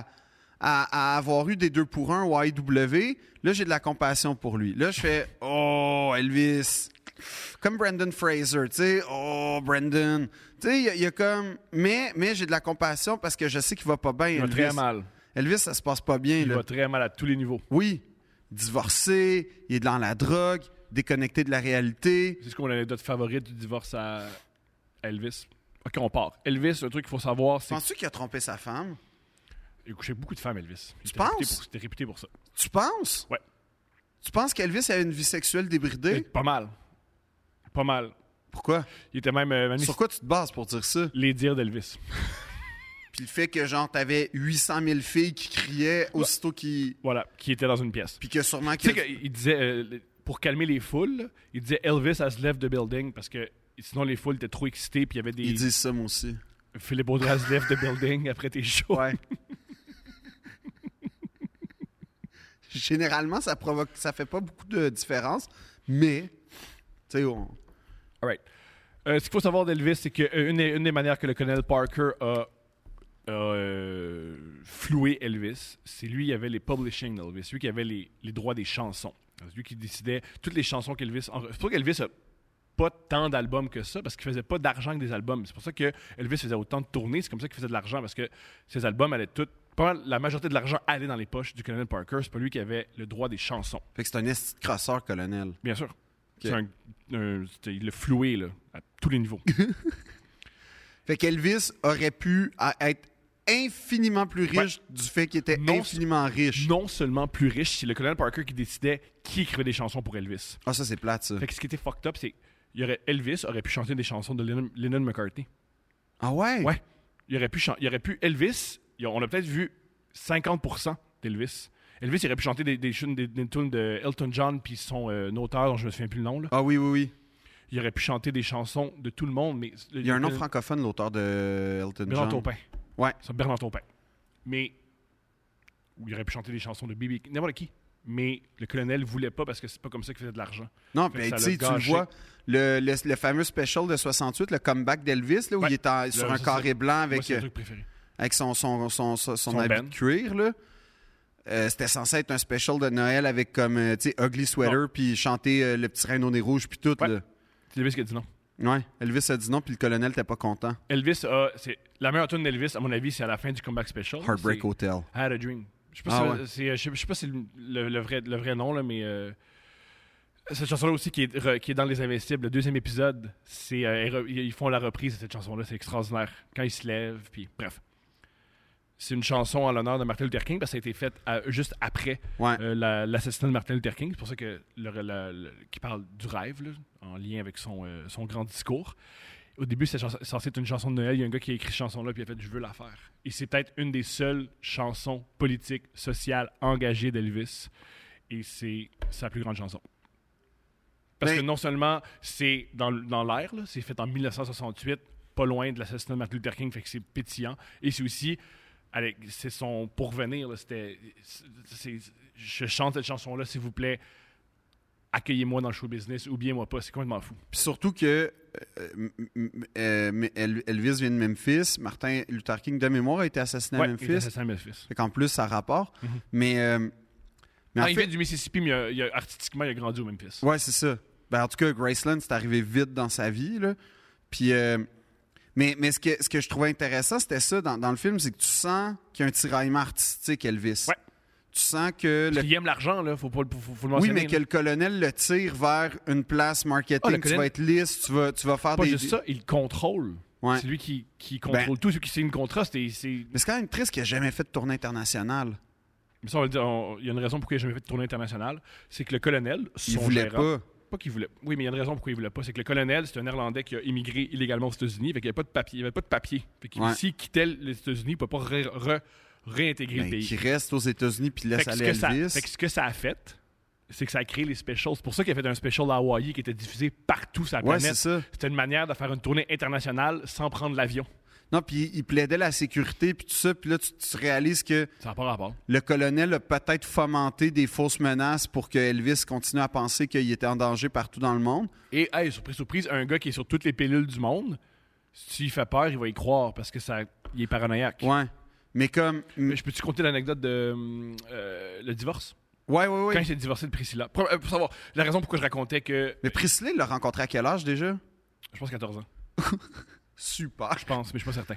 Speaker 2: à, à avoir eu des deux pour un au AEW, là, j'ai de la compassion pour lui. Là, je fais Oh, Elvis. Comme Brandon Fraser, tu sais. Oh, Brandon. Tu sais, il y a- il y, a comme. Mais, mais j'ai de la compassion parce que je sais qu'il va pas bien.
Speaker 1: Il va
Speaker 2: Elvis.
Speaker 1: très mal.
Speaker 2: Elvis, ça se passe pas bien,
Speaker 1: Il
Speaker 2: là.
Speaker 1: va très mal à tous les niveaux.
Speaker 2: Oui. Divorcé, il est dans la drogue, déconnecté de la réalité.
Speaker 1: C'est ce qu'on a l'anecdote favorite du divorce à à Elvis. Ok, on part. Elvis, un truc qu'il faut savoir, c'est
Speaker 2: Penses-tu qu'il a trompé sa femme?
Speaker 1: qu'il a couché beaucoup de femmes, Elvis. Il
Speaker 2: Tu
Speaker 1: était réputé
Speaker 2: penses?
Speaker 1: pour- C'était réputé pour ça.
Speaker 2: Tu penses?
Speaker 1: Ouais.
Speaker 2: Tu penses qu'Elvis avait une vie sexuelle
Speaker 1: Mais
Speaker 2: débridée?
Speaker 1: Pas mal. Pas mal.
Speaker 2: Pourquoi?
Speaker 1: Il était même. euh, magnifique.
Speaker 2: Sur quoi tu te bases pour dire ça?
Speaker 1: les dires d'Elvis.
Speaker 2: Puis le fait que, genre, t'avais 800 000 filles qui criaient aussitôt qu'ils...
Speaker 1: Voilà, qui était dans une pièce.
Speaker 2: Puis que sûrement...
Speaker 1: Tu sais
Speaker 2: que-
Speaker 1: qu'il disait, euh, le- pour calmer les foules, il disait Elvis has left the building parce que sinon les foules étaient trop excitées puis il y avait des.
Speaker 2: Ils disent ça, moi aussi.
Speaker 1: Philippe Audrey has left the building après tes shows.
Speaker 2: Ouais. [LAUGHS] Généralement, ça provoque... Ça fait pas beaucoup de différence, mais... Tu sais, on...
Speaker 1: All right. Euh, ce qu'il faut savoir d'Elvis, c'est qu'une des, une des manières que le colonel Parker a, a, euh, floué Elvis, c'est lui qui avait les publishing d'Elvis, lui qui avait les, les droits des chansons. C'est lui qui décidait toutes les chansons qu'Elvis. en- C'est pour ça qu'Elvis a pas tant d'albums que ça, parce qu'il faisait pas d'argent que des albums. C'est pour ça que Elvis faisait autant de tournées, c'est comme ça qu'il faisait de l'argent, parce que ses albums allaient tout. pas mal- La majorité de l'argent allait dans les poches du colonel Parker, c'est pas lui qui avait le droit des chansons.
Speaker 2: Fait que c'est un esti de crosseur, colonel.
Speaker 1: Bien sûr. C'est un, un- c'était- il l'a floué là, à tous les niveaux.
Speaker 2: Fait qu'Elvis aurait pu à- être infiniment plus riche du fait qu'il était
Speaker 1: Non,
Speaker 2: infiniment riche.
Speaker 1: non seulement plus riche, c'est le colonel Parker qui décidait qui écrivait des chansons pour Elvis.
Speaker 2: Ah, ça, c'est plate, ça.
Speaker 1: Fait que ce qui était fucked up, c'est il y aurait, Elvis aurait pu chanter des chansons de Lennon, Lennon McCartney.
Speaker 2: Ah ouais?
Speaker 1: Ouais. Il aurait pu, chan- il aurait pu Elvis, il- on a peut-être vu 50% d'Elvis. Elvis, il aurait pu chanter des, des, chun- des- des tunes de Elton John puis son euh, auteur dont je me souviens plus le nom. Là.
Speaker 2: Ah oui, oui, oui.
Speaker 1: Il aurait pu chanter des chansons de tout le monde, mais
Speaker 2: Il y a un nom francophone, l'auteur de Elton
Speaker 1: Bernard
Speaker 2: John.
Speaker 1: Taupin.
Speaker 2: Ouais.
Speaker 1: C'est Bernard Taupin. Mais ou il aurait pu chanter des chansons de Bibi, n'importe qui. Mais le colonel voulait pas parce que c'est pas comme ça qu'il faisait de l'argent.
Speaker 2: Non,
Speaker 1: Fait
Speaker 2: puis
Speaker 1: que
Speaker 2: tu
Speaker 1: ça
Speaker 2: sais,
Speaker 1: l'a
Speaker 2: tu le
Speaker 1: gâché.
Speaker 2: vois, le, le, le fameux special de 68, le comeback d'Elvis, là, où
Speaker 1: Ouais.
Speaker 2: il est en- sur
Speaker 1: ça,
Speaker 2: un
Speaker 1: c'est-
Speaker 2: carré blanc
Speaker 1: Moi,
Speaker 2: avec,
Speaker 1: c'est
Speaker 2: euh,
Speaker 1: mon truc préféré.
Speaker 2: avec son, son, son, son, son
Speaker 1: Son
Speaker 2: habit
Speaker 1: band.
Speaker 2: de cuir, là. Euh, c'était censé être un special de Noël avec comme, euh, tu sais, Ugly Sweater, puis chanter euh, Le petit reine au nez rouge, puis tout,
Speaker 1: Ouais.
Speaker 2: là.
Speaker 1: C'est Elvis qui a dit non.
Speaker 2: Ouais, Elvis a dit non, puis le colonel n'était pas content.
Speaker 1: Elvis a. c'est- La meilleure tune d'Elvis, à mon avis, c'est à la fin du comeback special.
Speaker 2: Heartbreak
Speaker 1: Oh, C'est
Speaker 2: Hotel.
Speaker 1: I had a dream. Je sais pas
Speaker 2: Ah
Speaker 1: si
Speaker 2: ouais.
Speaker 1: c'est- euh, je sais- je sais pas si c'est le, le- le vrai, le vrai nom, là, mais. euh, Cette chanson-là aussi qui est, re- qui est dans Les Invincibles, le deuxième épisode, c'est euh, ils re- ils font la reprise de cette chanson-là, c'est extraordinaire. Quand ils se lèvent, puis bref. C'est une chanson en l'honneur de Martin Luther King parce que ça a été faite à- juste après
Speaker 2: Ouais.
Speaker 1: Euh, la- l'assassinat de Martin Luther King. C'est pour ça que le, la- le- qui parle du rêve, là, en lien avec son, euh, son grand discours. Au début, c'est chanson- censé être une chanson de Noël. Il y a un gars qui a écrit cette chanson-là, puis il a fait Je veux la faire. Et c'est peut-être une des seules chansons politiques, sociales, engagées d'Elvis. Et c'est sa plus grande chanson. Parce
Speaker 2: Mais-
Speaker 1: que non seulement c'est dans, l- dans l'air, là, c'est fait en 1968, pas loin de l'assassinat de Martin Luther King, fait que c'est pétillant. Et c'est aussi avec c'est son pourvenir là, c'était c'est- c'est- je chante cette chanson là s'il vous plaît accueillez-moi dans le show business oubliez-moi pas c'est complètement fou
Speaker 2: Puis surtout que euh, m- m- euh, mais El- Elvis vient de Memphis, Martin Luther King de mémoire a été assassiné
Speaker 1: ouais,
Speaker 2: à
Speaker 1: il est
Speaker 2: Memphis.
Speaker 1: assassin à Memphis
Speaker 2: Fait qu'en plus, ça rapporte. Mais, euh, mais en
Speaker 1: Mhm. Ah, il
Speaker 2: fait-
Speaker 1: vient du Mississippi mais il a- il a- artistiquement il a grandi au Memphis
Speaker 2: Ouais, c'est ça. Ben, en tout cas, Graceland, c'est arrivé vite dans sa vie. Là. Puis, euh, mais mais ce, que, ce que je trouvais intéressant, c'était ça dans, dans le film, c'est que tu sens qu'il y a un tiraillement artistique, Elvis.
Speaker 1: Ouais.
Speaker 2: Tu sens que le
Speaker 1: Parce qu'il aime l'argent là faut pas le, faut, faut le
Speaker 2: oui,
Speaker 1: mentionner
Speaker 2: mais que
Speaker 1: là.
Speaker 2: le colonel le tire vers une place marketing.
Speaker 1: Ah, le
Speaker 2: tu
Speaker 1: colonel-
Speaker 2: vas être lisse, tu vas, tu vas faire
Speaker 1: pas
Speaker 2: des.
Speaker 1: juste ça il contrôle
Speaker 2: Ouais. Ben
Speaker 1: c'est lui qui, qui contrôle tout celui qui signe le contrat c'est c'est-
Speaker 2: Mais c'est quand même triste qu'il n'ait jamais fait de tournée internationale.
Speaker 1: mais ça on va le dire on- il y a une raison pourquoi il n'a jamais fait de tournée internationale c'est que le colonel son
Speaker 2: Il voulait
Speaker 1: gérant,
Speaker 2: pas.
Speaker 1: Pas qu'il voulait. Oui, mais il y a une raison pourquoi il voulait pas. C'est que le colonel, c'est un Irlandais qui a immigré illégalement aux États-Unis. Fait qu'il n'y avait pas de papier. Il n'y avait pas de papier. Fait qu'il
Speaker 2: Ouais.
Speaker 1: s'il quittait les États-Unis, il ne peut pas ré- re- réintégrer le
Speaker 2: Ben,
Speaker 1: pays.
Speaker 2: qu'il reste aux États-Unis puis laisse
Speaker 1: Fait que ce
Speaker 2: aller
Speaker 1: que ça-
Speaker 2: Elvis.
Speaker 1: fait que ce que ça a fait, c'est que ça a créé les specials. C'est pour ça qu'il a fait un special à Hawaii qui était diffusé partout sur la
Speaker 2: Ouais, c'est
Speaker 1: planète.
Speaker 2: ça.
Speaker 1: C'était une manière de faire une tournée internationale sans prendre l'avion.
Speaker 2: Non, puis il plaidait la sécurité puis tout ça. Puis là, tu, tu réalises que
Speaker 1: Ça n'a pas rapport.
Speaker 2: le colonel a peut-être fomenté des fausses menaces pour que Elvis continue à penser qu'il était en danger partout dans le monde.
Speaker 1: Et, hey, surprise, surprise, un gars qui est sur toutes les pilules du monde, s'il fait peur, il va y croire parce que ça, il est paranoïaque.
Speaker 2: Ouais. Mais comme.
Speaker 1: Mais Je peux-tu compter l'anecdote de hum, euh, le divorce?
Speaker 2: Ouais, ouais,
Speaker 1: Quand
Speaker 2: ouais.
Speaker 1: il s'est divorcé de Priscilla. Pour, euh, pour savoir, la raison pourquoi je racontais que.
Speaker 2: Mais Priscilla, il l'a rencontré à quel âge déjà?
Speaker 1: Je pense 14 ans.
Speaker 2: Super.
Speaker 1: Je pense, mais je suis pas
Speaker 2: [LAUGHS]
Speaker 1: certain.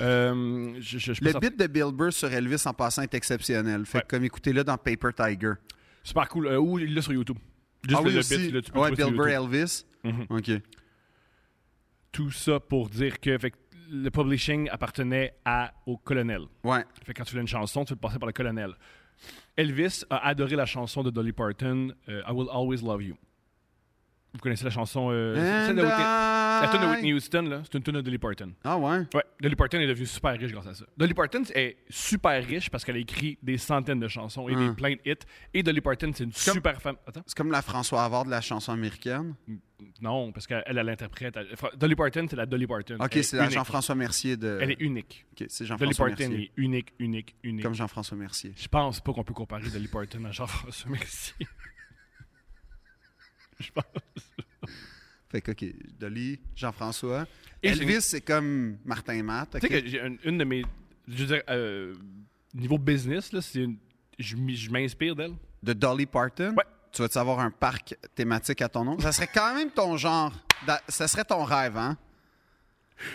Speaker 1: Euh, je, je- je suis pas
Speaker 2: Le
Speaker 1: certain.
Speaker 2: beat de Bill Burr sur Elvis en passant est exceptionnel. Fait que
Speaker 1: Ouais.
Speaker 2: comme écoutez-le dans Paper Tiger.
Speaker 1: Super cool. Euh, ou il l'a sur YouTube. Juste
Speaker 2: ah
Speaker 1: le,
Speaker 2: oui,
Speaker 1: le
Speaker 2: aussi.
Speaker 1: beat, là, tu peux
Speaker 2: ouais,
Speaker 1: le trouver
Speaker 2: Bill
Speaker 1: sur YouTube.
Speaker 2: Burr, Elvis.
Speaker 1: Mhm.
Speaker 2: OK.
Speaker 1: Tout ça pour dire que, fait que le publishing appartenait à, au colonel.
Speaker 2: Ouais.
Speaker 1: Fait que quand tu voulais une chanson, tu le passais par le colonel. Elvis a adoré la chanson de Dolly Parton, euh, I Will Always Love You. Vous connaissez la chanson. euh, celle de
Speaker 2: And
Speaker 1: Whitney- la tune de
Speaker 2: I-
Speaker 1: Whitney Houston, là, c'est une tune de Dolly Parton.
Speaker 2: Ah ouais?
Speaker 1: Ouais, Dolly Parton est devenue super riche grâce à ça. Dolly Parton est super riche parce qu'elle a écrit des centaines de chansons et
Speaker 2: Hum.
Speaker 1: des plein de hits. Et Dolly Parton, c'est une
Speaker 2: comme-
Speaker 1: super femme. Attends.
Speaker 2: C'est comme la François Havard de la chanson américaine.
Speaker 1: Non, parce qu'elle, elle l'interprète. Elle- Fra- Dolly Parton, c'est la Dolly Parton.
Speaker 2: OK,
Speaker 1: Elle est
Speaker 2: c'est la
Speaker 1: unique.
Speaker 2: Jean-François Mercier de...
Speaker 1: Elle est unique.
Speaker 2: OK, c'est
Speaker 1: Dolly
Speaker 2: Jean-François
Speaker 1: Parton
Speaker 2: Mercier.
Speaker 1: est unique, unique, unique.
Speaker 2: Comme Jean-François Mercier.
Speaker 1: Je pense pas qu'on peut comparer Dolly Parton à Jean-François Mercier. Je pense.
Speaker 2: Fait que, OK, Dolly, Jean-François.
Speaker 1: Et
Speaker 2: Elvis, c'est comme Martin et Matt. OK?
Speaker 1: Tu sais que j'ai une, une de mes. Je veux dire, euh, niveau business, là, c'est une- je m'y- je m'inspire d'elle.
Speaker 2: De Dolly Parton.
Speaker 1: Ouais.
Speaker 2: Tu vas-tu avoir un parc thématique à ton nom? Ça serait quand même ton genre. Da- Ça serait ton rêve, hein?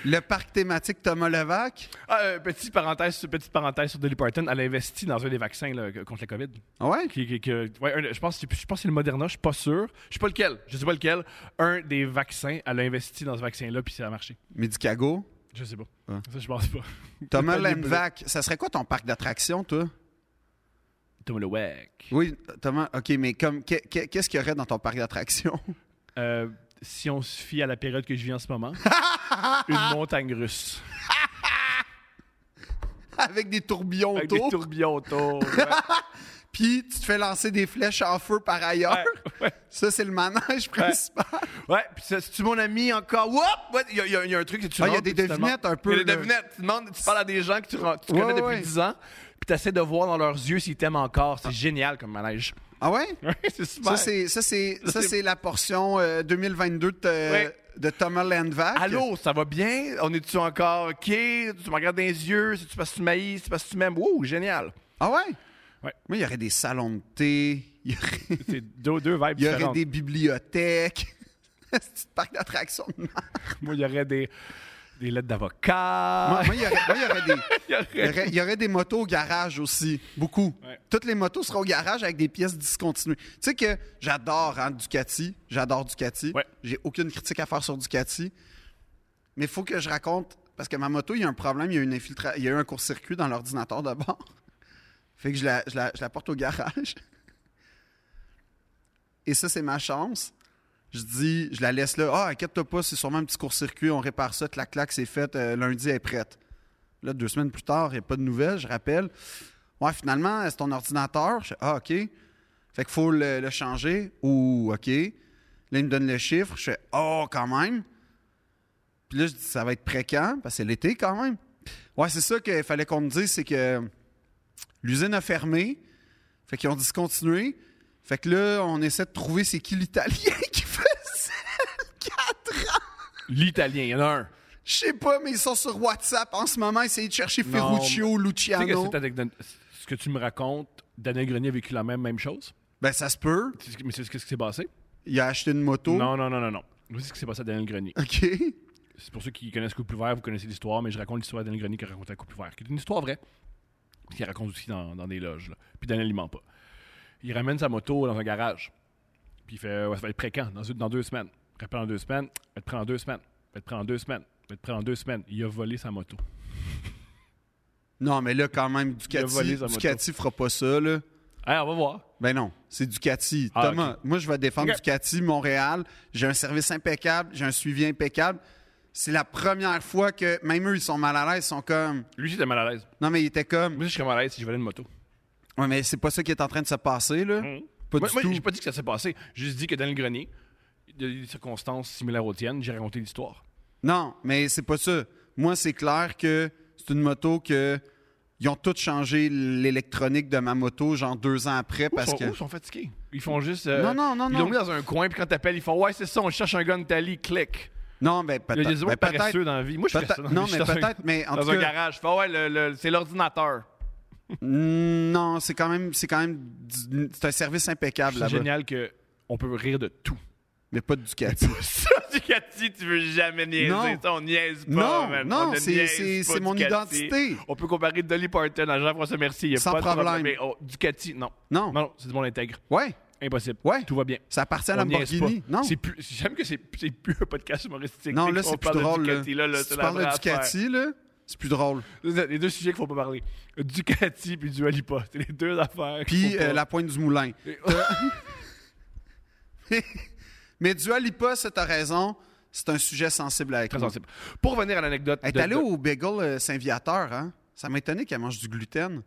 Speaker 2: Le parc thématique Thomas Levac?
Speaker 1: Ah, euh, petite, parenthèse, sur- petite parenthèse sur Dolly Parton, elle a investi dans un des vaccins là, que- contre la COVID.
Speaker 2: Ah Ouais?
Speaker 1: Qui- qui- que- ouais, un- je, pense, que c'est- je pense que c'est le Moderna, je suis pas sûr. Je sais pas lequel, je sais pas lequel. Un des vaccins, elle a investi dans ce vaccin-là, puis ça a marché.
Speaker 2: Medicago?
Speaker 1: Je sais pas.
Speaker 2: Ah.
Speaker 1: Ça, je pense pas.
Speaker 2: Thomas
Speaker 1: Pas libre.
Speaker 2: Levac. Ça serait quoi ton parc d'attraction, toi?
Speaker 1: Thomas Lewack.
Speaker 2: Oui, Thomas. OK, mais comme qu'est- qu'est- qu'est-ce qu'il y aurait dans ton parc d'attraction?
Speaker 1: Euh, si on se fie à la période que je vis en ce [LAUGHS] moment, une montagne russe.
Speaker 2: [LAUGHS] Avec des tourbillons
Speaker 1: Avec des
Speaker 2: autour.
Speaker 1: tourbillons autour. ouais.
Speaker 2: Puis tu te fais lancer des flèches en feu par ailleurs.
Speaker 1: ouais.
Speaker 2: [LAUGHS] Ça, c'est le manège principal.
Speaker 1: Ouais, puis ça, c'est-tu mon ami encore? Whoop! Ouais, Il y, a- il y a un truc que tu
Speaker 2: Ah, il y a
Speaker 1: rentres,
Speaker 2: des
Speaker 1: puis tu te
Speaker 2: devinettes
Speaker 1: demandes-
Speaker 2: un peu,
Speaker 1: Il y a des
Speaker 2: là.
Speaker 1: devinettes. Tu, demandes- tu parles à des gens que tu, ren- tu
Speaker 2: Ouais,
Speaker 1: connais depuis
Speaker 2: ouais.
Speaker 1: 10 ans, puis tu essaies de voir dans leurs yeux s'ils t'aiment encore. C'est génial comme manège.
Speaker 2: Ah ouais?
Speaker 1: [LAUGHS] Ouais, c'est super.
Speaker 2: Ça, c'est, ça, c'est, ça,
Speaker 1: c'est-
Speaker 2: c'est la portion euh, 2022 de,
Speaker 1: Ouais.
Speaker 2: de Thomas Landvac.
Speaker 1: Allô, ça va bien? On est-tu encore OK? Tu me regardes dans les yeux? Si tu passes tu maïs? Si tu passes tu m'aimes? Wow, génial!
Speaker 2: Ah ouais?
Speaker 1: Ouais.
Speaker 2: Moi, il y aurait des salons de thé. Il y aurait,
Speaker 1: C'est deux, deux vibes
Speaker 2: [LAUGHS] il y aurait
Speaker 1: différentes.
Speaker 2: des bibliothèques. [LAUGHS] C'est un parc d'attractions de merde.
Speaker 1: Moi, il y aurait des, des lettres d'avocat.
Speaker 2: Moi, moi, il y aurait, moi, il y aurait des...
Speaker 1: [LAUGHS] Il y
Speaker 2: Il y,
Speaker 1: aurait-
Speaker 2: aurait, il y aurait des motos au garage aussi, beaucoup.
Speaker 1: Ouais.
Speaker 2: Toutes les motos seront au garage avec des pièces discontinuées. Tu sais que j'adore hein, Ducati, j'adore Ducati.
Speaker 1: Ouais.
Speaker 2: J'ai aucune critique à faire sur Ducati. Mais il faut que je raconte, parce que ma moto, il y a un problème, il y a, une infiltra... il y a eu un court-circuit dans l'ordinateur de bord. [LAUGHS] Fait que je la, je la- je la porte au garage. [LAUGHS] Et ça, c'est ma chance. Je dis, je la laisse là. Ah, inquiète-toi pas, c'est sûrement un petit court-circuit, on répare ça, la claque, c'est fait, euh, lundi, elle est prête. Là, deux semaines plus tard, il n'y a pas de nouvelles, je rappelle. Ouais, finalement, c'est ton ordinateur. Je fais, ah, OK. Fait qu'il faut le, le changer. Ou, OK. Là, il me donne le chiffre. Je fais, oh, quand même. Puis là, je dis, ça va être prêt quand? Parce que c'est l'été quand même. Ouais, c'est ça qu'il fallait qu'on me dise, c'est que l'usine a fermé. Fait qu'ils ont discontinué. Fait que là, on essaie de trouver c'est qui l'Italien [LAUGHS] qui faisait le 4 ans.
Speaker 1: L'Italien, il y en a un.
Speaker 2: Je sais pas, mais ils sont sur WhatsApp en ce moment, essayer de chercher
Speaker 1: Non,
Speaker 2: Ferruccio,
Speaker 1: Tu sais que
Speaker 2: Luciano.
Speaker 1: cette anecdote- ce que tu me racontes, Daniel Grenier a vécu la même, même chose.
Speaker 2: Ben, ça se peut.
Speaker 1: C'est ce qui- Mais c'est ce qui s'est passé?
Speaker 2: Il a acheté une moto.
Speaker 1: Non, non, non, non, non. Voici ce qui s'est passé à Daniel Grenier.
Speaker 2: [LAUGHS] OK.
Speaker 1: C'est pour ceux qui connaissent Couple Vert, vous connaissez l'histoire, mais je raconte l'histoire de Daniel Grenier qui a raconté à Couple Vert, qui est une histoire vraie, puis qu'il raconte aussi dans, dans des loges. là. Puis Daniel, il ment pas. Il ramène sa moto dans un garage, puis il fait ouais, Ça va être prêt quand dans, dans deux semaines. Elle prend en deux semaines, elle te prend en deux semaines, elle te prend en deux semaines, elle te prend en deux semaines. Il a volé sa moto.
Speaker 2: Non, mais là, quand même,
Speaker 1: a volé
Speaker 2: Ducati,
Speaker 1: sa moto.
Speaker 2: Ducati fera pas ça, là.
Speaker 1: Hey, on va voir.
Speaker 2: Ben non, c'est Ducati.
Speaker 1: Ah,
Speaker 2: Thomas,
Speaker 1: ok.
Speaker 2: moi, je vais défendre
Speaker 1: Ok.
Speaker 2: Ducati Montréal. J'ai un service impeccable, j'ai un suivi impeccable. C'est la première fois que même eux, ils sont mal à l'aise. Ils sont comme.
Speaker 1: Lui, j'étais mal à l'aise.
Speaker 2: Non, mais ils étaient comme.
Speaker 1: Moi, je serais mal à l'aise si je volais une moto.
Speaker 2: Ouais, mais c'est pas ça qui est en train de se passer, là. Pas
Speaker 1: Mm. moi,
Speaker 2: du
Speaker 1: moi,
Speaker 2: tout.
Speaker 1: j'ai pas dit que ça s'est passé. J'ai juste dit que Daniel Grenier, il y a eu des circonstances similaires aux tiennes, j'ai raconté l'histoire.
Speaker 2: Non, mais c'est pas ça. Moi, c'est clair que c'est une moto que. Ils ont tous changé l'électronique de ma moto, genre deux ans après, parce
Speaker 1: sont,
Speaker 2: que.
Speaker 1: ou sont fatigués. Ils font juste. euh,
Speaker 2: Non, non, non,
Speaker 1: Ils
Speaker 2: non.
Speaker 1: l'ont mis dans un coin, puis quand t'appelles, ils font Ouais, c'est ça, on cherche un gars d'Italie, clique.
Speaker 2: Non, ben
Speaker 1: Il y a
Speaker 2: peut-être.
Speaker 1: des autres
Speaker 2: ben, peut-être-
Speaker 1: paresseux dans la vie. Moi, je fais
Speaker 2: peut-être-
Speaker 1: ça. Dans la
Speaker 2: non,
Speaker 1: vie. Je
Speaker 2: mais
Speaker 1: suis dans un-
Speaker 2: peut-être, mais en
Speaker 1: Dans
Speaker 2: tout
Speaker 1: un
Speaker 2: cas,
Speaker 1: garage. Je fais Ouais, le- le- c'est l'ordinateur.
Speaker 2: Mm, Non, c'est quand même, c'est quand même, du- c'est un service impeccable
Speaker 1: C'est
Speaker 2: là-bas,
Speaker 1: génial que on peut rire de
Speaker 2: [LAUGHS]
Speaker 1: tout.
Speaker 2: mais pas de Ducati.
Speaker 4: Ça,
Speaker 1: [LAUGHS]
Speaker 4: Ducati, tu veux jamais niaiser.
Speaker 2: Non.
Speaker 4: Ça, on niaise pas.
Speaker 2: Non,
Speaker 4: man.
Speaker 2: non,
Speaker 4: On ne
Speaker 2: c'est-
Speaker 4: niaise
Speaker 2: c'est-
Speaker 4: pas
Speaker 2: c'est mon
Speaker 4: Ducati.
Speaker 2: identité.
Speaker 1: On peut comparer Dolly Parton à Jean-François Mercier. Il y a
Speaker 2: Sans
Speaker 1: pas de problème.
Speaker 2: problème.
Speaker 1: Mais, oh, Ducati, non.
Speaker 2: Non,
Speaker 1: Non, non, c'est du monde intègre.
Speaker 2: ouais,
Speaker 1: Impossible.
Speaker 2: Ouais.
Speaker 1: Tout va bien.
Speaker 2: ça appartient à
Speaker 1: On niaise pas.
Speaker 2: Lamborghini. Non,
Speaker 1: C'est plus- J'aime que c'est c'est plus un podcast humoristique.
Speaker 2: non,
Speaker 1: Dès
Speaker 2: là
Speaker 1: qu'on
Speaker 2: c'est plus
Speaker 1: parle de
Speaker 2: drôle.
Speaker 1: Ducati,
Speaker 2: là.
Speaker 1: là, là,
Speaker 2: Si
Speaker 1: c'est
Speaker 2: tu
Speaker 1: la
Speaker 2: parles
Speaker 1: vraie
Speaker 2: de
Speaker 1: affaire.
Speaker 2: Ducati, là, c'est plus drôle.
Speaker 1: Les deux sujets qu'il faut pas parler. Ducati puis du Alipa. C'est les deux affaires. qu'il
Speaker 2: Puis
Speaker 1: faut pas-
Speaker 2: euh, la pointe
Speaker 1: [LAUGHS]
Speaker 2: du moulin. [LAUGHS] Mais Dua Lipa, c'est ta raison, c'est un sujet sensible avec
Speaker 1: Très
Speaker 2: moi.
Speaker 1: sensible. Pour revenir à l'anecdote.
Speaker 2: Elle est
Speaker 1: de-
Speaker 2: allée
Speaker 1: de-
Speaker 2: au bagel euh, Saint-Viateur, hein? Ça m'étonnait qu'elle mange du gluten.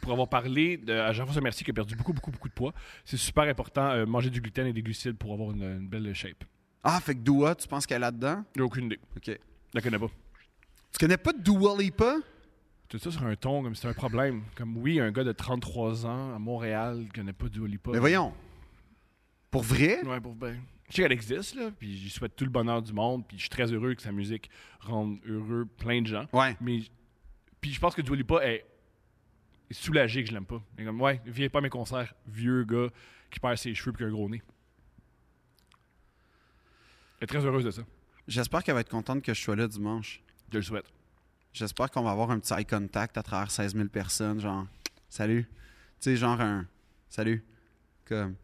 Speaker 1: Pour avoir parlé de, à Jean-François Mercier qui a perdu beaucoup, beaucoup, beaucoup de poids, c'est super important euh, manger du gluten et des glucides pour avoir une, une belle shape.
Speaker 2: Ah, fait que Dua, tu penses qu'elle est là-dedans?
Speaker 1: J'ai aucune idée.
Speaker 2: OK. Tu
Speaker 1: Je la connais pas.
Speaker 2: connais pas Dua Lipa?
Speaker 1: Tout ça sur un ton, comme si c'était un problème. Comme oui, un gars de 33 ans à Montréal qui connaît pas du Alipa.
Speaker 2: Mais voyons. Pour vrai?
Speaker 1: Ouais, pour ben. Je sais qu'elle existe, là, puis je lui souhaite tout le bonheur du monde, puis je suis très heureux que sa musique rende heureux plein de gens.
Speaker 2: Ouais.
Speaker 1: Mais j- puis je pense que Dua Lipa est est soulagée que je l'aime pas. Elle est comme ouais, viens pas à mes concerts, vieux gars qui perd ses cheveux puis qui a un gros nez. Elle est très heureuse de ça.
Speaker 2: J'espère qu'elle va être contente que je sois là dimanche.
Speaker 1: Je le souhaite.
Speaker 2: J'espère qu'on va avoir un petit eye contact à travers 16 000 personnes, genre salut. Tu sais, genre un salut. Comme.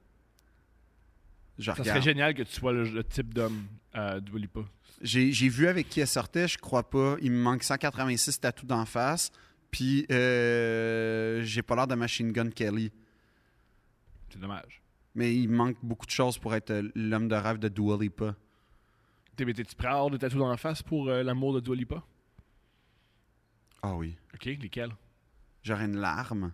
Speaker 2: Je
Speaker 1: Ça
Speaker 2: regarde.
Speaker 1: serait génial que tu sois le, le type d'homme à Dua Lipa.
Speaker 2: J'ai j'ai vu avec qui elle sortait, je crois pas. Il me manque 186 tatous d'en face. Puis, euh, j'ai pas l'air de Machine Gun Kelly.
Speaker 1: C'est dommage.
Speaker 2: Mais il me manque beaucoup de choses pour être euh, l'homme de rêve de Dua Lipa.
Speaker 1: T'es mais t'es-tu prêt à avoir des tatous dans la face pour euh, l'amour de Dua Lipa?
Speaker 2: Ah oui.
Speaker 1: OK, lesquels?
Speaker 2: J'aurais une larme.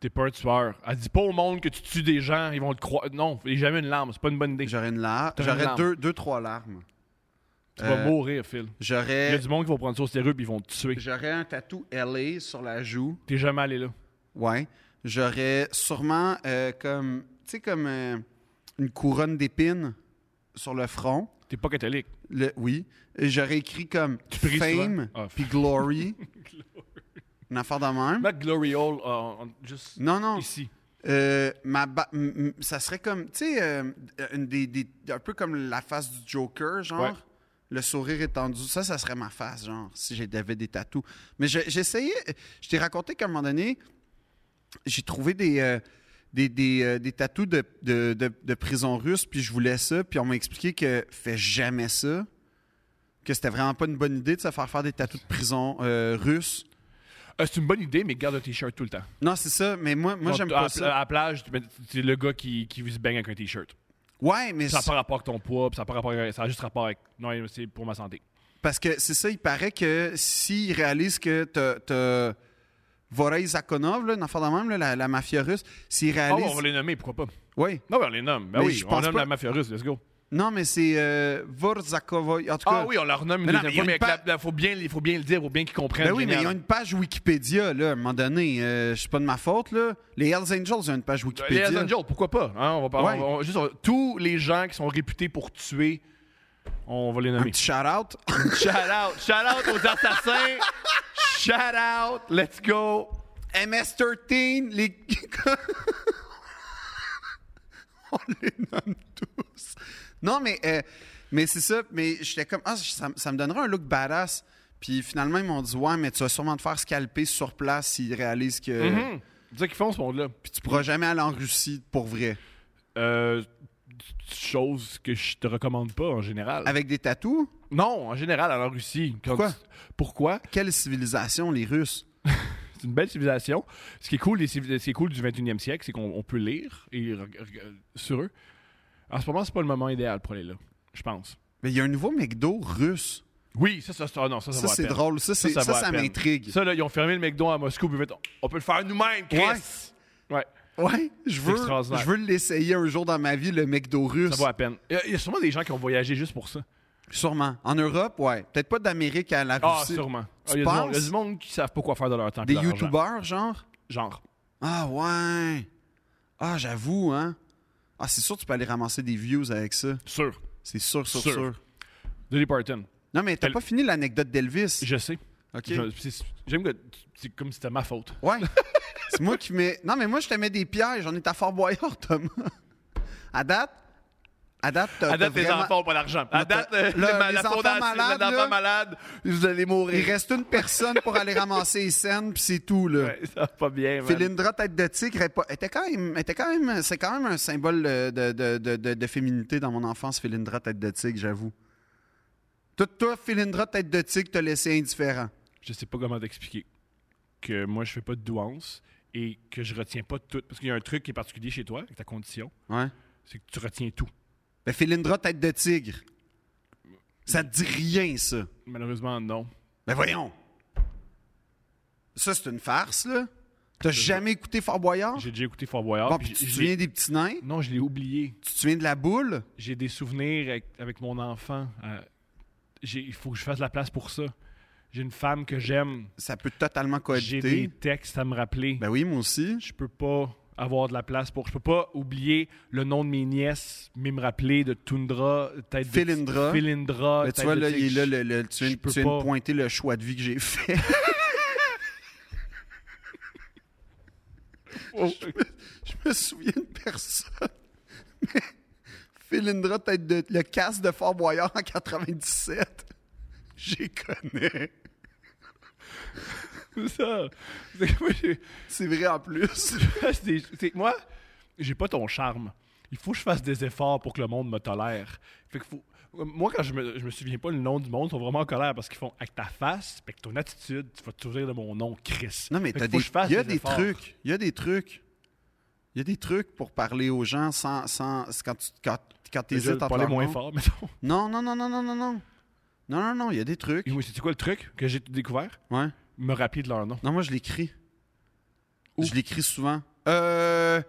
Speaker 1: T'es pas un tueur. Elle dit pas au monde que tu tues des gens, ils vont te croire. Non, il jamais une larme, c'est pas une bonne idée.
Speaker 2: J'aurais une larme.
Speaker 1: T'aurais une
Speaker 2: J'aurais
Speaker 1: larme.
Speaker 2: deux, deux, trois larmes.
Speaker 1: Tu vas
Speaker 2: Euh,
Speaker 1: mourir, Phil. Il y a
Speaker 2: J'aurais.
Speaker 1: du monde qui vont prendre ça au sérieux puis ils vont te tuer.
Speaker 2: J'aurais un tatou LA sur la joue.
Speaker 1: T'es jamais allé là.
Speaker 2: Ouais. J'aurais sûrement euh, comme. Tu sais, comme euh, une couronne d'épines sur le front.
Speaker 1: T'es pas catholique.
Speaker 2: Le, oui. Et J'aurais écrit comme
Speaker 1: pries
Speaker 2: Fame
Speaker 1: souvent? Ah. [LAUGHS]
Speaker 2: puis Glory. Une affaire de même.
Speaker 1: Mac Glory Hall, euh, en- juste
Speaker 2: Non, non.
Speaker 1: Ben, ici.
Speaker 2: Euh, ma ba- m- m- ça serait comme. Tu sais, euh, une des, des- un peu comme la face du Joker, genre.
Speaker 1: Ouais.
Speaker 2: Le sourire étendu, ça, ça serait ma face, genre, si j'avais des tatous. Mais je- j'essayais, je t'ai raconté qu'à un moment donné, j'ai trouvé des, euh, des, des, euh, des tatous de, de, de, de prison russe, puis je voulais ça, puis on m'a expliqué que fais jamais ça, que c'était vraiment pas une bonne idée de se faire faire des tatous de prison euh, russe.
Speaker 1: Euh, c'est une bonne idée, mais garde un t-shirt tout le temps.
Speaker 2: Non, c'est ça, mais moi, moi
Speaker 1: Genre,
Speaker 2: j'aime
Speaker 1: à,
Speaker 2: pas ça.
Speaker 1: À la plage, tu mets- c'est le gars qui, qui se baigne avec un t-shirt.
Speaker 2: Ouais, mais
Speaker 1: Ça n'a
Speaker 2: c'est-
Speaker 1: pas rapport avec ton poids, puis ça a, pas rapport, avec- ça a juste rapport avec. Non, c'est pour ma santé.
Speaker 2: Parce que c'est ça, il paraît que s'ils réalisent que t'as- t'as Vorey Zakonov, là, une affaire de même, là, la, la mafia russe, s'ils
Speaker 1: Ah,
Speaker 2: réalisent.
Speaker 1: on va les nommer, pourquoi pas?
Speaker 2: Oui.
Speaker 1: Non, ben, on les nomme. Ben
Speaker 2: Mais
Speaker 1: oui,
Speaker 2: je
Speaker 1: on
Speaker 2: pense
Speaker 1: nomme
Speaker 2: pas-
Speaker 1: la mafia russe, let's go.
Speaker 2: Non, mais c'est euh, Vorzakovoy. En tout cas,
Speaker 1: Ah oui, on la renomme une
Speaker 2: Mais non,
Speaker 1: deuxième
Speaker 2: mais il y a
Speaker 1: fois, mais
Speaker 2: une
Speaker 1: avec la-
Speaker 2: pa-
Speaker 1: la- faut bien, il faut bien le dire, faut bien qu'ils comprennent.
Speaker 2: Ben oui, mais
Speaker 1: génial.
Speaker 2: ils ont une page Wikipédia, là, à un moment donné. Euh, je suis pas de ma faute, là. Les Hells Angels ont une page
Speaker 1: Euh, Les
Speaker 2: Wikipédia.
Speaker 1: Hells Angels, pourquoi pas? hein, on va pas-
Speaker 2: Ouais.
Speaker 1: on- on- juste, on- tous les gens qui sont réputés pour tuer, on va les
Speaker 2: Un
Speaker 1: nommer.
Speaker 2: petit shout-out.
Speaker 1: shout out! Shout out aux assassins! shout out! Let's go!
Speaker 2: MS-13, les... [LAUGHS] On les nomme tous. Non, mais, euh, mais c'est ça. Mais j'étais comme, ah, ça, ça me donnerait un look badass. Puis finalement, ils m'ont dit, ouais, mais tu vas sûrement te faire scalper sur place s'ils réalisent que...
Speaker 1: Mhm. C'est ça qu'ils font, ce monde-là.
Speaker 2: Puis tu pourras jamais aller en Russie pour vrai.
Speaker 1: Euh, chose que je te recommande pas en général.
Speaker 2: Avec des tatous?
Speaker 1: Non, en général, en Russie. quand
Speaker 2: Pourquoi?
Speaker 1: tu- Pourquoi?
Speaker 2: Quelle civilisation, les Russes?
Speaker 1: C'est une belle civilisation. Ce qui est cool, des civil- ce qui est cool du 21e siècle, c'est qu'on on peut lire et re- re- sur eux. En ce moment, c'est pas le moment idéal pour aller là, je pense.
Speaker 2: Mais il y a un nouveau McDo russe.
Speaker 1: Oui, ça, ça, ça, non, ça, ça,
Speaker 2: Ça,
Speaker 1: va à
Speaker 2: c'est
Speaker 1: peine.
Speaker 2: drôle. Ça, c'est-
Speaker 1: ça
Speaker 2: ça,
Speaker 1: va à
Speaker 2: ça
Speaker 1: peine.
Speaker 2: m'intrigue.
Speaker 1: Ça, là, ils ont fermé le McDo à Moscou. Puis ils ont fait, on peut le faire nous-mêmes, Chris. Ouais.
Speaker 2: Ouais, je veux,
Speaker 1: extraordinaire.
Speaker 2: je veux l'essayer un jour dans ma vie, le McDo russe.
Speaker 1: Ça vaut à peine. Il y a- il y, a sûrement des gens qui ont voyagé juste pour ça.
Speaker 2: Sûrement. En Europe, ouais. Peut-être pas d'Amérique à la
Speaker 1: Ah,
Speaker 2: Russie.
Speaker 1: sûrement.
Speaker 2: Tu
Speaker 1: Ah, Il y, a du monde- il y a
Speaker 2: penses?
Speaker 1: du monde qui savent pas quoi faire de leur temps.
Speaker 2: Des
Speaker 1: puis de leur argent.
Speaker 2: YouTubers, genre?
Speaker 1: Genre.
Speaker 2: Ah, ouais. Ah, j'avoue, hein. Ah, c'est sûr que tu peux aller ramasser des views avec ça.
Speaker 1: Sûr.
Speaker 2: C'est sûr, sûr,
Speaker 1: Sûr.
Speaker 2: sûr.
Speaker 1: Dolly Parton.
Speaker 2: Non, mais t'as
Speaker 1: Elle-
Speaker 2: pas fini l'anecdote d'Elvis.
Speaker 1: Je sais.
Speaker 2: OK.
Speaker 1: Je- c'est- J'aime que c'est comme si c'était ma faute.
Speaker 2: Ouais. [LAUGHS] c'est moi qui mets. Non, mais moi, je te mets des pièges. On est à Fort Boyard, Thomas. À date, à date, t'as-
Speaker 1: À date,
Speaker 2: t'as
Speaker 1: les
Speaker 2: vraiment-
Speaker 1: enfants n'ont pas d'argent. À
Speaker 2: Non,
Speaker 1: date,
Speaker 2: t'as-
Speaker 1: euh, [LAUGHS]
Speaker 2: là,
Speaker 1: ma-
Speaker 2: les
Speaker 1: la
Speaker 2: enfants
Speaker 1: fondation,
Speaker 2: malades,
Speaker 1: les enfants
Speaker 2: là.
Speaker 1: malades, vous allez
Speaker 2: Il
Speaker 1: mourir.
Speaker 2: reste une personne pour aller ramasser les scènes, puis c'est tout, là.
Speaker 1: Ouais, ça va pas bien, man.
Speaker 2: Félindra, tête de tigre, elle est pas- elle était quand même, elle était quand même, c'est quand même un symbole euh, de, de, de, de- de féminité dans mon enfance, Félindra, tête de tigre, j'avoue. Toi, toi, Félindra, tête de tigre, t'as laissé indifférent.
Speaker 1: Je sais pas comment t'expliquer que moi, je fais pas de douance et que je retiens pas tout. Parce qu'il y a un truc qui est particulier chez toi, avec ta condition,
Speaker 2: Ouais.
Speaker 1: c'est que tu retiens tout.
Speaker 2: Ben, Félindra, tête de tigre. Ça te dit rien, ça.
Speaker 1: Malheureusement, non.
Speaker 2: Ben voyons. Ça, c'est une farce, là. T'as jamais écouté Fort Boyard?
Speaker 1: J'ai déjà écouté Fort Boyard.
Speaker 2: Bon,
Speaker 1: puis
Speaker 2: puis tu
Speaker 1: j'ai-
Speaker 2: te souviens des petits nains?
Speaker 1: Non, je l'ai oublié.
Speaker 2: Tu te souviens de la boule?
Speaker 1: J'ai des souvenirs avec, avec mon enfant. euh, j'ai- Il faut que je fasse la place pour ça. J'ai une femme que j'aime.
Speaker 2: Ça peut totalement
Speaker 1: J'ai des
Speaker 2: cohabiter.
Speaker 1: textes à me rappeler.
Speaker 2: Ben oui, moi aussi.
Speaker 1: je peux pas avoir de la place pour. Je peux pas oublier le nom de mes nièces, mais me rappeler de Tundra, tête de-
Speaker 2: Philindra.
Speaker 1: Philindra.
Speaker 2: Ben,
Speaker 1: tête
Speaker 2: tu vois,
Speaker 1: de
Speaker 2: là, il est
Speaker 1: tigre.
Speaker 2: là, le, le- tu viens,
Speaker 1: je peux
Speaker 2: tu viens
Speaker 1: pas.
Speaker 2: de pointer le choix de vie que j'ai fait. [LAUGHS]
Speaker 1: Oh,
Speaker 2: Je me souviens de personne. [LAUGHS] Mais Philindra, tête de, le casque de Fort Boyard en 97, j'y connais.
Speaker 1: c'est ça. C'est que moi, j'ai-
Speaker 2: C'est vrai en plus.
Speaker 1: c'est des- c'est- moi, j'ai pas ton charme. Il faut que je fasse des efforts pour que le monde me tolère. Fait que faut- Moi, quand je me, je me souviens pas le nom du monde, ils sont vraiment en colère parce qu'ils font avec ta face, avec ton attitude, tu vas te souvenir de mon nom, Chris.
Speaker 2: [LAUGHS] Non, mais
Speaker 1: Fait que
Speaker 2: t'as
Speaker 1: faut
Speaker 2: des,
Speaker 1: que je fasse
Speaker 2: il y a des,
Speaker 1: efforts.
Speaker 2: trucs. Il y a des trucs. Il y a des trucs pour parler aux gens sans. sans c'est quand tu quand, quand
Speaker 1: Je vais
Speaker 2: t'hésites à
Speaker 1: parler moins
Speaker 2: nom.
Speaker 1: fort, mettons.
Speaker 2: Non, non, non, non, non, non, non. Non, non, non, il y a des trucs.
Speaker 1: Et moi, c'est quoi le truc que j'ai découvert?
Speaker 2: Ouais.
Speaker 1: Me rappeler de leur nom.
Speaker 2: Non, moi, je l'écris.
Speaker 1: Où?
Speaker 2: Je l'écris souvent. Euh,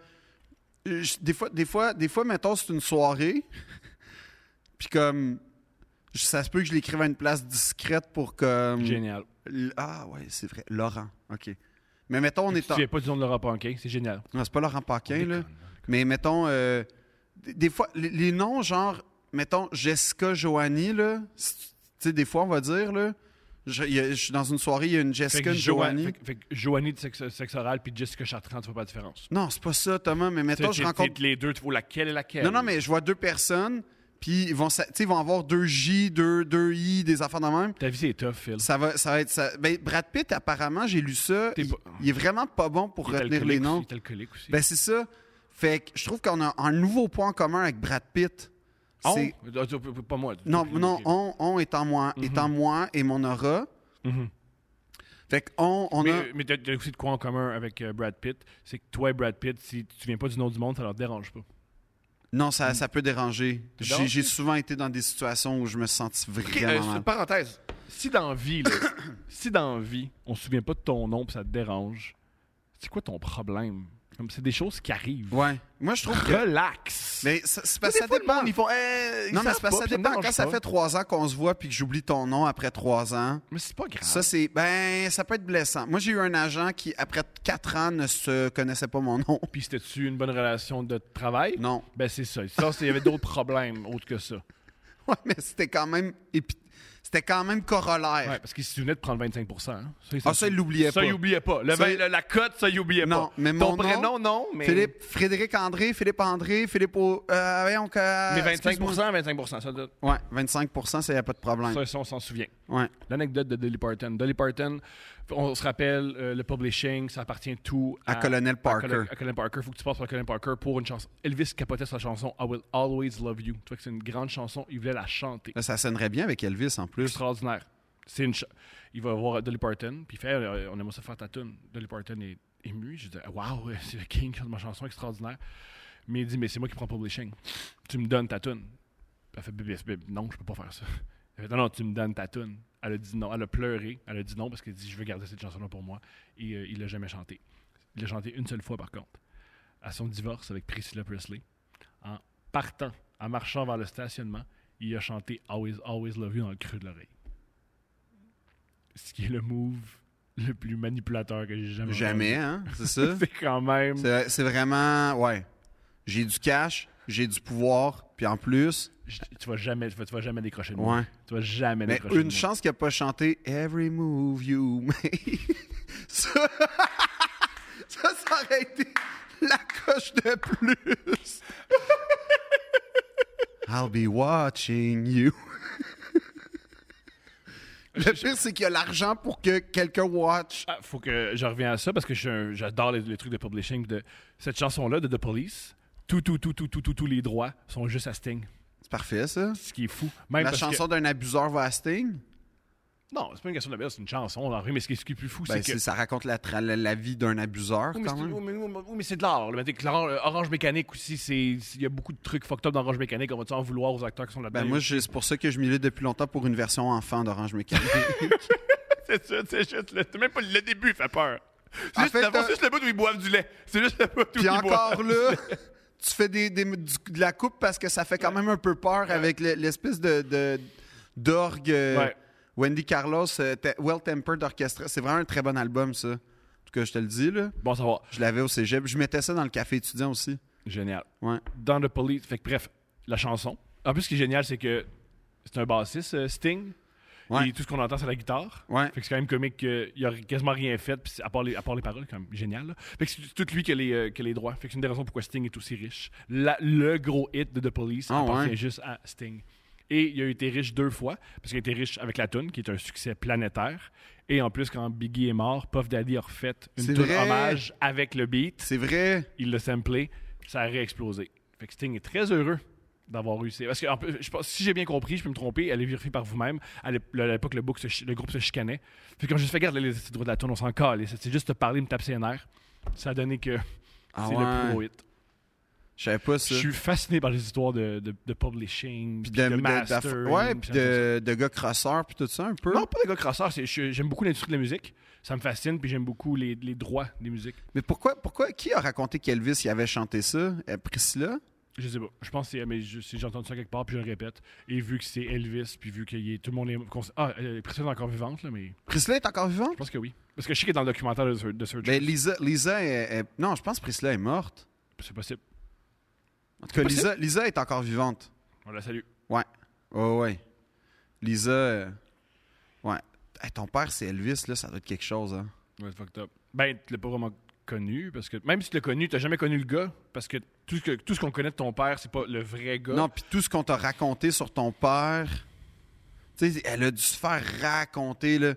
Speaker 2: je- des, fois, des, fois, des fois, mettons, c'est une [LAUGHS] soirée. Puis comme. je- Ça se peut que je l'écrive à une place discrète pour comme.
Speaker 1: Génial.
Speaker 2: L- Ah, ouais, c'est vrai. Laurent. OK. Mais mettons, on
Speaker 1: Tu
Speaker 2: est en.
Speaker 1: souviens pas du nom de Laurent Panquin, c'est génial.
Speaker 2: Non, c'est pas Laurent Paquin,
Speaker 1: On
Speaker 2: là.
Speaker 1: déconne, là.
Speaker 2: Mais mettons, euh, des, des fois, les, les noms, genre, mettons, Jessica Joanie, là, c'est- tu sais, des fois, on va dire, là, je, il y a- je suis dans une soirée, il y a une
Speaker 1: Fait
Speaker 2: Jessica,
Speaker 1: que,
Speaker 2: une
Speaker 1: Johan-
Speaker 2: Joanie.
Speaker 1: fait que- fait que Joanie de sexe, sexe oral puis Jessica Chartrand, tu vois pas la différence.
Speaker 2: Non, c'est pas ça, Thomas, mais mettons,
Speaker 1: Tu sais,
Speaker 2: je
Speaker 1: t'es-
Speaker 2: rencontre.
Speaker 1: t'es- Les deux, tu vois laquelle et laquelle.
Speaker 2: Non, non, mais je vois deux personnes, puis ils vont, sa- tu sais, ils vont avoir deux J, deux, deux I, des affaires de même.
Speaker 1: Ta vie, c'est tough, Phil.
Speaker 2: Ça va, ça va être ça. Ben, Brad Pitt, apparemment, j'ai lu ça.
Speaker 1: T'es
Speaker 2: Il,
Speaker 1: pas-
Speaker 2: il est vraiment pas bon pour
Speaker 1: Il est
Speaker 2: retenir
Speaker 1: alcoolique
Speaker 2: les noms.
Speaker 1: aussi, il est alcoolique aussi.
Speaker 2: Ben, c'est ça. Fait que je trouve qu'on a un nouveau point en commun avec Brad Pitt.
Speaker 1: On?
Speaker 2: C'est-
Speaker 1: Ah, tu- Pas moi. tu-
Speaker 2: Non,
Speaker 1: tu-
Speaker 2: non,
Speaker 1: ok.
Speaker 2: on, on est en moi, est en moi et mon aura.
Speaker 1: Mhm.
Speaker 2: Fait que on, on
Speaker 1: Mais, euh,
Speaker 2: a.
Speaker 1: mais t'as- t'as aussi de quoi en commun avec euh, Brad Pitt, c'est que toi et Brad Pitt, si tu te souviens pas du nom du monde, ça leur dérange pas.
Speaker 2: Non,
Speaker 1: Mhm.
Speaker 2: ça, ça peut déranger. J'ai
Speaker 1: dérangé?
Speaker 2: j'ai souvent été dans des situations où je me sentis
Speaker 1: euh,
Speaker 2: vraiment mal.
Speaker 1: parenthèse. Si dans vie, [COUGHS] là, si dans vie, on se souvient pas de ton nom puis ça te dérange, c'est quoi ton problème? Comme c'est des choses qui arrivent.
Speaker 2: Ouais. Moi, je trouve que.
Speaker 1: Relax.
Speaker 2: Mais ça, c'est parce que ça
Speaker 1: Des fois, le
Speaker 2: dépend.
Speaker 1: monde, ils font, Eh, ils
Speaker 2: Non, mais
Speaker 1: savent
Speaker 2: c'est parce que
Speaker 1: pas,
Speaker 2: ça
Speaker 1: puis me
Speaker 2: dépend.
Speaker 1: dérange
Speaker 2: Quand ça
Speaker 1: pas.
Speaker 2: fait trois ans qu'on se voit puis que j'oublie ton nom après trois ans,
Speaker 1: Mais c'est pas grave.
Speaker 2: ça, c'est. Ben, ça peut être blessant. Moi, j'ai eu un agent qui, après quatre ans, ne se connaissait pas mon nom. [LAUGHS]
Speaker 1: Puis c'était-tu une bonne relation de travail?
Speaker 2: Non.
Speaker 1: Ben c'est ça. Ça, c'est- il y avait d'autres problèmes autres que ça.
Speaker 2: Ouais, mais c'était quand même. épi- C'était quand même corollaire.
Speaker 1: Ouais, parce qu'il se souvenait de prendre 25 hein. ça, il s'en
Speaker 2: Ah, ça, il
Speaker 1: fout.
Speaker 2: l'oubliait
Speaker 1: Ça,
Speaker 2: pas.
Speaker 1: il oubliait pas. Le
Speaker 2: Ça,
Speaker 1: vin-
Speaker 2: il-
Speaker 1: le- la cote, ça, il oubliait
Speaker 2: Non,
Speaker 1: pas.
Speaker 2: mais
Speaker 1: Ton
Speaker 2: mon
Speaker 1: prénom, non, mais.
Speaker 2: Philippe, Frédéric André, Philippe André, Philippe. O- euh, voyons que-
Speaker 1: Mais 25
Speaker 2: excuse-moi.
Speaker 1: 25 ça, doit-
Speaker 2: Ouais, 25 ça, il n'y a pas de problème.
Speaker 1: ça, ça, on s'en souvient.
Speaker 2: Ouais.
Speaker 1: L'anecdote de Dolly Parton. Dolly Parton, on se rappelle, euh, le publishing, ça appartient tout
Speaker 2: À Colonel Parker.
Speaker 1: Ah. À, Colonel, à Colonel Parker. faut que tu passes par Colonel Parker pour une chanson. Elvis capotait sa chanson I Will Always Love You. Tu vois que c'est une grande chanson, il voulait la chanter.
Speaker 2: Là, ça sonnerait bien avec Elvis en plus.
Speaker 1: extraordinaire. C'est une cha- Il va voir Dolly Parton, puis il fait euh, On aimerait ça faire ta tune. Dolly Parton est émue. Je dis Waouh, [LAUGHS] c'est le king de ma chanson extraordinaire. Mais il dit Mais c'est moi qui prends publishing. Tu me donnes ta tune. Puis Elle fait Bébé, bébé, non, je peux pas faire ça. [LAUGHS] Elle fait Non, non, tu me donnes ta tune. Elle a dit non. Elle a pleuré. Elle a dit non parce qu'elle dit Je veux garder cette chanson-là pour moi. Et euh, il l'a jamais chantée. Il l'a chantée une seule fois, par contre, à son divorce avec Priscilla Presley en partant, en marchant vers le stationnement, il a chanté Always, Always Love You dans le creux de l'oreille. Ce qui est le move le plus manipulateur que j'ai jamais
Speaker 2: Jamais,
Speaker 1: entendu. [LAUGHS]
Speaker 2: hein? C'est ça?
Speaker 1: C'est quand même.
Speaker 2: C'est c'est vraiment. Ouais. J'ai du cash, j'ai du pouvoir, puis en plus.
Speaker 1: je- Tu vas jamais, tu vas, tu vas jamais décrocher de
Speaker 2: Ouais.
Speaker 1: moi. Tu vas jamais
Speaker 2: Mais
Speaker 1: décrocher de
Speaker 2: une
Speaker 1: moi.
Speaker 2: chance qu'il n'a pas chanté Every Move You Make. [LAUGHS] Ça, [LAUGHS] ça, ça aurait été la coche de plus. [LAUGHS] I'll be
Speaker 1: [LAUGHS]
Speaker 2: watching you. Le pire, c'est qu'il y a l'argent pour que quelqu'un watch.
Speaker 1: Ah, faut que je reviens à ça parce que je suis un- j'adore les, les trucs de publishing de cette chanson-là de The Police. Tout, tout, tout, tout, tout, tout, tous les droits sont juste à Sting.
Speaker 2: C'est parfait, ça.
Speaker 1: Ce qui est fou. Même
Speaker 2: La
Speaker 1: parce
Speaker 2: chanson d'un abuseur va à Sting.
Speaker 1: Que, non, c'est pas une question de la c'est une chanson. on en rit, Mais ce qui, ce qui est plus fou,
Speaker 2: Ben,
Speaker 1: c'est que
Speaker 2: c'est- ça raconte la, tra- la- la vie d'un abuseur,
Speaker 1: Oui, mais
Speaker 2: quand
Speaker 1: c'est-
Speaker 2: même.
Speaker 1: oui, mais- oui, mais- oui, mais c'est de l'art. là. Mais t'es clair, euh, Orange Mécanique aussi, c'est- c'est- il y a beaucoup de trucs fucked up dans Orange Mécanique. On va-tu en vouloir aux acteurs qui sont là-dedans?
Speaker 2: Ben,
Speaker 1: [LAUGHS]
Speaker 2: moi, j'ai- c'est pour ça que je milite depuis longtemps pour une version enfant d'Orange Mécanique.
Speaker 4: C'est ça, c'est juste le. c'est Même pas le début fait peur. C'est
Speaker 2: En
Speaker 4: juste,
Speaker 2: fait,
Speaker 4: d'abord,
Speaker 2: euh,
Speaker 4: c'est juste le bout où ils boivent du lait. C'est juste le bout où
Speaker 2: Puis
Speaker 4: ils boivent.
Speaker 1: [LAUGHS]
Speaker 2: encore là, tu fais des, des- du- de la coupe parce que ça fait quand même un peu peur avec le- l'espèce de, de- d'orgue. euh,
Speaker 1: Ouais.
Speaker 2: Wendy Carlos, euh, Te- Well Tempered Orchestra. C'est vraiment un très bon album, ça. En tout cas, je te le dis, là.
Speaker 1: Bon, ça va.
Speaker 2: Je l'avais au cégep. Je mettais ça dans le café étudiant aussi.
Speaker 1: Génial.
Speaker 2: Ouais.
Speaker 1: Dans The Police, fait que bref, la chanson. En plus, ce qui est génial, c'est que c'est un bassiste, euh, Sting.
Speaker 2: Ouais.
Speaker 1: Et tout ce qu'on entend, c'est la guitare.
Speaker 2: Ouais.
Speaker 1: Fait que c'est quand même comique qu'il a quasiment rien fait, puis c'est- à, part les, à part les paroles, quand même génial. là. Fait que c'est tout lui qui a les, euh, qui a les droits. Fait que c'est une des raisons pourquoi Sting est aussi riche. La- le gros hit de The Police
Speaker 2: Ah,
Speaker 1: appartient
Speaker 2: ouais.
Speaker 1: juste à Sting. Et il a été riche deux fois, parce qu'il a été riche avec la tune, qui est un succès planétaire. Et en plus, quand Biggie est mort, Puff Daddy a refait une
Speaker 2: C'est
Speaker 1: tune
Speaker 2: vrai.
Speaker 1: hommage avec le beat
Speaker 2: C'est vrai.
Speaker 1: il l'a samplé, ça a réexplosé. Fait que Sting est très heureux d'avoir eu ces... Parce que en plus, je pense, si j'ai bien compris, je peux me tromper, allez vérifier par vous-même, à l'ép- à l'époque, le, book se chi- le groupe se chicanait. Fait que quand je fais regarde, là, les petits droits de la tourne, on s'en calait. C'est juste de parler, me taper ses nerfs. Ça a donné que
Speaker 2: Ah
Speaker 1: c'est le
Speaker 2: ouais.
Speaker 1: plus gros hit.
Speaker 2: Je savais pas ça.
Speaker 1: Je suis fasciné par les histoires de, de, de publishing, puis de, master.
Speaker 2: d'aff- ouais, puis de, de gars crosseurs, puis tout ça, un peu.
Speaker 1: Non, pas de gars crasseurs. c'est- je- J'aime beaucoup l'industrie de la musique. Ça me fascine, puis j'aime beaucoup les, les droits des musiques.
Speaker 2: Mais pourquoi, pourquoi, qui a raconté qu'Elvis y avait chanté ça? Euh, Priscilla?
Speaker 1: Je sais pas. Je pense que c'est. Mais je- si j'ai entendu ça quelque part, puis je le répète. Et vu que c'est Elvis, puis vu que tout le monde est. cons- Ah, elle est presque encore vivante, là, mais je
Speaker 2: Priscilla est encore vivante?
Speaker 1: pense que oui. Parce que je sais qu'elle est dans le documentaire de, Sur- de Surgeon.
Speaker 2: Ben, Lisa, Lisa est, est- Non, je pense que Priscilla est morte.
Speaker 1: C'est possible.
Speaker 2: En tout cas, Lisa, Lisa est encore vivante.
Speaker 1: On la salue.
Speaker 2: Ouais. Ouais, ouais. Lisa. euh, Ouais. Hey, ton père, c'est Elvis, là, ça doit être quelque chose, hein.
Speaker 1: Ouais, fucked up. Ben, tu l'as pas vraiment connu, parce que même si tu l'as connu, t'as jamais connu le gars, parce que tout ce que- tout ce qu'on connaît de ton père, c'est pas le vrai gars.
Speaker 2: Non, puis tout ce qu'on t'a raconté sur ton père. Tu sais, elle a dû se faire raconter, là,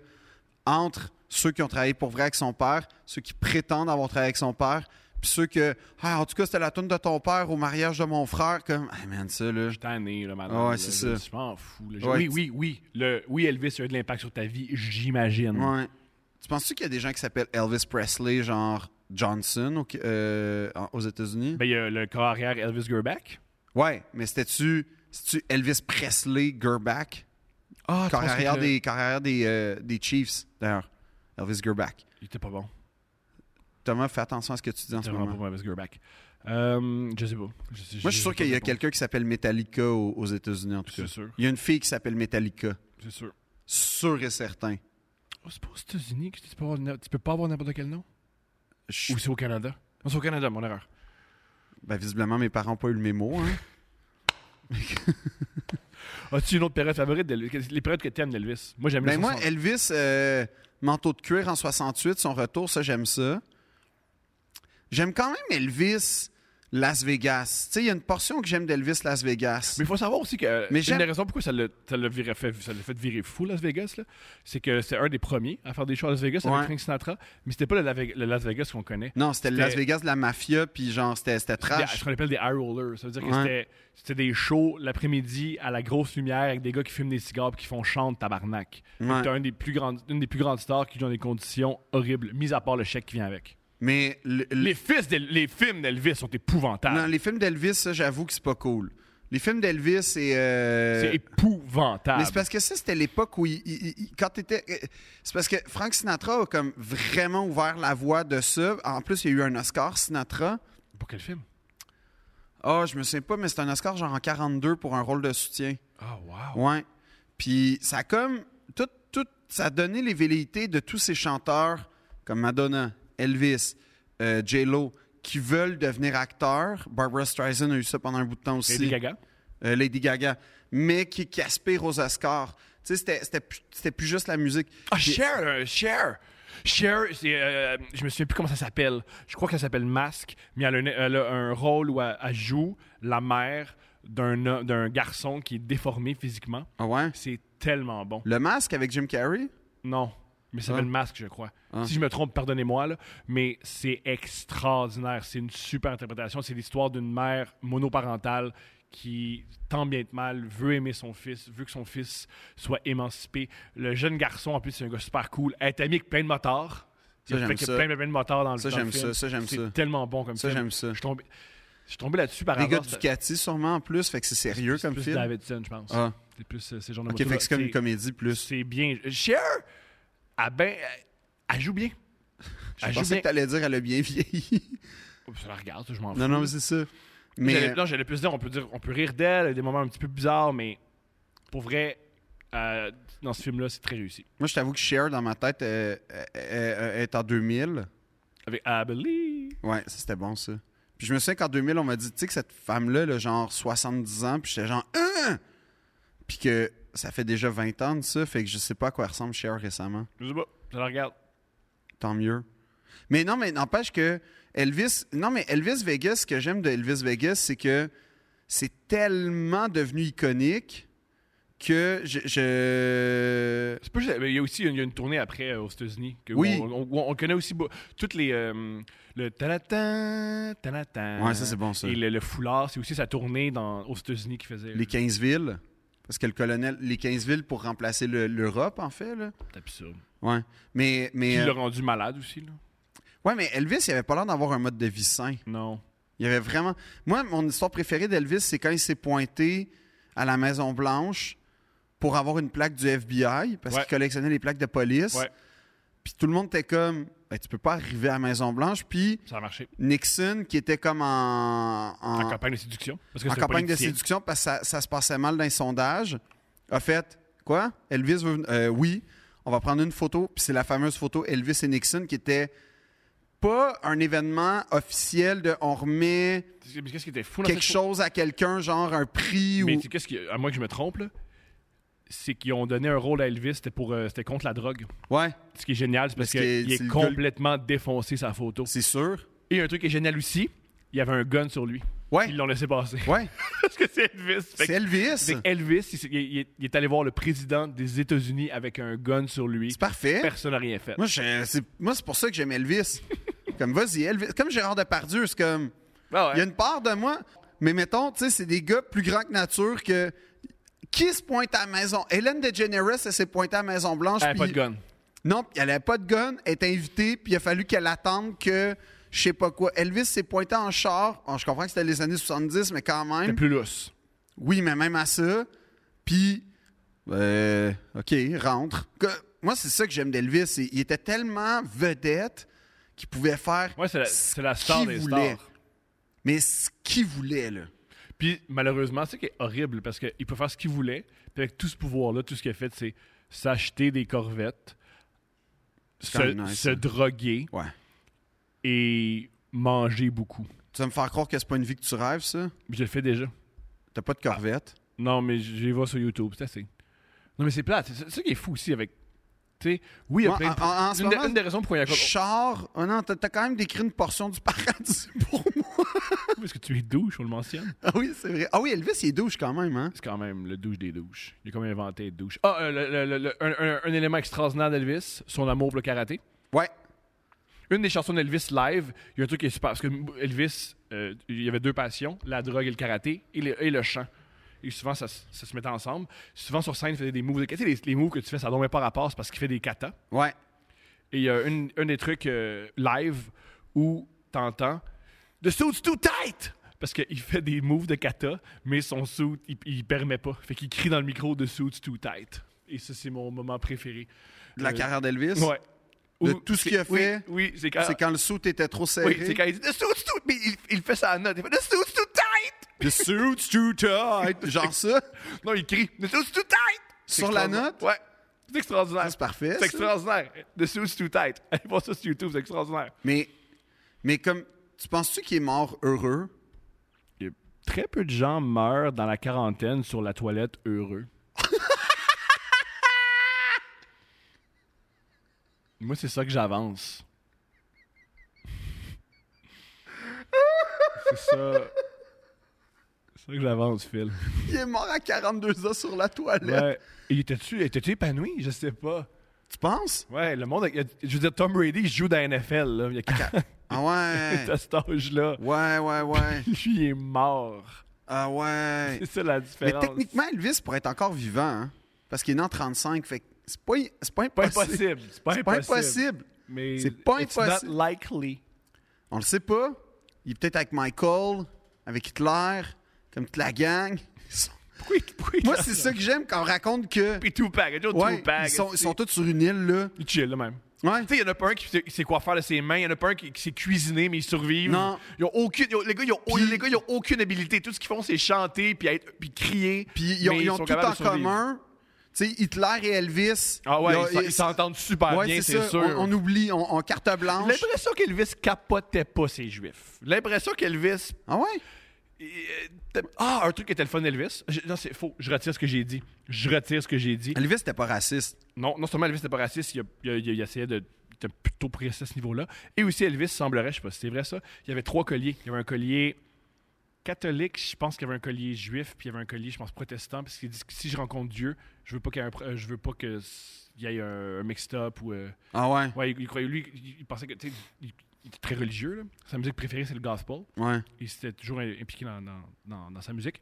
Speaker 2: entre ceux qui ont travaillé pour vrai avec son père, ceux qui prétendent avoir travaillé avec son père, puis ceux que. Ah, en tout cas, c'était la tune de ton père au mariage de mon frère, comme. Ah, man, ça, là.
Speaker 1: Je suis tanné, là, madame.
Speaker 2: Ah ouais,
Speaker 1: là,
Speaker 2: c'est
Speaker 1: là,
Speaker 2: ça.
Speaker 1: Je m'en fous. là. Je-
Speaker 2: Ouais,
Speaker 1: oui,
Speaker 2: tu-
Speaker 1: oui, oui. Le, oui, Elvis a eu de l'impact sur ta vie, j'imagine.
Speaker 2: Ouais. Tu penses-tu qu'il y a des gens qui s'appellent Elvis Presley, genre Johnson, au- euh, en- aux États-Unis?
Speaker 1: Ben, il y a le corps arrière Elvis Gerback.
Speaker 2: ouais, mais c'était-tu c'est-tu Elvis Presley Gerback?
Speaker 1: Ah,
Speaker 2: Corps arrière, des, corps arrière des, euh, des Chiefs, d'ailleurs. Elvis Gerback.
Speaker 1: Il était pas bon.
Speaker 2: Thomas, fais attention à ce que tu dis en ce
Speaker 1: C'est vraiment
Speaker 2: moment.
Speaker 1: pas Mavis Gerback. Euh, je sais pas.
Speaker 2: Moi, je suis sûr qu'il y a quelqu'un qui s'appelle Metallica aux, aux États-Unis, en tout cas.
Speaker 1: C'est sûr.
Speaker 2: Il y a une fille qui s'appelle Metallica.
Speaker 1: C'est sûr.
Speaker 2: Sûr et certain.
Speaker 1: Oh, c'est pas aux États-Unis que tu peux, pas avoir na- tu peux pas avoir n'importe quel nom?
Speaker 2: Je-
Speaker 1: Ou c'est au Canada? Non, c'est au Canada, mon erreur.
Speaker 2: ben, visiblement, mes parents n'ont pas eu le mémo. Hein.
Speaker 1: As-tu une autre période favorite d'Elvis? Les périodes que t'aimes d'Elvis? Moi, j'aime
Speaker 2: Ben,
Speaker 1: les
Speaker 2: moi,
Speaker 1: 60.
Speaker 2: Elvis, euh, manteau de cuir en 68, son retour, ça, j'aime ça. J'aime quand même Elvis Las Vegas. Tu sais, il y a une portion que j'aime d'Elvis Las Vegas.
Speaker 1: Mais il faut savoir aussi que
Speaker 2: Mais
Speaker 1: mais une
Speaker 2: j'aime-
Speaker 1: des raisons pourquoi ça l'a ça l'a viré- fait, ça l'a fait virer fou Las Vegas, là, c'est que c'est un des premiers à faire des shows à Las Vegas
Speaker 2: Ouais.
Speaker 1: avec Frank Sinatra, mais c'était pas le, Lave- le Las Vegas qu'on connaît.
Speaker 2: Non, c'était le
Speaker 1: C'était-
Speaker 2: Las Vegas de la mafia, puis genre, c'était c'était
Speaker 1: Des-
Speaker 2: trash.
Speaker 1: ce qu'on appelle des eye rollers. Ça veut dire que
Speaker 2: Ouais.
Speaker 1: c'était- c'était des shows l'après-midi à la grosse lumière avec des gars qui fument des cigares et qui font chante tabarnak.
Speaker 2: Ouais.
Speaker 1: T'as un des plus grandes- une des plus grandes stars qui joue dans des conditions horribles, mis à part le chèque qui vient avec.
Speaker 2: Mais le- le-
Speaker 1: Les, fils d'El- les films d'Elvis sont épouvantables.
Speaker 2: non, les films d'Elvis, ça, j'avoue que c'est pas cool. Les films d'Elvis, c'est... euh,
Speaker 1: C'est épouvantable.
Speaker 2: Mais c'est parce que ça, c'était l'époque où il, il- il- quand t'étais. euh, C'est parce que Frank Sinatra a comme vraiment ouvert la voie de ça. En plus, il y a eu un Oscar Sinatra.
Speaker 1: Pour quel film?
Speaker 2: Ah, je me souviens pas, mais c'est un Oscar genre en 42 pour un rôle de soutien.
Speaker 1: Ah, wow.
Speaker 2: Ouais. Puis ça a comme tout, tout, ça a donné les velléités de tous ces chanteurs comme Madonna, Elvis, euh, J Lo qui veulent devenir acteurs. Barbara Streisand a eu ça pendant un bout de temps aussi.
Speaker 1: Lady Gaga?
Speaker 2: Euh, Lady Gaga, mais qui, qui aspire aux Oscars. Tu sais, c'était- c'était plus- c'était plus juste la musique.
Speaker 1: Ah,
Speaker 2: Puis-
Speaker 1: Cher, euh, Cher. Cher, c'est, euh, je me souviens plus comment ça s'appelle. Je crois qu'elle s'appelle Masque, mais elle a, une- elle a un rôle où elle, elle joue la mère d'un ho- d'un garçon qui est déformé physiquement.
Speaker 2: Ah ouais?
Speaker 1: C'est tellement bon.
Speaker 2: Le masque avec Jim Carrey?
Speaker 1: Non, mais ça s'appelle
Speaker 2: Ah.
Speaker 1: Masque, je crois.
Speaker 2: Ah.
Speaker 1: Si je me trompe, pardonnez-moi, là, mais c'est extraordinaire. C'est une super interprétation. C'est l'histoire d'une mère monoparentale qui, tant bien que mal, veut aimer son fils, veut que son fils soit émancipé. Le jeune garçon, en plus, c'est un gars super cool. Elle est amie avec plein de motards.
Speaker 2: Ça,
Speaker 1: Il y a
Speaker 2: j'aime
Speaker 1: plein-
Speaker 2: ça.
Speaker 1: Plein, plein, plein de motards dans le
Speaker 2: Ça,
Speaker 1: dans le
Speaker 2: j'aime
Speaker 1: film.
Speaker 2: ça. Ça, j'aime ça.
Speaker 1: C'est tellement bon comme
Speaker 2: Ça,
Speaker 1: film.
Speaker 2: j'aime ça.
Speaker 1: Je suis tombé, je suis tombé là-dessus par
Speaker 2: Les gars
Speaker 1: hasard.
Speaker 2: de
Speaker 1: Ah, Ça-
Speaker 2: Ducati, sûrement, en plus. Fait que c'est sérieux
Speaker 1: c'est
Speaker 2: comme
Speaker 1: plus
Speaker 2: film.
Speaker 1: Davidson, je pense.
Speaker 2: Ah,
Speaker 1: C'est plus euh, ces genres de
Speaker 2: OK.
Speaker 1: motos-là.
Speaker 2: Fait que c'est comme une
Speaker 1: C'est-
Speaker 2: comédie plus.
Speaker 1: c'est bien. Cher, elle, ben, elle joue bien.
Speaker 2: Je
Speaker 1: Elle joue
Speaker 2: pensais
Speaker 1: bien.
Speaker 2: que t'allais dire elle a bien vieilli.
Speaker 1: Je la regarde, je m'en fous.
Speaker 2: [LAUGHS] non, non, mais c'est ça.
Speaker 1: J'allais-
Speaker 2: Mais euh,
Speaker 1: Non, j'allais plus dire, on peut dire, on peut rire d'elle, elle a des moments un petit peu bizarres, mais pour vrai, euh, dans ce film-là, c'est très réussi.
Speaker 2: moi, je t'avoue que Cher, dans ma tête, euh, euh, euh, est en 2000.
Speaker 1: Avec I Believe.
Speaker 2: Ouais, ça, c'était bon, ça. Puis je me souviens qu'en 2000, on m'a dit, tu sais, que cette femme-là, là, genre 70 ans, puis j'étais genre, Hein? Puis que ça fait déjà 20 ans de ça, fait que je sais pas à quoi ressemble Cher récemment.
Speaker 1: Je sais pas, je la regarde.
Speaker 2: tant mieux. Mais non, mais n'empêche que Elvis, non, mais Elvis Vegas, ce que j'aime de Elvis Vegas, c'est que c'est tellement devenu iconique que je, je-
Speaker 1: C'est pas juste- mais il y a aussi il y a une tournée après euh, aux États-Unis. que-
Speaker 2: Oui.
Speaker 1: On, on- on connaît aussi beau- toutes les. euh, le ta-la-tan, ta-la-tan.
Speaker 2: Ouais, ça, c'est bon, ça.
Speaker 1: Et le, le foulard, c'est aussi sa tournée dans, aux États-Unis qui faisait.
Speaker 2: les 15 villes, parce que le colonel, les 15 villes pour remplacer le- l'Europe, en fait, là.
Speaker 1: C'est absurde.
Speaker 2: Ouais. Mais, mais,
Speaker 1: Qui
Speaker 2: euh,
Speaker 1: l'a rendu malade aussi, là.
Speaker 2: ouais, mais Elvis, il avait pas l'air d'avoir un mode de vie sain.
Speaker 1: Non.
Speaker 2: Il y avait vraiment. Moi, mon histoire préférée d'Elvis, c'est quand il s'est pointé à la Maison Blanche pour avoir une plaque du FBI parce
Speaker 1: Ouais.
Speaker 2: qu'il collectionnait les plaques de police.
Speaker 1: Ouais.
Speaker 2: Puis tout le monde était comme, Ben, tu peux pas arriver à la Maison Blanche. Puis
Speaker 1: Ça a marché.
Speaker 2: Nixon, qui était comme en, en-
Speaker 1: En campagne de séduction. Parce que
Speaker 2: en
Speaker 1: c'est un
Speaker 2: campagne de
Speaker 1: politicien.
Speaker 2: séduction parce que ça, ça se passait mal dans les sondages, a fait quoi Elvis veut ven- euh, oui, on va prendre une photo puis c'est la fameuse photo Elvis et Nixon qui était pas un événement officiel de on remet
Speaker 1: Mais qu'est-ce qui était fou dans
Speaker 2: quelque
Speaker 1: cette
Speaker 2: chose à quelqu'un, genre un prix
Speaker 1: Mais
Speaker 2: ou.
Speaker 1: tu sais, qu'est-ce qui, à moins que je me trompe, là, c'est qu'ils ont donné un rôle à Elvis, c'était pour, euh, c'était contre la drogue.
Speaker 2: Ouais,
Speaker 1: Ce qui est génial, c'est parce
Speaker 2: Parce que
Speaker 1: qu'il
Speaker 2: c'est
Speaker 1: est
Speaker 2: le
Speaker 1: complètement défoncé sa photo.
Speaker 2: c'est sûr.
Speaker 1: Et un truc qui est génial aussi, il y avait un gun sur lui.
Speaker 2: Ouais.
Speaker 1: Ils l'ont laissé passer.
Speaker 2: Ouais,
Speaker 1: [LAUGHS] parce que c'est Elvis. Fait
Speaker 2: c'est
Speaker 1: que-
Speaker 2: Elvis.
Speaker 1: fait que Elvis, il, s'est- il- il est- il est allé voir le président des États-Unis avec un gun sur lui.
Speaker 2: C'est parfait.
Speaker 1: Personne n'a rien fait.
Speaker 2: Moi, je- c'est moi, c'est pour ça que j'aime Elvis. comme vas-y, Elvis. Comme Gérard Depardieu, c'est comme.
Speaker 1: Ah ouais.
Speaker 2: Il y a une part de moi, mais mettons, tu sais, c'est des gars plus grands que nature que. Qui se pointe à la maison? Hélène DeGeneres, elle s'est pointée à la Maison-Blanche.
Speaker 1: Ah, pas de
Speaker 2: puis-
Speaker 1: gun.
Speaker 2: Non, puis elle n'avait pas de gun, elle est invitée, puis il a fallu qu'elle attende que je sais pas quoi. Elvis s'est pointé en char. Bon, je comprends que c'était les années 70, mais quand
Speaker 1: C'était
Speaker 2: même.
Speaker 1: plus lousse.
Speaker 2: Oui, mais même à ça. Puis, euh, OK, rentre. Que- moi, c'est ça que j'aime d'Elvis. c'est- Il était tellement vedette qui pouvait faire
Speaker 1: Ouais, c'est la,
Speaker 2: ce
Speaker 1: c'est la star
Speaker 2: qu'il
Speaker 1: des
Speaker 2: voulait.
Speaker 1: stars.
Speaker 2: Mais ce qu'il voulait, là.
Speaker 1: Puis malheureusement, c'est qui est horrible parce qu'il peut faire ce qu'il voulait. Puis avec tout ce pouvoir-là, tout ce qu'il a fait, c'est s'acheter des corvettes,
Speaker 2: C'est quand
Speaker 1: se,
Speaker 2: même nice,
Speaker 1: se
Speaker 2: hein.
Speaker 1: droguer
Speaker 2: Ouais.
Speaker 1: et manger beaucoup.
Speaker 2: Tu vas me faire croire que c'est pas une vie que tu rêves, ça?
Speaker 1: Je le fais déjà.
Speaker 2: T'as pas de corvette?
Speaker 1: Non, mais je je les vois sur YouTube, c'est assez. Non, mais c'est plate. C'est c'est ça qui est fou aussi avec. Tu sais, oui, il y a
Speaker 2: Moi,
Speaker 1: plein
Speaker 2: en- en- en ce
Speaker 1: une, des-
Speaker 2: moment,
Speaker 1: une des raisons pour laquelle.
Speaker 2: Char, oh non, t'as t'as quand même décrit une portion du [LAUGHS] paradis pour moi.
Speaker 1: Parce oh, que tu es douche, on le mentionne.
Speaker 2: Ah oui, c'est vrai. Ah oui, Elvis, il est douche quand même, hein?
Speaker 1: C'est quand même le douche des douches. Il a quand même inventé être douche. Ah, euh, le- le- le- un, un- un élément extraordinaire d'Elvis, son amour pour le karaté.
Speaker 2: Ouais.
Speaker 1: Une des chansons d'Elvis live, il y a un truc qui est super. Parce que Elvis, euh, il y avait deux passions, la drogue et le karaté, et le, et le chant. Et souvent, ça, se- ça se mettait ensemble. Souvent, sur scène, il faisait des moves. de- Tu sais, les, les moves que tu fais, ça ne même pas rapport, c'est parce qu'il fait des katas.
Speaker 2: Ouais.
Speaker 1: Et il y a une- un des trucs euh, live où t'entends The suit's too tight! Parce qu'il fait des moves de kata, mais son suit, il, il permet pas. Fait qu'il crie dans le micro The suit's too tight. Et ça, c'est mon moment préféré.
Speaker 2: De la
Speaker 1: Euh,
Speaker 2: carrière d'Elvis?
Speaker 1: Ouais.
Speaker 2: De
Speaker 1: Ou-
Speaker 2: tout ce
Speaker 1: c'est-
Speaker 2: qu'il a fait,
Speaker 1: Oui, oui, c'est quand,
Speaker 2: C'est quand le saut était trop serré.
Speaker 1: oui, c'est quand il dit The suit's too. Mais il, il fait ça à note. Il fait The suit's too tight!
Speaker 2: The suit's
Speaker 1: [LAUGHS]
Speaker 2: too tight. Genre ça.
Speaker 1: Non, il crie The suit's too tight! C'est
Speaker 2: Sur la
Speaker 1: extraordinaire.
Speaker 2: note?
Speaker 1: Ouais. C'est extraordinaire.
Speaker 2: Ça, c'est parfait,
Speaker 1: C'est
Speaker 2: ça.
Speaker 1: extraordinaire. The suit's too tight. [LAUGHS] Allez voir ça sur YouTube, c'est extraordinaire.
Speaker 2: Mais, mais comme, tu penses-tu qu'il est mort heureux?
Speaker 1: Il y a Très peu de gens meurent dans la quarantaine sur la toilette [LAUGHS] heureux. Moi, c'est ça que [LAUGHS] j'avance. C'est ça. C'est ça que j'avance, Phil.
Speaker 2: Il est mort à 42 ans sur la toilette.
Speaker 1: Ouais. Et était-tu était épanoui? Je sais pas.
Speaker 2: Tu penses?
Speaker 1: Ouais, le monde. il y a- je veux dire, Tom Brady, il joue dans la NFL. Là. Il y a [LAUGHS] quand [LAUGHS]
Speaker 2: Ah ouais.
Speaker 1: à cet âge-là.
Speaker 2: Ouais, ouais, ouais.
Speaker 1: Lui, il est mort.
Speaker 2: Ah ouais.
Speaker 1: [LAUGHS] C'est ça la
Speaker 2: Mais
Speaker 1: différence.
Speaker 2: techniquement, Elvis pourrait être encore vivant, hein? Parce qu'il est né en 35, fait que c'est pas, c'est pas
Speaker 1: pas
Speaker 2: impossible.
Speaker 1: impossible. C'est pas
Speaker 2: C'est pas
Speaker 1: impossible.
Speaker 2: impossible.
Speaker 1: Mais
Speaker 2: C'est pas
Speaker 1: it's
Speaker 2: impossible.
Speaker 1: not likely.
Speaker 2: On le sait pas. Il est peut-être avec Michael, avec Hitler, comme toute la gang. Ils sont-
Speaker 1: Pourquoi, pourquoi
Speaker 2: Moi, c'est ça que j'aime quand on raconte que.
Speaker 1: Puis oh, Tupac, Joe
Speaker 2: Ouais,
Speaker 1: Tupac.
Speaker 2: ils, sont, ils
Speaker 1: c'est-
Speaker 2: sont tous sur une île, là.
Speaker 1: Ils chill, là, même.
Speaker 2: Ouais.
Speaker 1: Tu sais, il y en a pas un qui sait, qui sait quoi faire de ses mains, il y en a pas un qui, qui sait cuisiner, mais ils survivent.
Speaker 2: Non.
Speaker 1: Ils ont aucune, ils ont- les, gars, ils ont,
Speaker 2: Puis-
Speaker 1: les gars, ils ont aucune habilité. Tout ce qu'ils font, c'est chanter, puis, être, puis crier.
Speaker 2: Puis ils ont,
Speaker 1: mais
Speaker 2: ils ont
Speaker 1: sont
Speaker 2: tout
Speaker 1: capables
Speaker 2: en
Speaker 1: de survivre.
Speaker 2: commun. Tu sais, Hitler et Elvis.
Speaker 1: Ah ouais,
Speaker 2: ont-
Speaker 1: ils s'en- ils s'entendent super
Speaker 2: Ouais,
Speaker 1: bien,
Speaker 2: c'est
Speaker 1: c'est
Speaker 2: ça.
Speaker 1: sûr.
Speaker 2: On, on oublie, on, on carte blanche.
Speaker 1: L'impression qu'Elvis capotait pas ses juifs. L'impression qu'Elvis
Speaker 2: Ah ouais?
Speaker 1: Et, euh, t'as- Ah, un truc qui était le fun d'Elvis. Je- Non, c'est faux. Je retire ce que j'ai dit. Je retire ce que j'ai dit.
Speaker 2: Elvis, t'es pas raciste.
Speaker 1: Non, non seulement Elvis n'était pas raciste, il, a- il a- il a- il essayait de. il était plutôt précis à ce niveau-là. Et aussi, Elvis semblerait, je sais pas si c'est vrai ça, il y avait trois colliers. Il y avait un collier catholique, je pense qu'il y avait un collier juif, puis il y avait un collier, je pense, protestant, parce qu'il dit que si je rencontre Dieu, je veux pas qu'il y ait un pr- euh, je veux pas que s- il y ait un, un mixed-up ou. euh,
Speaker 2: Ah ouais?
Speaker 1: Ouais, il, il croyait, lui, il, il pensait que. tu sais, Il, il était très religieux, là. Sa musique préférée, c'est le gospel.
Speaker 2: Ouais.
Speaker 1: Il s'était toujours im- impliqué dans, dans- dans- dans sa musique.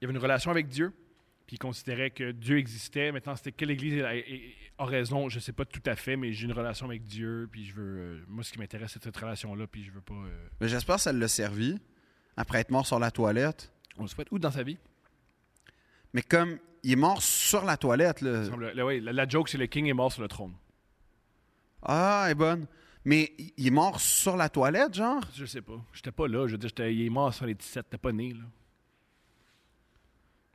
Speaker 1: Il avait une relation avec Dieu, puis il considérait que Dieu existait. Maintenant, c'était quelle église elle a- et- et- a raison, je sais pas tout à fait, mais j'ai une relation avec Dieu, puis je veux. euh, moi, ce qui m'intéresse, c'est cette relation-là, puis je veux pas. euh,
Speaker 2: Mais j'espère que ça l'a servi après être mort sur la toilette.
Speaker 1: on le souhaite où dans sa vie
Speaker 2: Mais comme il est mort sur la toilette, là.
Speaker 1: Semble- là, ouais, la, la joke, c'est le king est mort sur le trône.
Speaker 2: Ah, elle est bonne. Mais il- il est mort sur la toilette, genre?
Speaker 1: Je sais pas. J'étais pas là. Je veux dire, j'étais- il est mort sur les 17. T'es pas né, là.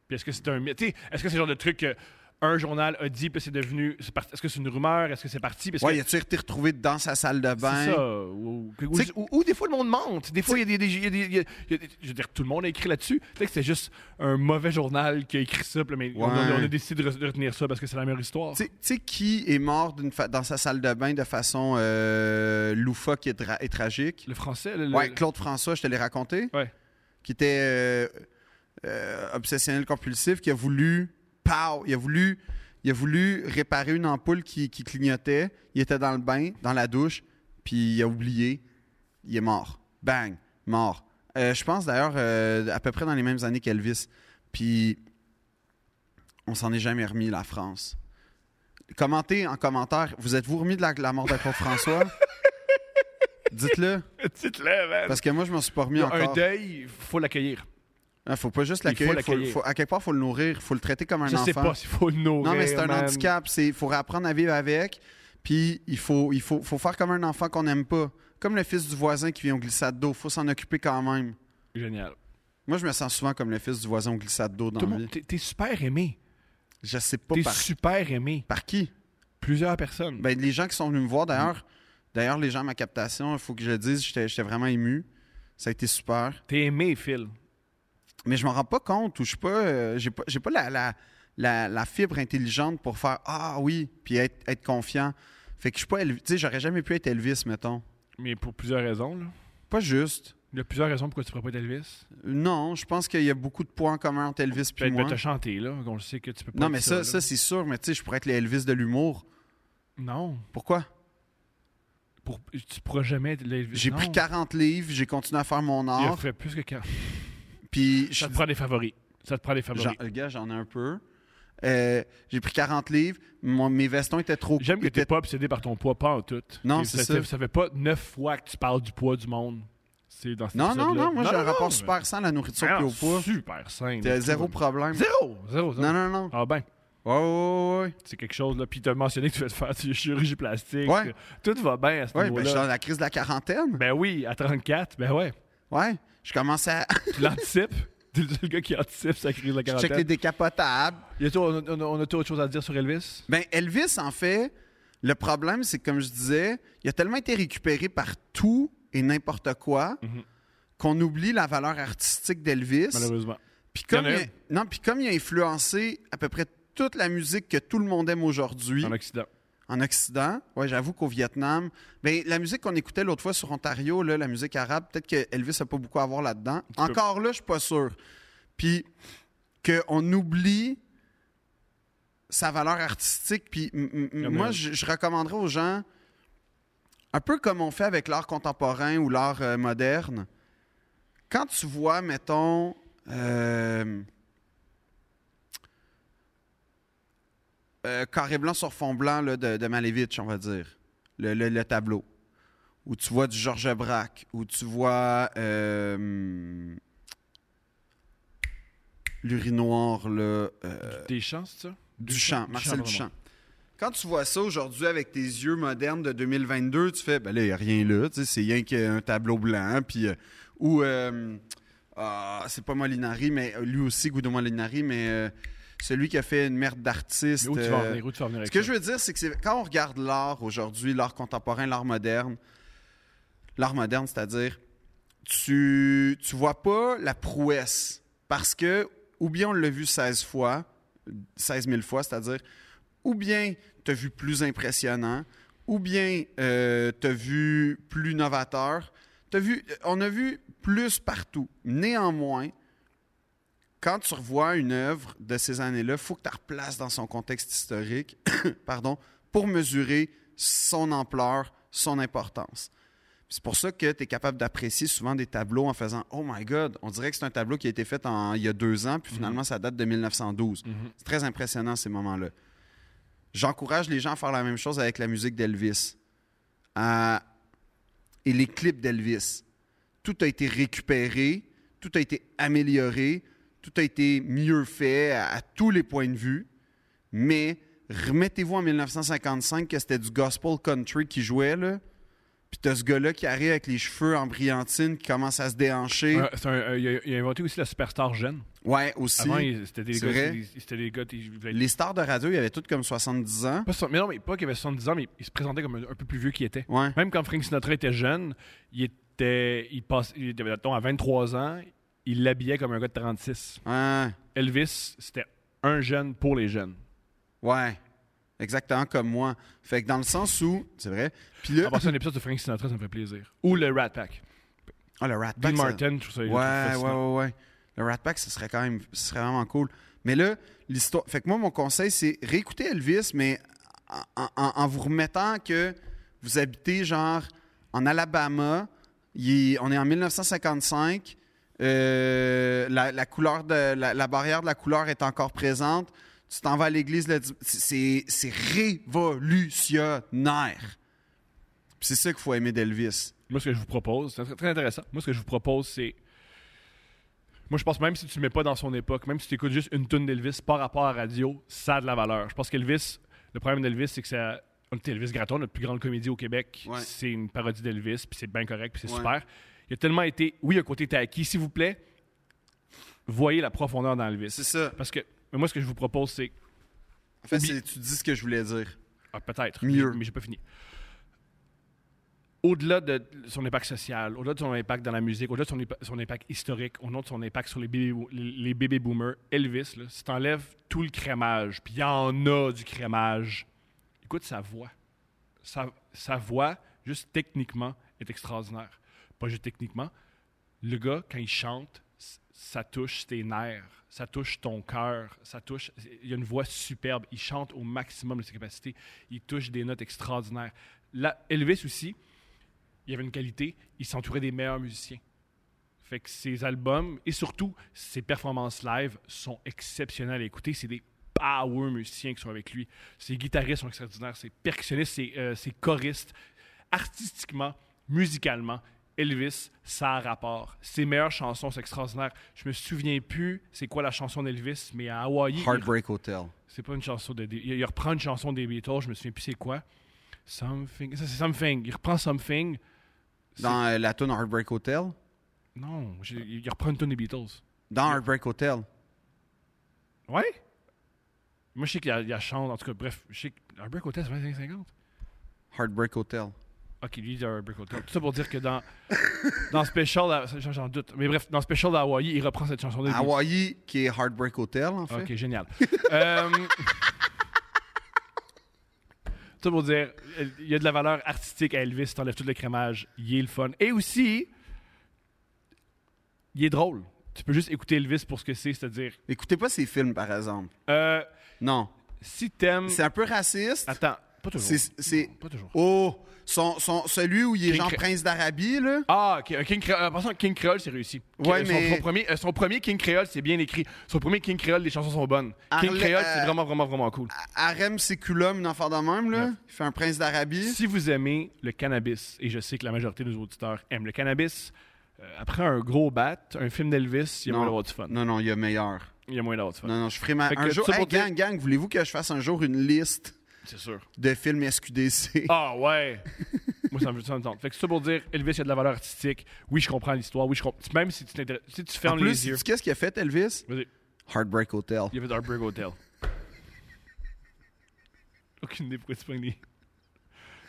Speaker 1: Puis est-ce que c'est un mythe? Tu sais, Est-ce que c'est le genre de truc que un journal a dit, puis c'est devenu. c'est parti- Est-ce que c'est une rumeur? Est-ce que c'est parti? Puis est-ce
Speaker 2: Ouais,
Speaker 1: que-
Speaker 2: il a-tu été retrouvé dans sa salle de
Speaker 1: C'est
Speaker 2: bain?
Speaker 1: ça. Ou, ou-
Speaker 2: T'sais-
Speaker 1: ou- ou des fois, le monde mente. Des fois, il y a des. il y a des- il y a- il y a des- je veux dire, tout le monde a écrit là-dessus. Peut-être que c'est juste un mauvais journal qui a écrit ça, puis là, mais on,
Speaker 2: Ouais.
Speaker 1: on a décidé de, re- de retenir ça parce que c'est la meilleure histoire.
Speaker 2: Tu sais- tu sais qui est mort d'une fa- dans sa salle de bain de façon euh, loufoque et, dra- et tragique?
Speaker 1: Le français, le. le-
Speaker 2: Ouais, Claude François, je te l'ai raconté.
Speaker 1: Ouais.
Speaker 2: Qui était euh, euh, obsessionnel compulsif, qui a voulu. Pow! Il a voulu. Il a voulu réparer une ampoule qui, qui clignotait. Il était dans le bain, dans la douche, puis il a oublié. Il est mort. Bang! Mort. Euh, je pense d'ailleurs euh, à peu près dans les mêmes années qu'Elvis. Puis on s'en est jamais remis, la France. Commentez en commentaire. Vous êtes-vous remis de la, la mort de Claude François?
Speaker 1: [LAUGHS]
Speaker 2: Dites-le.
Speaker 4: Dites-le, man.
Speaker 2: Parce que moi, je m'en suis pas remis
Speaker 1: il y a
Speaker 2: encore.
Speaker 1: un deuil, il faut l'accueillir.
Speaker 2: Ah, faut pas juste
Speaker 1: Il faut
Speaker 2: l'accueillir. faut-
Speaker 1: l'accueillir.
Speaker 2: faut- à quelque part, faut le nourrir. faut le traiter comme un
Speaker 1: Je
Speaker 2: enfant.
Speaker 1: sais pas s'il faut le nourrir.
Speaker 2: non, mais c'est un
Speaker 1: man.
Speaker 2: handicap. Il faut apprendre à vivre avec. Puis il faut, il faut, faut faire comme un enfant qu'on n'aime pas. Comme le fils du voisin qui vient au glissade d'eau. faut s'en occuper quand même.
Speaker 1: Génial.
Speaker 2: Moi, je me sens souvent comme le fils du voisin au glissade d'eau dans
Speaker 1: Tout le
Speaker 2: la
Speaker 1: monde,
Speaker 2: vie.
Speaker 1: t'es, t'es super aimé.
Speaker 2: Je sais pas
Speaker 1: T'es
Speaker 2: par,
Speaker 1: super aimé.
Speaker 2: par qui.
Speaker 1: Plusieurs personnes.
Speaker 2: Ben, les gens qui sont venus me voir, d'ailleurs, d'ailleurs, les gens à ma captation, il faut que je le dise, j'étais j'étais vraiment ému. Ça a été super.
Speaker 1: T'es aimé, Phil.
Speaker 2: Mais je m'en rends pas compte ou je suis pas. euh, j'ai pas, j'ai pas la, la, la, la fibre intelligente pour faire Ah oui, puis être, être confiant. Fait que je suis pas Elvis. Tu sais, j'aurais jamais pu être Elvis, mettons.
Speaker 1: Mais pour plusieurs raisons. Là.
Speaker 2: Pas juste.
Speaker 1: Il y a plusieurs raisons pourquoi tu pourrais pas être Elvis.
Speaker 2: Non, je pense qu'il y a beaucoup de points en commun entre Elvis
Speaker 1: Tu
Speaker 2: et moi.
Speaker 1: te chanter, là. On le sait que tu peux pas
Speaker 2: Non,
Speaker 1: être
Speaker 2: mais ça,
Speaker 1: là.
Speaker 2: ça c'est sûr, mais tu sais, je pourrais être le Elvis de l'humour.
Speaker 1: Non.
Speaker 2: Pourquoi?
Speaker 1: Pour... Tu pourras jamais être l'Elvis.
Speaker 2: J'ai
Speaker 1: Non.
Speaker 2: pris 40 livres, j'ai continué à faire mon
Speaker 1: Il en
Speaker 2: art,
Speaker 1: ferait plus que 40.
Speaker 2: puis je
Speaker 1: Ça te prend des favoris. Ça te prend des
Speaker 2: J'en-
Speaker 1: favoris.
Speaker 2: le gars, j'en ai un peu. Euh, j'ai pris 40 livres. Mon- mes vestons étaient trop
Speaker 1: J'aime que t'es
Speaker 2: étaient-
Speaker 1: pas obsédé par ton poids, pas en tout.
Speaker 2: Non,
Speaker 1: Et
Speaker 2: c'est
Speaker 1: ça.
Speaker 2: ça.
Speaker 1: Ça fait pas neuf fois que tu parles du poids du monde. C'est dans cet
Speaker 2: Non, non,
Speaker 1: épisode-là.
Speaker 2: non. Moi, j'ai un
Speaker 1: non,
Speaker 2: rapport
Speaker 1: mais-
Speaker 2: super sain à la nourriture
Speaker 1: Ah,
Speaker 2: puis au poids.
Speaker 1: Super sain.
Speaker 2: T'as
Speaker 1: là.
Speaker 2: zéro problème.
Speaker 1: Zéro, zéro, zéro.
Speaker 2: Non, non, non.
Speaker 1: Ah ben,
Speaker 2: Ouais, ouais, ouais,
Speaker 1: c'est quelque chose là. Puis t'as mentionné que tu vas te faire de la chirurgie plastique.
Speaker 2: Ouais.
Speaker 1: Tout va bien à ce
Speaker 2: ouais. Ouais, ben, je suis
Speaker 1: niveau-là.
Speaker 2: dans la crise de la quarantaine.
Speaker 1: Ben oui, à 34, ben ouais.
Speaker 2: Ouais. [LAUGHS] Je commence à.
Speaker 1: Tu l'anticipes. [LAUGHS] T'es le seul gars qui anticipe sa crise de la
Speaker 2: je check les
Speaker 1: quarantaine.
Speaker 2: décapotables.
Speaker 1: Y a-t-il- on, a- on a tout autre chose à dire sur Elvis?
Speaker 2: Ben, Elvis, en fait, le problème, c'est que, comme je disais, il a tellement été récupéré par tout et n'importe quoi qu'on oublie la valeur artistique d'Elvis.
Speaker 1: Malheureusement.
Speaker 2: Puis
Speaker 1: Il y en a
Speaker 2: comme, il a-
Speaker 1: une.
Speaker 2: non, puis comme il a influencé à peu près toute la musique que tout le monde aime aujourd'hui
Speaker 1: En Occident.
Speaker 2: en Occident, ouais, j'avoue qu'au Vietnam, ben, la musique qu'on écoutait l'autre fois sur Ontario, là, la musique arabe, peut-être que Elvis n'a pas beaucoup à voir là-dedans.
Speaker 1: peu.
Speaker 2: Encore là, je suis pas sûr. Puis qu'on oublie sa valeur artistique. Puis m- m-
Speaker 1: y en a
Speaker 2: moi,
Speaker 1: une.
Speaker 2: je, je recommanderais aux gens, un peu comme on fait avec l'art contemporain ou l'art euh, moderne, quand tu vois, mettons, euh, euh, carré blanc sur fond blanc là, de, de Malevitch, on va dire, le, le- le tableau, où tu vois du Georges Braque, où tu vois euh, l'urinoir, là, euh,
Speaker 1: Des chances, ça?
Speaker 2: Duchamp,
Speaker 1: Duchamp,
Speaker 2: Marcel
Speaker 1: pardon.
Speaker 2: Duchamp. Quand tu vois ça aujourd'hui avec tes yeux modernes de 2022, tu fais, ben là, il n'y a rien là, tu sais, c'est rien qu'un tableau blanc, puis... euh, ou, euh, ah, c'est pas Molinari, mais euh, lui aussi, Guido Molinari, mais euh, celui qui a fait une merde d'artiste...
Speaker 1: Mais où tu vas en
Speaker 2: euh,
Speaker 1: venir? Où tu vas en venir avec
Speaker 2: ce que
Speaker 1: ça?
Speaker 2: je veux dire, c'est que c'est- quand on regarde l'art aujourd'hui, l'art contemporain, l'art moderne, l'art moderne, c'est-à-dire, tu tu vois pas la prouesse. Parce que, ou bien on l'a vu 16 fois, 16 000 fois, c'est-à-dire, ou bien tu as vu plus impressionnant, ou bien euh, tu as vu plus novateur. T'as vu, on a vu plus partout. Néanmoins, quand tu revois une œuvre de ces années-là, il faut que tu la replaces dans son contexte historique pardon, pour mesurer son ampleur, son importance. Puis C'est pour ça que tu es capable d'apprécier souvent des tableaux en faisant Oh my God, on dirait que c'est un tableau qui a été fait en- il y a deux ans, puis finalement ça date de 1912. C'est très impressionnant ces moments-là. J'encourage les gens à faire la même chose avec la musique d'Elvis à- et les clips d'Elvis. Tout a été récupéré, tout a été amélioré, tout a été mieux fait à- à tous les points de vue. Mais remettez-vous en 1955 que c'était du gospel country qui jouait, là. Puis t'as ce gars-là qui arrive avec les cheveux en brillantine, qui commence à se déhancher.
Speaker 1: Euh, c'est un- euh, il, a, il a inventé aussi la superstar jeune.
Speaker 2: Ouais, aussi.
Speaker 1: Avant, il- c'était des,
Speaker 2: c'est
Speaker 1: gars-
Speaker 2: vrai.
Speaker 1: des- c'était des gars qui voulaient être-
Speaker 2: Les stars de radio, ils avaient toutes comme 70 ans.
Speaker 1: Pas so- mais non, mais pas qu'il avait 70 ans, mais il se présentait comme un, un peu plus vieux qu'il était.
Speaker 2: Ouais.
Speaker 1: Même quand Frank Sinatra était jeune, il était, il passe, il était mettons, à 23 ans, il l'habillait comme un gars de 36.
Speaker 2: Ouais.
Speaker 1: Elvis, c'était un jeune pour les jeunes.
Speaker 2: Ouais. Exactement comme moi. Fait que dans le sens où, c'est vrai. Puis là,
Speaker 1: En passant un épisode de Frank Sinatra, ça me fait plaisir. Ou le Rat Pack.
Speaker 2: Ah, le Rat
Speaker 1: Dean
Speaker 2: Pack, ça-
Speaker 1: Martin, je trouve ça. je trouve ça
Speaker 2: Ouais, ouais,
Speaker 1: fascinant.
Speaker 2: ouais, ouais. Le Rat Pack, ce serait quand même ce serait vraiment cool. Mais là, l'histoire. Fait que moi, mon conseil, c'est réécouter Elvis, mais en, en- en vous remettant que vous habitez genre en Alabama, il est- on est en 1955, euh, la, la couleur de la, la barrière de la couleur est encore présente. Tu t'en vas à l'église, le dim- c'est c'est révolutionnaire. Puis C'est ça qu'il faut aimer d'Elvis.
Speaker 1: Moi, ce que je vous propose, c'est très, très intéressant. Moi, ce que je vous propose, c'est. Moi, je pense même si tu ne mets pas dans son époque, même si tu écoutes juste une tune d'Elvis par rapport à la radio, ça a de la valeur. Je pense qu'Elvis, le problème d'Elvis, c'est que ça, on est Elvis Gratton, notre plus grande comédie au Québec.
Speaker 2: Ouais.
Speaker 1: C'est une parodie d'Elvis, puis c'est bien correct, puis c'est
Speaker 2: Ouais.
Speaker 1: super. Il a tellement été. Oui, un côté tacky, s'il vous plaît. Voyez la profondeur dans Elvis.
Speaker 2: C'est ça.
Speaker 1: Parce que mais moi, ce que je vous propose, c'est.
Speaker 2: En fait,
Speaker 1: Oublie-
Speaker 2: c'est- tu dis ce que je voulais dire.
Speaker 1: Ah, peut-être.
Speaker 2: Mieux.
Speaker 1: Mais, mais j'ai pas fini. Au-delà de son impact social, au-delà de son impact dans la musique, au-delà de son, impa- son impact historique, au-delà de son impact sur les bébés, bo- les bébés boomers, Elvis, là, si t'enlèves tout le crémage, puis il y en a du crémage, écoute sa voix. Sa, sa voix, juste techniquement, est extraordinaire. Pas juste techniquement. Le gars, quand il chante, s- ça touche tes nerfs, ça touche ton cœur, ça touche. Il a une voix superbe. Il chante au maximum de ses capacités. Il touche des notes extraordinaires. Là, Elvis aussi, il avait une qualité. Il s'entourait des meilleurs musiciens. Fait que ses albums et surtout ses performances live sont exceptionnelles à écouter. C'est des power musiciens qui sont avec lui. Ses guitaristes sont extraordinaires, ses percussionnistes, ses, euh, ses choristes. Artistiquement, musicalement, Elvis, ça a rapport. Ses meilleures chansons, c'est extraordinaire. Je me souviens plus c'est quoi la chanson d'Elvis, mais à Hawaï, il-
Speaker 2: Heartbreak Hotel.
Speaker 1: c'est pas une chanson de. Il, il reprend une chanson des Beatles, je me souviens plus c'est quoi. Something. Ça, c'est Something. Il reprend Something.
Speaker 2: Dans euh, la tune Heartbreak Hotel.
Speaker 1: Non, j'ai- il reprend une tonne des Beatles.
Speaker 2: Dans Heartbreak Hotel.
Speaker 1: Ouais? Moi, je sais qu'il y a, il y a chante, en tout cas, bref, je sais que Heartbreak Hotel, c'est 25-50.
Speaker 2: Heartbreak Hotel.
Speaker 1: Ok, lui, il dit Heartbreak Hotel. Tout ça pour dire que [LAUGHS] dans, dans Special, à- ça, j'en- j'en doute, mais bref, dans Special d'Hawaii, il reprend cette chanson des Beatles.
Speaker 2: Hawaii, qui est Heartbreak Hotel, en fait.
Speaker 1: Ok, génial. Euh, [LAUGHS] ça pour dire, il y a de la valeur artistique à Elvis, t'enlèves tout le crémage, il est le fun. Et aussi, il est drôle. Tu peux juste écouter Elvis pour ce que c'est, c'est-à-dire,
Speaker 2: Écoutez pas ces films, par exemple.
Speaker 1: euh,
Speaker 2: Non.
Speaker 1: si t'aimes...
Speaker 2: C'est un peu raciste.
Speaker 1: Attends, pas toujours.
Speaker 2: C'est- c'est-
Speaker 1: Non, pas toujours.
Speaker 2: Oh, son, son- celui où il est
Speaker 1: King
Speaker 2: genre
Speaker 1: Cra-
Speaker 2: prince d'Arabie, là.
Speaker 1: Ah, ok. un King Creole. En passant, King Creole, c'est réussi.
Speaker 2: Ouais,
Speaker 1: Son-
Speaker 2: mais-
Speaker 1: son, premier, euh, son premier King Creole, c'est bien écrit. Son premier King Creole, les chansons sont bonnes. King
Speaker 2: Arle-
Speaker 1: Creole, c'est
Speaker 2: euh,
Speaker 1: vraiment, vraiment, vraiment cool.
Speaker 2: Harem Seculum, une affaire de même, là.
Speaker 1: Ouais.
Speaker 2: Il fait un prince d'Arabie.
Speaker 1: Si vous aimez le cannabis, et je sais que la majorité de nos auditeurs aiment le cannabis, euh, après un gros bat, un film d'Elvis, il y a
Speaker 2: Non.
Speaker 1: moyen d'avoir du fun.
Speaker 2: Non, non, il y a meilleur.
Speaker 1: Il y a moyen d'avoir du fun.
Speaker 2: Non, non, je ferai ma.
Speaker 1: Fait
Speaker 2: Un
Speaker 1: que
Speaker 2: jour,
Speaker 1: ça pour
Speaker 2: hey,
Speaker 1: dire-
Speaker 2: gang, gang, voulez-vous que je fasse un jour une liste
Speaker 1: C'est sûr.
Speaker 2: de films SQDC?
Speaker 1: Ah ouais! [LAUGHS] Moi, ça me, ça me tente. Fait que c'est ça pour dire, Elvis, il y a de la valeur artistique. Oui, je comprends l'histoire. Oui, je comprends. Même si tu, t'intéresses- si tu
Speaker 2: en
Speaker 1: fermes
Speaker 2: [LAUGHS] plus,
Speaker 1: les yeux.
Speaker 2: sais-tu qu'est-ce qu'il a fait, Elvis?
Speaker 1: Vas-y.
Speaker 2: Heartbreak Hotel.
Speaker 1: Il y avait Heartbreak Hotel. Aucune idée pourquoi tu prends les-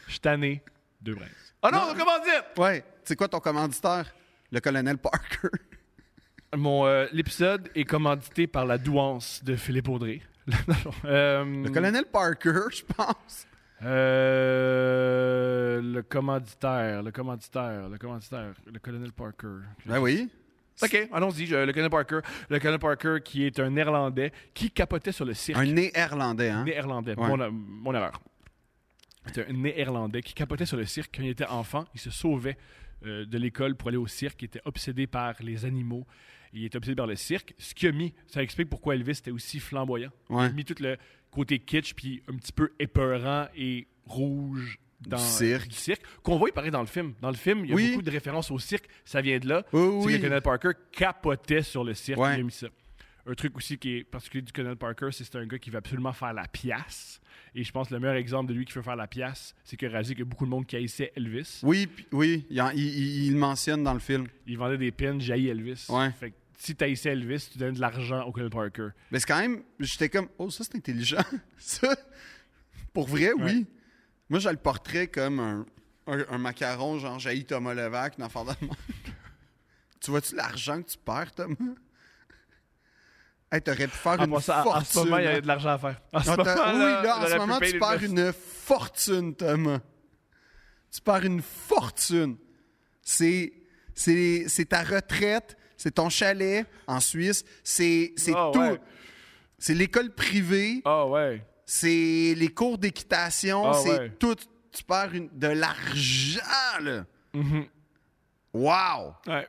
Speaker 1: Je suis tanné. Deux braises. Oh non, comment dire?
Speaker 2: Ouais. C'est quoi ton commanditaire? Le colonel Parker. [LAUGHS]
Speaker 1: Mon, euh, l'épisode est commandité par la douance de Philippe Audrey. [LAUGHS] Non, non, euh,
Speaker 2: Le colonel Parker, je pense.
Speaker 1: euh, le commanditaire, le commanditaire, le commanditaire, le colonel Parker.
Speaker 2: Ben oui.
Speaker 1: OK, allons-y, je- le colonel Parker. Le colonel Parker qui est un néerlandais qui capotait sur le cirque.
Speaker 2: Un néerlandais, hein?
Speaker 1: Néerlandais.
Speaker 2: Ouais.
Speaker 1: Mon, mon erreur. C'était un néerlandais qui capotait sur le cirque quand il était enfant. Il se sauvait euh, de l'école pour aller au cirque. Il était obsédé par les animaux. Il était obsédé par le cirque. Ce qui a mis, ça explique pourquoi Elvis était aussi flamboyant.
Speaker 2: Ouais.
Speaker 1: Il a mis tout le côté kitsch puis un petit peu épeurant et rouge dans
Speaker 2: Du cirque.
Speaker 1: du cirque, qu'on voit apparaître dans le film. Dans le film, il y a
Speaker 2: Oui.
Speaker 1: beaucoup de références au cirque. Ça vient de là.
Speaker 2: Oui,
Speaker 1: C'est
Speaker 2: oui.
Speaker 1: que Colonel Parker capotait sur le cirque.
Speaker 2: Ouais.
Speaker 1: Il a mis ça. Un truc aussi qui est particulier du Colonel Parker, c'est que c'est un gars qui veut absolument faire la pièce. Et je pense que le meilleur exemple de lui qui veut faire la pièce, c'est que Razik, il y a beaucoup de monde qui haïssait Elvis.
Speaker 2: Oui, puis- oui. Il, en- il- il- il le mentionne dans le film.
Speaker 1: Il vendait des pins, jaillit Elvis.
Speaker 2: Ouais.
Speaker 1: Fait que si t'haïssais Elvis, tu donnes de l'argent au Colonel Parker.
Speaker 2: Mais c'est quand même, j'étais comme, oh, ça c'est intelligent. [LAUGHS] Ça, pour vrai, oui. Moi, je le porterais comme un, un, un macaron, genre jaillit Thomas Levac, une affaire de même. [LAUGHS] tu vois-tu l'argent que tu perds, Thomas? Hey, t'aurais pu faire
Speaker 1: En
Speaker 2: une
Speaker 1: passant, en-
Speaker 2: fortune.
Speaker 1: Ah, en ce moment, il y
Speaker 2: hein.
Speaker 1: a de l'argent à faire. En ce
Speaker 2: Ah,
Speaker 1: moment,
Speaker 2: t'as- oui, là,
Speaker 1: on
Speaker 2: en
Speaker 1: aurait
Speaker 2: ce
Speaker 1: pu
Speaker 2: moment,
Speaker 1: payer
Speaker 2: tu
Speaker 1: les
Speaker 2: perds
Speaker 1: noces.
Speaker 2: une fortune, Thomas. Tu perds une fortune. C'est, c'est, c'est ta retraite, c'est ton chalet en Suisse, c'est, c'est
Speaker 1: Ah,
Speaker 2: tout.
Speaker 1: ouais.
Speaker 2: C'est l'école privée,
Speaker 1: Ah ouais.
Speaker 2: c'est les cours d'équitation,
Speaker 1: Ah,
Speaker 2: c'est
Speaker 1: ouais.
Speaker 2: tout. Tu perds une- de l'argent, là.
Speaker 1: Mm-hmm.
Speaker 2: Wow!
Speaker 1: Ouais.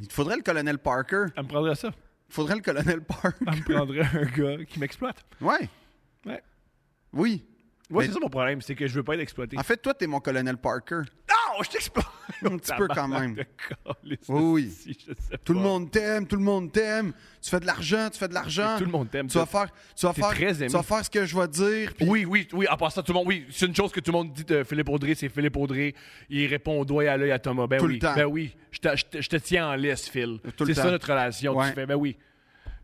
Speaker 2: Il te faudrait le colonel Parker.
Speaker 1: Elle me prendrait ça.
Speaker 2: Il faudrait le colonel
Speaker 1: Elle me [LAUGHS]
Speaker 2: Parker.
Speaker 1: prendrait un gars qui m'exploite.
Speaker 2: ouais,
Speaker 1: Ouais.
Speaker 2: oui.
Speaker 1: Moi,
Speaker 2: Mais- Ah,
Speaker 1: c'est ça mon problème, c'est que je veux pas être exploité.
Speaker 2: En fait, toi, t'es mon colonel Parker.
Speaker 1: Non, Wow, je t'explose! [LAUGHS]
Speaker 2: Un petit peu quand même.
Speaker 1: De calice
Speaker 2: Oui, oui.
Speaker 1: si, je sais
Speaker 2: Tout le
Speaker 1: pas.
Speaker 2: monde t'aime, tout le monde t'aime. Tu fais de l'argent, tu fais de l'argent.
Speaker 1: Et tout le monde t'aime.
Speaker 2: Tu vas faire, tu vas
Speaker 1: T'es
Speaker 2: faire,
Speaker 1: très aimé.
Speaker 2: tu vas faire ce que je vais te dire. puis-
Speaker 1: Oui, oui, oui. En passant, tout le monde, oui, c'est une chose que tout le monde dit de Philippe Audrey, c'est Philippe Audrey. Il répond au doigt et à l'œil à Thomas. Ben
Speaker 2: Tout
Speaker 1: oui,
Speaker 2: le temps.
Speaker 1: ben oui. Je te, je te- je te tiens en laisse, Phil.
Speaker 2: Tout le
Speaker 1: C'est
Speaker 2: temps.
Speaker 1: ça notre relation.
Speaker 2: Ouais.
Speaker 1: Tu fais, ben oui.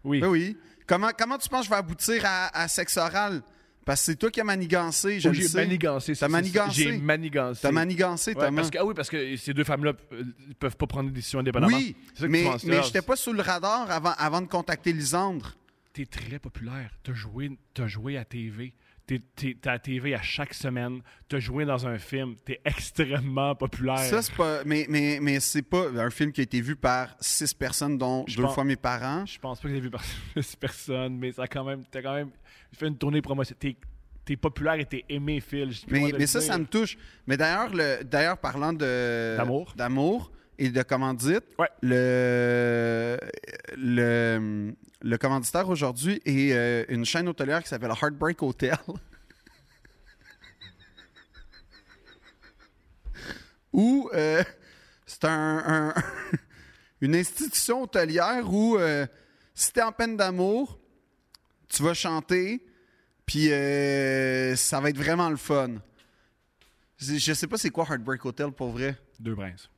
Speaker 1: Oui.
Speaker 2: Ben oui. Comment, comment tu penses que je vais aboutir à, à sexe oral? Parce que c'est toi qui as manigancé, je
Speaker 1: Oh,
Speaker 2: le
Speaker 1: J'ai
Speaker 2: sais.
Speaker 1: manigancé. ça,
Speaker 2: T'as
Speaker 1: c'est ça. J'ai
Speaker 2: manigancé.
Speaker 1: manigancé.
Speaker 2: T'as manigancé,
Speaker 1: Ouais,
Speaker 2: Thomas.
Speaker 1: parce que, ah oui, parce que ces deux femmes-là euh, ils peuvent pas prendre des décisions indépendamment.
Speaker 2: Oui,
Speaker 1: C'est ça que tu
Speaker 2: mais,
Speaker 1: penses,
Speaker 2: mais
Speaker 1: là.
Speaker 2: j'étais pas sous le radar avant, avant de contacter Lisandre.
Speaker 1: T'es très populaire. T'as joué, t'as joué à TV. T'es t'es- t'es à TV à chaque semaine. T'as joué dans un film. T'es extrêmement populaire.
Speaker 2: Ça, c'est pas. Mais, mais, mais c'est pas un film qui a été vu par six personnes, dont
Speaker 1: Je
Speaker 2: deux
Speaker 1: pense-
Speaker 2: fois mes parents.
Speaker 1: Je pense pas que j'ai vu par- [LAUGHS] personne, mais ça a quand même. T'as quand même fait une tournée promotionnelle. T'es, t'es populaire et t'es aimé, Phil. Je sais plus
Speaker 2: Mais,
Speaker 1: comment te
Speaker 2: mais ça,
Speaker 1: le dire.
Speaker 2: ça me touche. Mais d'ailleurs, le- d'ailleurs parlant de
Speaker 1: D'amour.
Speaker 2: d'amour et de commandite,
Speaker 1: Ouais.
Speaker 2: le, le, le commanditaire aujourd'hui est euh, une chaîne hôtelière qui s'appelle Heartbreak Hotel. [LAUGHS] Où euh, c'est un, [LAUGHS] un- une institution hôtelière où euh, si t'es en peine d'amour, tu vas chanter, puis euh, ça va être vraiment le fun. Je je sais pas c'est quoi Heartbreak Hotel pour vrai.
Speaker 1: Deux princes.